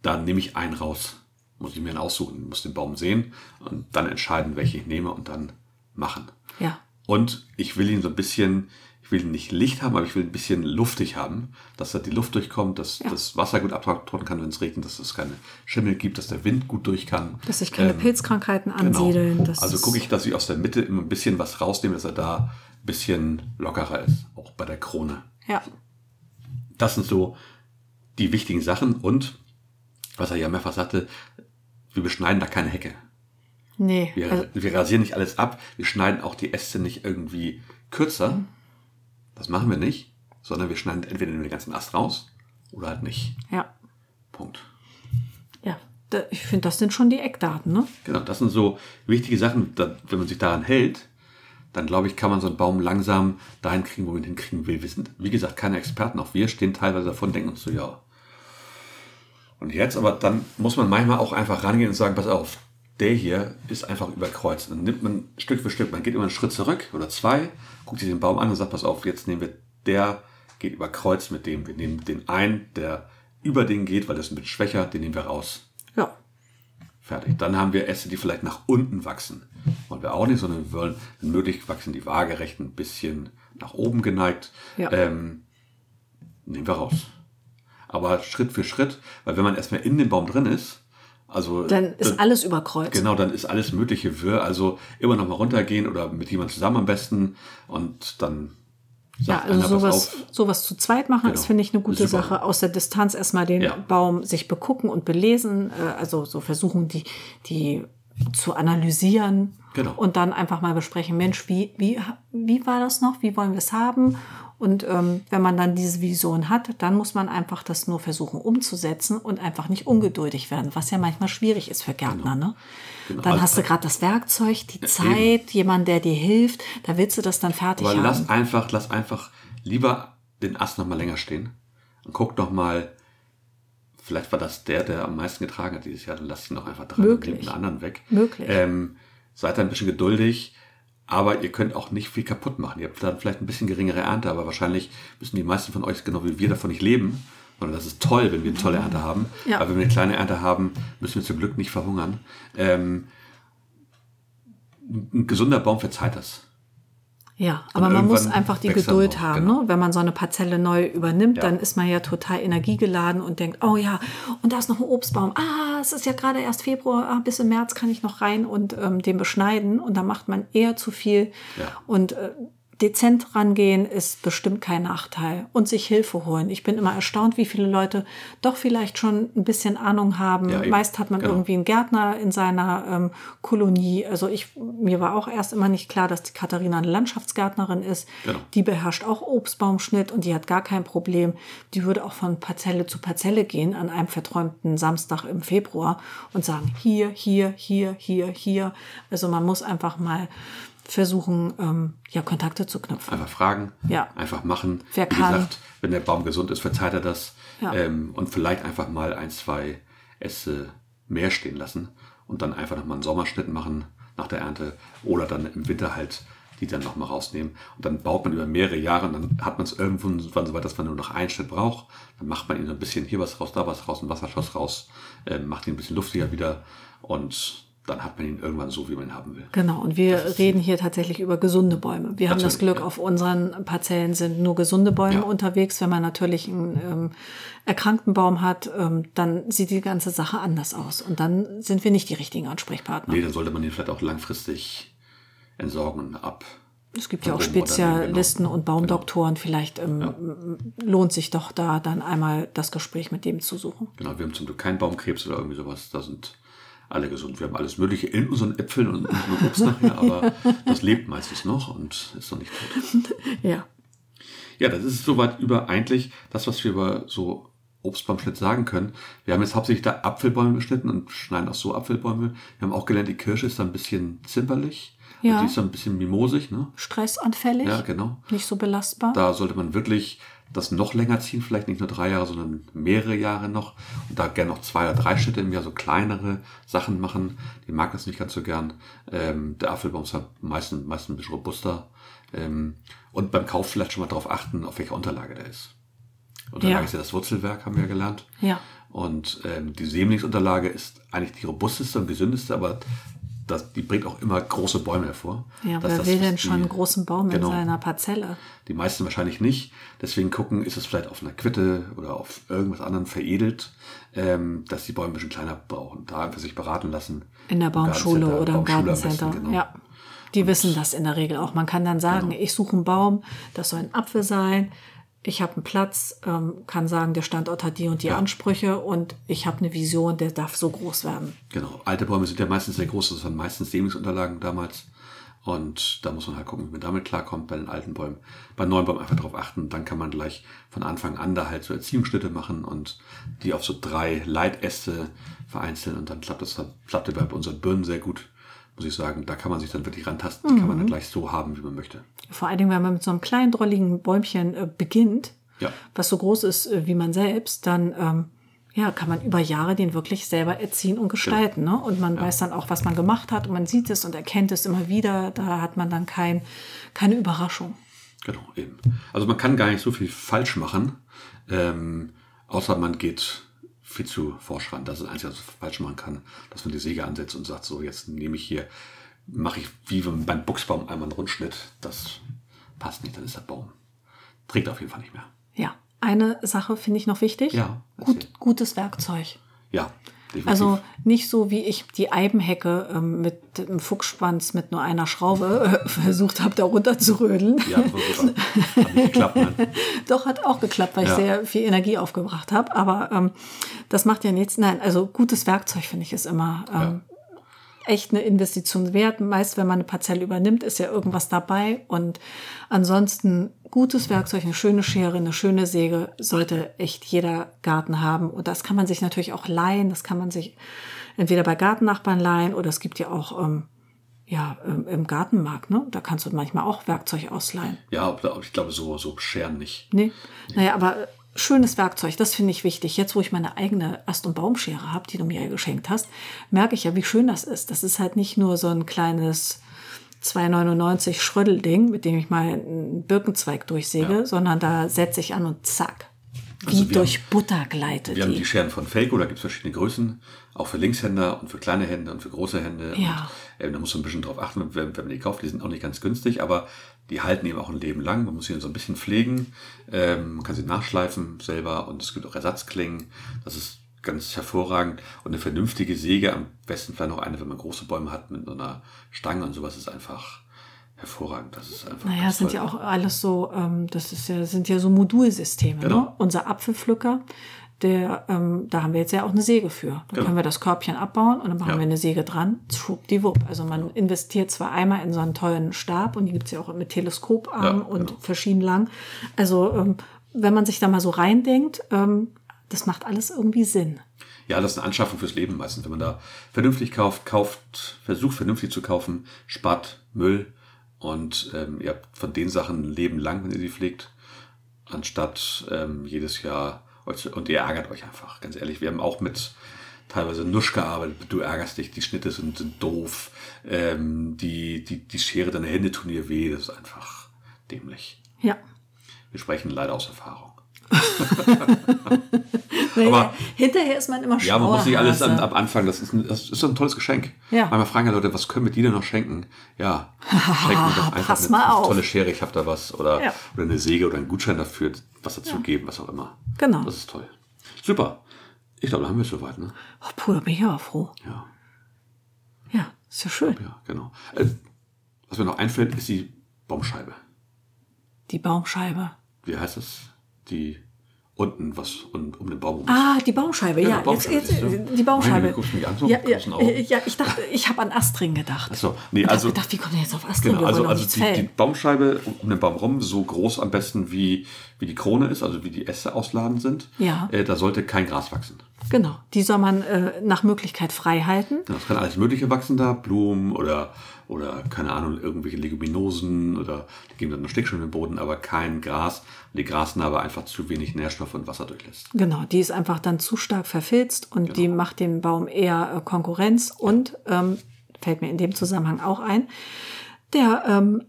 Speaker 1: dann nehme ich einen raus. Muss ich mir einen aussuchen, muss den Baum sehen und dann entscheiden, welchen ich nehme und dann machen.
Speaker 2: Ja.
Speaker 1: Und ich will ihn so ein bisschen, ich will ihn nicht licht haben, aber ich will ihn ein bisschen luftig haben, dass da die Luft durchkommt, dass
Speaker 2: Ja.
Speaker 1: das Wasser gut abtrocknen kann, wenn es regnet, dass es keine Schimmel gibt, dass der Wind gut durch kann.
Speaker 2: Dass sich keine
Speaker 1: Ähm,
Speaker 2: Pilzkrankheiten
Speaker 1: Genau.
Speaker 2: ansiedeln. Das
Speaker 1: also
Speaker 2: ist-
Speaker 1: gucke ich, dass ich aus der Mitte immer ein bisschen was rausnehme, dass er da ein bisschen lockerer ist, auch bei der Krone.
Speaker 2: Ja,
Speaker 1: Das sind so die wichtigen Sachen und, was er ja mehrfach sagte, wir beschneiden da keine Hecke.
Speaker 2: nee.
Speaker 1: Wir,
Speaker 2: Also,
Speaker 1: wir rasieren nicht alles ab, wir schneiden auch die Äste nicht irgendwie kürzer. Das machen wir nicht, sondern wir schneiden entweder den ganzen Ast raus oder halt nicht.
Speaker 2: ja,
Speaker 1: Punkt.
Speaker 2: ja. Da, ich finde, das sind schon die Eckdaten, ne?
Speaker 1: Genau, das sind so wichtige Sachen. Da, wenn man sich daran hält, dann glaube ich, kann man so einen Baum langsam dahin kriegen, wo man ihn hinkriegen will. Wir sind, wie gesagt, keine Experten. Auch wir stehen teilweise davon, denken uns so, ja. Und jetzt, aber dann muss man manchmal auch einfach rangehen und sagen, pass auf, der hier ist einfach überkreuzt. Und dann nimmt man Stück für Stück, man geht immer einen Schritt zurück oder zwei, guckt sich den Baum an und sagt, pass auf, jetzt nehmen wir, der geht überkreuzt mit dem. Wir nehmen den einen, der über den geht, weil das ist ein bisschen schwächer, den nehmen wir raus.
Speaker 2: Ja.
Speaker 1: Fertig. Dann haben wir Äste, die vielleicht nach unten wachsen. Wollen wir auch nicht, sondern wir wollen, wenn möglich, wachsen die waagerecht ein bisschen nach oben geneigt.
Speaker 2: Ja.
Speaker 1: Ähm, nehmen wir raus. Aber Schritt für Schritt, weil wenn man erstmal in dem Baum drin ist, also
Speaker 2: Dann ist alles überkreuzt.
Speaker 1: Genau, dann ist alles mögliche Wirr. Also immer nochmal runtergehen oder mit jemandem zusammen am besten und dann
Speaker 2: Ja,
Speaker 1: sagt
Speaker 2: also
Speaker 1: einer, pass
Speaker 2: sowas,
Speaker 1: auf.
Speaker 2: sowas zu zweit machen,
Speaker 1: Genau.
Speaker 2: ist, finde ich, eine
Speaker 1: Super.
Speaker 2: gute Sache. Aus der Distanz erstmal den
Speaker 1: Ja.
Speaker 2: Baum sich begucken und belesen, äh, also so versuchen, die, die zu analysieren
Speaker 1: Genau.
Speaker 2: und dann einfach mal besprechen, Mensch, wie, wie, wie war das noch, wie wollen wir es haben? Und ähm, wenn man dann diese Vision hat, dann muss man einfach das nur versuchen umzusetzen und einfach nicht ungeduldig werden, was ja manchmal schwierig ist für Gärtner. Ne?
Speaker 1: Genau.
Speaker 2: Dann
Speaker 1: Also-
Speaker 2: hast du gerade das Werkzeug, die Zeit, jemand, der dir hilft, da willst du das dann fertig
Speaker 1: Aber
Speaker 2: haben.
Speaker 1: lass einfach, lass einfach lieber den Ast nochmal länger stehen und guck nochmal, vielleicht war das der, der am meisten getragen hat dieses Jahr, dann lass ihn doch einfach dran und
Speaker 2: Möglich.
Speaker 1: nimm den anderen weg.
Speaker 2: Möglich.
Speaker 1: Ähm, seid ein bisschen geduldig, aber ihr könnt auch nicht viel kaputt machen. Ihr habt dann vielleicht ein bisschen geringere Ernte, aber wahrscheinlich müssen die meisten von euch, genau wie wir, davon nicht leben. Sondern das ist toll, wenn wir eine tolle Ernte haben.
Speaker 2: Ja.
Speaker 1: Aber wenn wir eine kleine Ernte haben, müssen wir zum Glück nicht verhungern. Ähm, ein gesunder Baum verzeiht das.
Speaker 2: Ja, aber man
Speaker 1: irgendwann
Speaker 2: muss einfach die
Speaker 1: wächst er
Speaker 2: Geduld
Speaker 1: noch,
Speaker 2: haben.
Speaker 1: genau.
Speaker 2: Ne? Wenn man so eine Parzelle neu übernimmt,
Speaker 1: Ja.
Speaker 2: dann ist man ja total energiegeladen und denkt, oh ja, und da ist noch ein Obstbaum. Ah, es ist ja gerade erst Februar, ah, bis im März kann ich noch rein und ähm, den beschneiden. Und da macht man eher zu viel.
Speaker 1: Ja.
Speaker 2: Und äh, dezent rangehen ist bestimmt kein Nachteil. Und sich Hilfe holen. Ich bin immer erstaunt, wie viele Leute doch vielleicht schon ein bisschen Ahnung haben.
Speaker 1: Ja, eben.
Speaker 2: Meist hat man
Speaker 1: Genau.
Speaker 2: irgendwie einen Gärtner in seiner ähm, Kolonie. Also ich, mir war auch erst immer nicht klar, dass die Katharina eine Landschaftsgärtnerin ist.
Speaker 1: Genau.
Speaker 2: Die beherrscht auch Obstbaumschnitt und die hat gar kein Problem. Die würde auch von Parzelle zu Parzelle gehen an einem verträumten Samstag im Februar und sagen, hier, hier, hier, hier, hier. Also man muss einfach mal versuchen, ähm, ja, Kontakte zu knüpfen.
Speaker 1: Einfach fragen,
Speaker 2: Ja.
Speaker 1: einfach machen.
Speaker 2: Wer
Speaker 1: Wie
Speaker 2: kann.
Speaker 1: gesagt, wenn der Baum gesund ist, verzeiht er das.
Speaker 2: Ja.
Speaker 1: Ähm, und vielleicht einfach mal ein, zwei Äste mehr stehen lassen und dann einfach nochmal einen Sommerschnitt machen nach der Ernte oder dann im Winter halt die dann nochmal rausnehmen. Und dann baut man über mehrere Jahre und dann hat man es irgendwann so weit, dass man nur noch einen Schnitt braucht. Dann macht man ihn so ein bisschen hier was raus, da was raus, ein Wasserschoss raus, ähm, macht ihn ein bisschen luftiger wieder und dann hat man ihn irgendwann so, wie man ihn haben will.
Speaker 2: Genau, und wir reden hier tatsächlich über gesunde Bäume. Wir haben das
Speaker 1: Natürlich,
Speaker 2: Glück,
Speaker 1: ja.
Speaker 2: auf unseren Parzellen sind nur gesunde Bäume
Speaker 1: Ja.
Speaker 2: unterwegs. Wenn man natürlich einen ähm, erkrankten Baum hat, ähm, dann sieht die ganze Sache anders aus. Und dann sind wir nicht die richtigen Ansprechpartner.
Speaker 1: Nee, dann sollte man den vielleicht auch langfristig entsorgen und ab.
Speaker 2: Es gibt ja auch
Speaker 1: Dann werden wir dann eben
Speaker 2: Spezialisten
Speaker 1: genau.
Speaker 2: und Baumdoktoren. Vielleicht ähm, lohnt sich doch da dann einmal das Gespräch mit dem zu suchen.
Speaker 1: Genau, wir haben zum Glück keinen Baumkrebs oder irgendwie sowas. Da sind alle gesund. Wir haben alles Mögliche in unseren Äpfeln und in unserem Obst nachher, aber das lebt meistens noch und ist noch nicht tot.
Speaker 2: Ja.
Speaker 1: Ja, das ist soweit über eigentlich das, was wir über so Obstbaumschnitt sagen können. Wir haben jetzt hauptsächlich da Apfelbäume beschnitten und schneiden auch so Apfelbäume. Wir haben auch gelernt, die Kirsche ist da ein bisschen zimperlich.
Speaker 2: Ja.
Speaker 1: Ja. Die ist da ein bisschen mimosig, ne?
Speaker 2: Stressanfällig,
Speaker 1: Ja, genau.
Speaker 2: nicht so belastbar.
Speaker 1: Da sollte man wirklich das noch länger ziehen, vielleicht nicht nur drei Jahre, sondern mehrere Jahre noch. Und da gerne noch zwei oder drei Schritte im Jahr so kleinere Sachen machen. Die mag das nicht ganz so gern. Ähm, der Apfelbaum ist halt meistens, meistens ein bisschen robuster. Ähm, und beim Kauf vielleicht schon mal darauf achten, auf welcher Unterlage der ist. Unterlage
Speaker 2: Ja.
Speaker 1: ist ja das Wurzelwerk, haben wir ja gelernt.
Speaker 2: Ja.
Speaker 1: Und ähm, die Sämlingsunterlage ist eigentlich die robusteste und gesündeste, aber das, die bringt auch immer große Bäume hervor.
Speaker 2: ja,
Speaker 1: Das
Speaker 2: wer
Speaker 1: ist das,
Speaker 2: will
Speaker 1: was
Speaker 2: denn schon
Speaker 1: die-
Speaker 2: einen großen Baum
Speaker 1: Genau.
Speaker 2: in seiner Parzelle?
Speaker 1: Die meisten wahrscheinlich nicht. Deswegen gucken, ist es vielleicht auf einer Quitte oder auf irgendwas anderem veredelt, ähm, dass die Bäume ein bisschen kleiner brauchen. Da einfach sich beraten lassen.
Speaker 2: In der
Speaker 1: Im
Speaker 2: Baumschule
Speaker 1: Gartencenter,
Speaker 2: oder im
Speaker 1: Baumschule am besten,
Speaker 2: Gartencenter.
Speaker 1: genau.
Speaker 2: Ja. Die wissen das in der Regel auch. Man kann dann sagen, ich suche einen Baum, das soll ein Apfel sein, ich habe einen Platz, ähm, kann sagen, der Standort hat die und die Ansprüche und ich habe eine Vision, der darf so groß werden.
Speaker 1: Genau. Alte Bäume sind ja meistens sehr groß. Das waren meistens Sämlingsunterlagen damals. Und da muss man halt gucken, wie man damit klarkommt bei den alten Bäumen. Bei neuen Bäumen einfach drauf achten. Dann kann man gleich von Anfang an da halt so Erziehungsschnitte machen und die auf so drei Leitäste vereinzeln. Und dann klappt das klappte bei unseren Birnen sehr gut, muss ich sagen. Da kann man sich dann wirklich rantasten. Die kann man dann gleich so haben, wie man möchte.
Speaker 2: Vor allen Dingen, wenn man mit so einem kleinen, drolligen Bäumchen äh, beginnt,
Speaker 1: Ja.
Speaker 2: was so groß ist äh, wie man selbst, dann ähm, ja, kann man über Jahre den wirklich selber erziehen
Speaker 1: Genau.
Speaker 2: und gestalten. Ne? Und man weiß dann auch, was man gemacht hat und man sieht es und erkennt es immer wieder. Da hat man dann kein, keine Überraschung.
Speaker 1: Genau, eben. Also man kann gar nicht so viel falsch machen, ähm, außer man geht viel zu forsch ran. Das ist das Einzige, was man falsch machen kann, dass man die Säge ansetzt und sagt, so jetzt nehme ich hier, mache ich wie beim Buchsbaum einmal einen Rundschnitt. Das passt nicht, dann ist der Baum. Trägt auf jeden Fall nicht mehr.
Speaker 2: Ja, eine Sache finde ich noch wichtig.
Speaker 1: Ja,
Speaker 2: Gut,
Speaker 1: erzähl.
Speaker 2: gutes Werkzeug.
Speaker 1: Ja, definitiv.
Speaker 2: Also nicht so, wie ich die Eibenhecke ähm, mit dem Fuchsschwanz mit nur einer Schraube äh, (laughs) versucht habe, da runterzurödeln.
Speaker 1: ja, so, so,
Speaker 2: (laughs)
Speaker 1: so. hat nicht geklappt. Ne?
Speaker 2: Doch, hat auch geklappt, weil ich
Speaker 1: Ja.
Speaker 2: sehr viel Energie aufgebracht habe. Aber ähm, das macht ja nichts. Nein, also gutes Werkzeug finde ich ist immer ähm, echt eine Investition wert. Meist, wenn man eine Parzelle übernimmt, ist ja irgendwas dabei. Und ansonsten gutes Werkzeug, eine schöne Schere, eine schöne Säge sollte echt jeder Garten haben. Und das kann man sich natürlich auch leihen. Das kann man sich entweder bei Gartennachbarn leihen oder es gibt ja auch ähm, ja, ähm, im Gartenmarkt, ne? Da kannst du manchmal auch Werkzeug ausleihen.
Speaker 1: Ja, ob- ob- ich glaube, so, so scheren nicht.
Speaker 2: Nee. Naja, aber äh, schönes Werkzeug, das finde ich wichtig. Jetzt, wo ich meine eigene Ast- und Baumschere habe, die du mir ja geschenkt hast, merke ich ja, wie schön das ist. Das ist halt nicht nur so ein kleines 2,99 Schröddelding, mit dem ich mal einen Birkenzweig durchsäge,
Speaker 1: Ja.
Speaker 2: sondern da setze ich an und zack. Wie
Speaker 1: Also wir
Speaker 2: durch Butter gleitet
Speaker 1: Wir haben die
Speaker 2: die.
Speaker 1: Scheren von Felco, da gibt es verschiedene Größen, auch für Linkshänder und für kleine Hände und für große Hände.
Speaker 2: Ja.
Speaker 1: Und, ähm, da muss man ein bisschen drauf achten, wenn, wenn man die kauft, die sind auch nicht ganz günstig, aber die halten eben auch ein Leben lang. Man muss sie so ein bisschen pflegen, ähm, man kann sie nachschleifen selber und es gibt auch Ersatzklingen. Das ist ganz hervorragend. Und eine vernünftige Säge, am besten vielleicht noch eine, wenn man große Bäume hat mit so einer Stange und sowas, ist einfach hervorragend. Das ist einfach
Speaker 2: Naja,
Speaker 1: ganz
Speaker 2: es sind
Speaker 1: toll.
Speaker 2: ja auch alles so, ähm, das ist ja, sind ja so Modulsysteme. Ne?
Speaker 1: Genau.
Speaker 2: Unser Apfelpflücker, der, ähm, da haben wir jetzt ja auch eine Säge für. Da
Speaker 1: Genau.
Speaker 2: können wir das Körbchen abbauen und dann machen
Speaker 1: Ja. Genau.
Speaker 2: wir eine Säge dran, schwuppdiwupp. Also man investiert zwar einmal in so einen tollen Stab und die gibt's ja auch mit Teleskoparm
Speaker 1: Ja,
Speaker 2: und
Speaker 1: genau.
Speaker 2: verschieden lang. Also ähm, wenn man sich da mal so reindenkt, ähm, das macht alles irgendwie Sinn.
Speaker 1: Ja, das ist eine Anschaffung fürs Leben meistens. Wenn man da vernünftig kauft, kauft, versucht vernünftig zu kaufen, spart Müll und ähm, ihr habt von den Sachen ein Leben lang, wenn ihr sie pflegt, anstatt ähm, jedes Jahr euch zu, und ihr ärgert euch einfach, ganz ehrlich. Wir haben auch mit teilweise Nusch gearbeitet, du ärgerst dich, die Schnitte sind, sind doof, ähm, die, die, die Schere, deine Hände tun dir weh, das ist einfach dämlich.
Speaker 2: Ja.
Speaker 1: Wir sprechen leider aus Erfahrung.
Speaker 2: Naja, hinterher ist man immer schlauer.
Speaker 1: Ja, man muss nicht alles
Speaker 2: Hase.
Speaker 1: am, am Anfang, das ist, ein, das ist ein tolles Geschenk.
Speaker 2: Ja.
Speaker 1: Manchmal fragen ja Leute, was können wir dir denn noch schenken? Ja, schenk mir
Speaker 2: (laughs)
Speaker 1: doch einfach
Speaker 2: Pass
Speaker 1: eine
Speaker 2: mal auf.
Speaker 1: tolle Schere, ich hab da was. Oder,
Speaker 2: Ja.
Speaker 1: oder eine Säge oder einen Gutschein dafür, was dazu geben, was auch immer.
Speaker 2: Genau.
Speaker 1: Das ist toll. Super. Ich glaube, da haben wir es soweit, ne?
Speaker 2: Oh, puh, da bin ich aber froh.
Speaker 1: Ja,
Speaker 2: Ja, ist ja schön.
Speaker 1: ja genau. Äh, was Was mir noch einfällt, ist die Baumscheibe.
Speaker 2: Die Baumscheibe.
Speaker 1: Wie heißt das? Die unten, was um, um den Baum rum ist.
Speaker 2: Ah, die Baumscheibe, ja.
Speaker 1: Ja, Baumscheibe,
Speaker 2: jetzt, jetzt,
Speaker 1: siehst du?
Speaker 2: die Baumscheibe.
Speaker 1: Meine, du guckst mich an, so
Speaker 2: ja,
Speaker 1: mit
Speaker 2: ja, äh,
Speaker 1: großen Augen.
Speaker 2: ja, ich dachte, ich habe an Astring gedacht.
Speaker 1: Ach so, nee,
Speaker 2: ich
Speaker 1: also-
Speaker 2: habe gedacht, wie kommt er jetzt auf Astring?
Speaker 1: Genau,
Speaker 2: Wir
Speaker 1: also,
Speaker 2: wollen doch
Speaker 1: also
Speaker 2: nichts
Speaker 1: die, die
Speaker 2: fällen.
Speaker 1: Baumscheibe um den Baum rum, so groß am besten wie, wie die Krone ist, also wie die Äste ausladen sind.
Speaker 2: Ja.
Speaker 1: Äh, da sollte kein Gras wachsen.
Speaker 2: Genau, die soll man äh, nach Möglichkeit frei halten.
Speaker 1: Ja, Es kann alles Mögliche wachsen da, Blumen oder, oder keine Ahnung, irgendwelche Leguminosen oder die geben dann noch Stickstoff im Boden, aber kein Gras, weil die Grasnarbe einfach zu wenig Nährstoff und Wasser durchlässt.
Speaker 2: Genau, die ist einfach dann zu stark verfilzt und
Speaker 1: Genau.
Speaker 2: die macht dem Baum eher äh, Konkurrenz und ähm, fällt mir in dem Zusammenhang auch ein. Der ähm,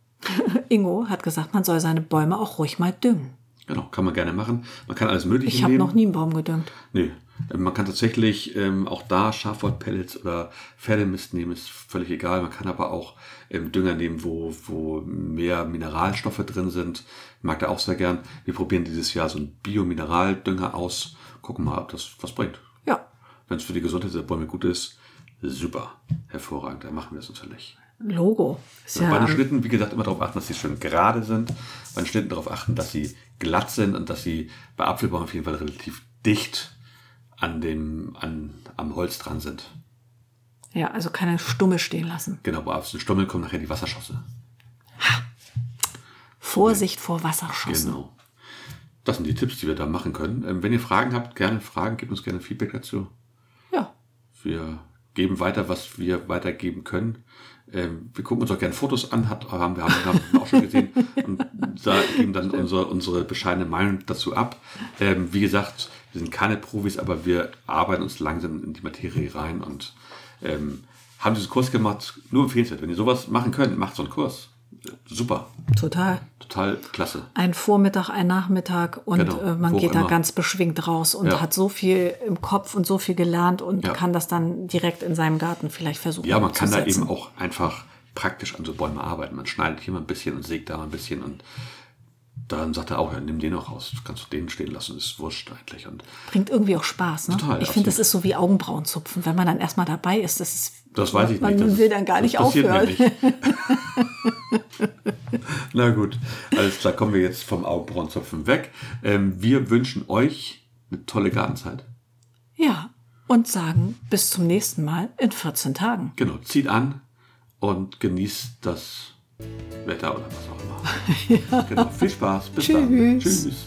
Speaker 2: (laughs) Ingo hat gesagt, man soll seine Bäume auch ruhig mal düngen.
Speaker 1: Genau, kann man gerne machen. Man kann alles Mögliche
Speaker 2: Ich habe
Speaker 1: nehmen.
Speaker 2: noch nie einen Baum gedüngt.
Speaker 1: Nee. Ähm, Man kann tatsächlich ähm, auch da Schafwollpellets oder Pferdemist nehmen, ist völlig egal. Man kann aber auch ähm, Dünger nehmen, wo, wo mehr Mineralstoffe drin sind. Mag da auch sehr gern. Wir probieren dieses Jahr so einen Biomineraldünger aus. Gucken mal, ob das was bringt.
Speaker 2: Ja,
Speaker 1: Wenn es für die Gesundheit der Bäume gut ist, super. Hervorragend, dann machen wir es uns ja nicht.
Speaker 2: Logo. Ist
Speaker 1: Bei
Speaker 2: ja,
Speaker 1: den Schnitten, wie gesagt, immer darauf achten, dass sie schön gerade sind. Bei den Schnitten darauf achten, dass sie glatt sind und dass sie bei Apfelbaum auf jeden Fall relativ dicht an dem, an, am Holz dran sind.
Speaker 2: ja, also keine Stumme stehen lassen.
Speaker 1: Genau, bei Apfelstummeln kommen nachher die Wasserschosse.
Speaker 2: Vorsicht vor Wasserschossen.
Speaker 1: Genau. Das sind die Tipps, die wir da machen können. Ähm, wenn ihr Fragen habt, gerne Fragen, gebt uns gerne Feedback dazu.
Speaker 2: Ja,
Speaker 1: Wir geben weiter, was wir weitergeben können. Ähm, wir gucken uns auch gerne Fotos an, hat, haben wir haben, haben wir auch schon gesehen. Und da geben dann unsere, unsere bescheidene Meinung dazu ab. Ähm, wie gesagt, wir sind keine Profis, aber wir arbeiten uns langsam in die Materie rein und ähm, haben diesen Kurs gemacht. Nur empfehlenswert. Wenn ihr sowas machen könnt, macht so einen Kurs. Super.
Speaker 2: total.
Speaker 1: Total klasse.
Speaker 2: Ein Vormittag, ein Nachmittag und
Speaker 1: Genau,
Speaker 2: äh, man
Speaker 1: wo
Speaker 2: geht
Speaker 1: immer.
Speaker 2: da ganz beschwingt raus und
Speaker 1: Ja.
Speaker 2: hat so viel im Kopf und so viel gelernt und
Speaker 1: Ja.
Speaker 2: kann das dann direkt in seinem Garten vielleicht versuchen.
Speaker 1: Ja, man kann da
Speaker 2: umzusetzen.
Speaker 1: eben auch einfach praktisch an so Bäumen arbeiten. Man schneidet hier mal ein bisschen und sägt da mal ein bisschen und dann sagt er auch, ja, nimm den noch raus, kannst du den stehen lassen, ist wurscht eigentlich. Und
Speaker 2: Bringt irgendwie auch Spaß. Ne?
Speaker 1: Total,
Speaker 2: ich finde, das
Speaker 1: absolut.
Speaker 2: ist so wie Augenbrauenzupfen. Wenn man dann erstmal dabei ist, das ist.
Speaker 1: das weiß ich
Speaker 2: man
Speaker 1: nicht.
Speaker 2: Man
Speaker 1: das-
Speaker 2: will dann gar
Speaker 1: das
Speaker 2: nicht
Speaker 1: passiert mir
Speaker 2: aufhören.
Speaker 1: nicht. (laughs) Na gut, alles klar, kommen wir jetzt vom Augenbrauenzopfen weg. Ähm, wir wünschen euch eine tolle Gartenzeit.
Speaker 2: Ja. Und sagen, bis zum nächsten Mal in 14 Tagen.
Speaker 1: Genau, zieht an und genießt das Wetter oder was auch immer.
Speaker 2: (laughs)
Speaker 1: Genau, viel Spaß, bis dann.
Speaker 2: Tschüss.
Speaker 1: Tschüss.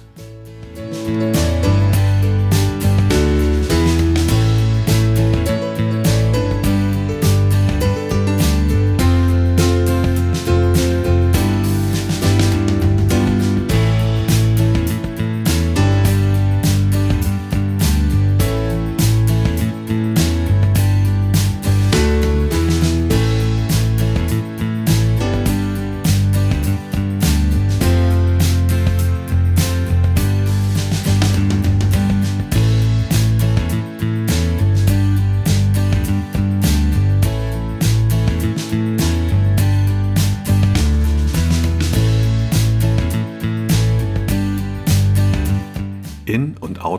Speaker 1: In und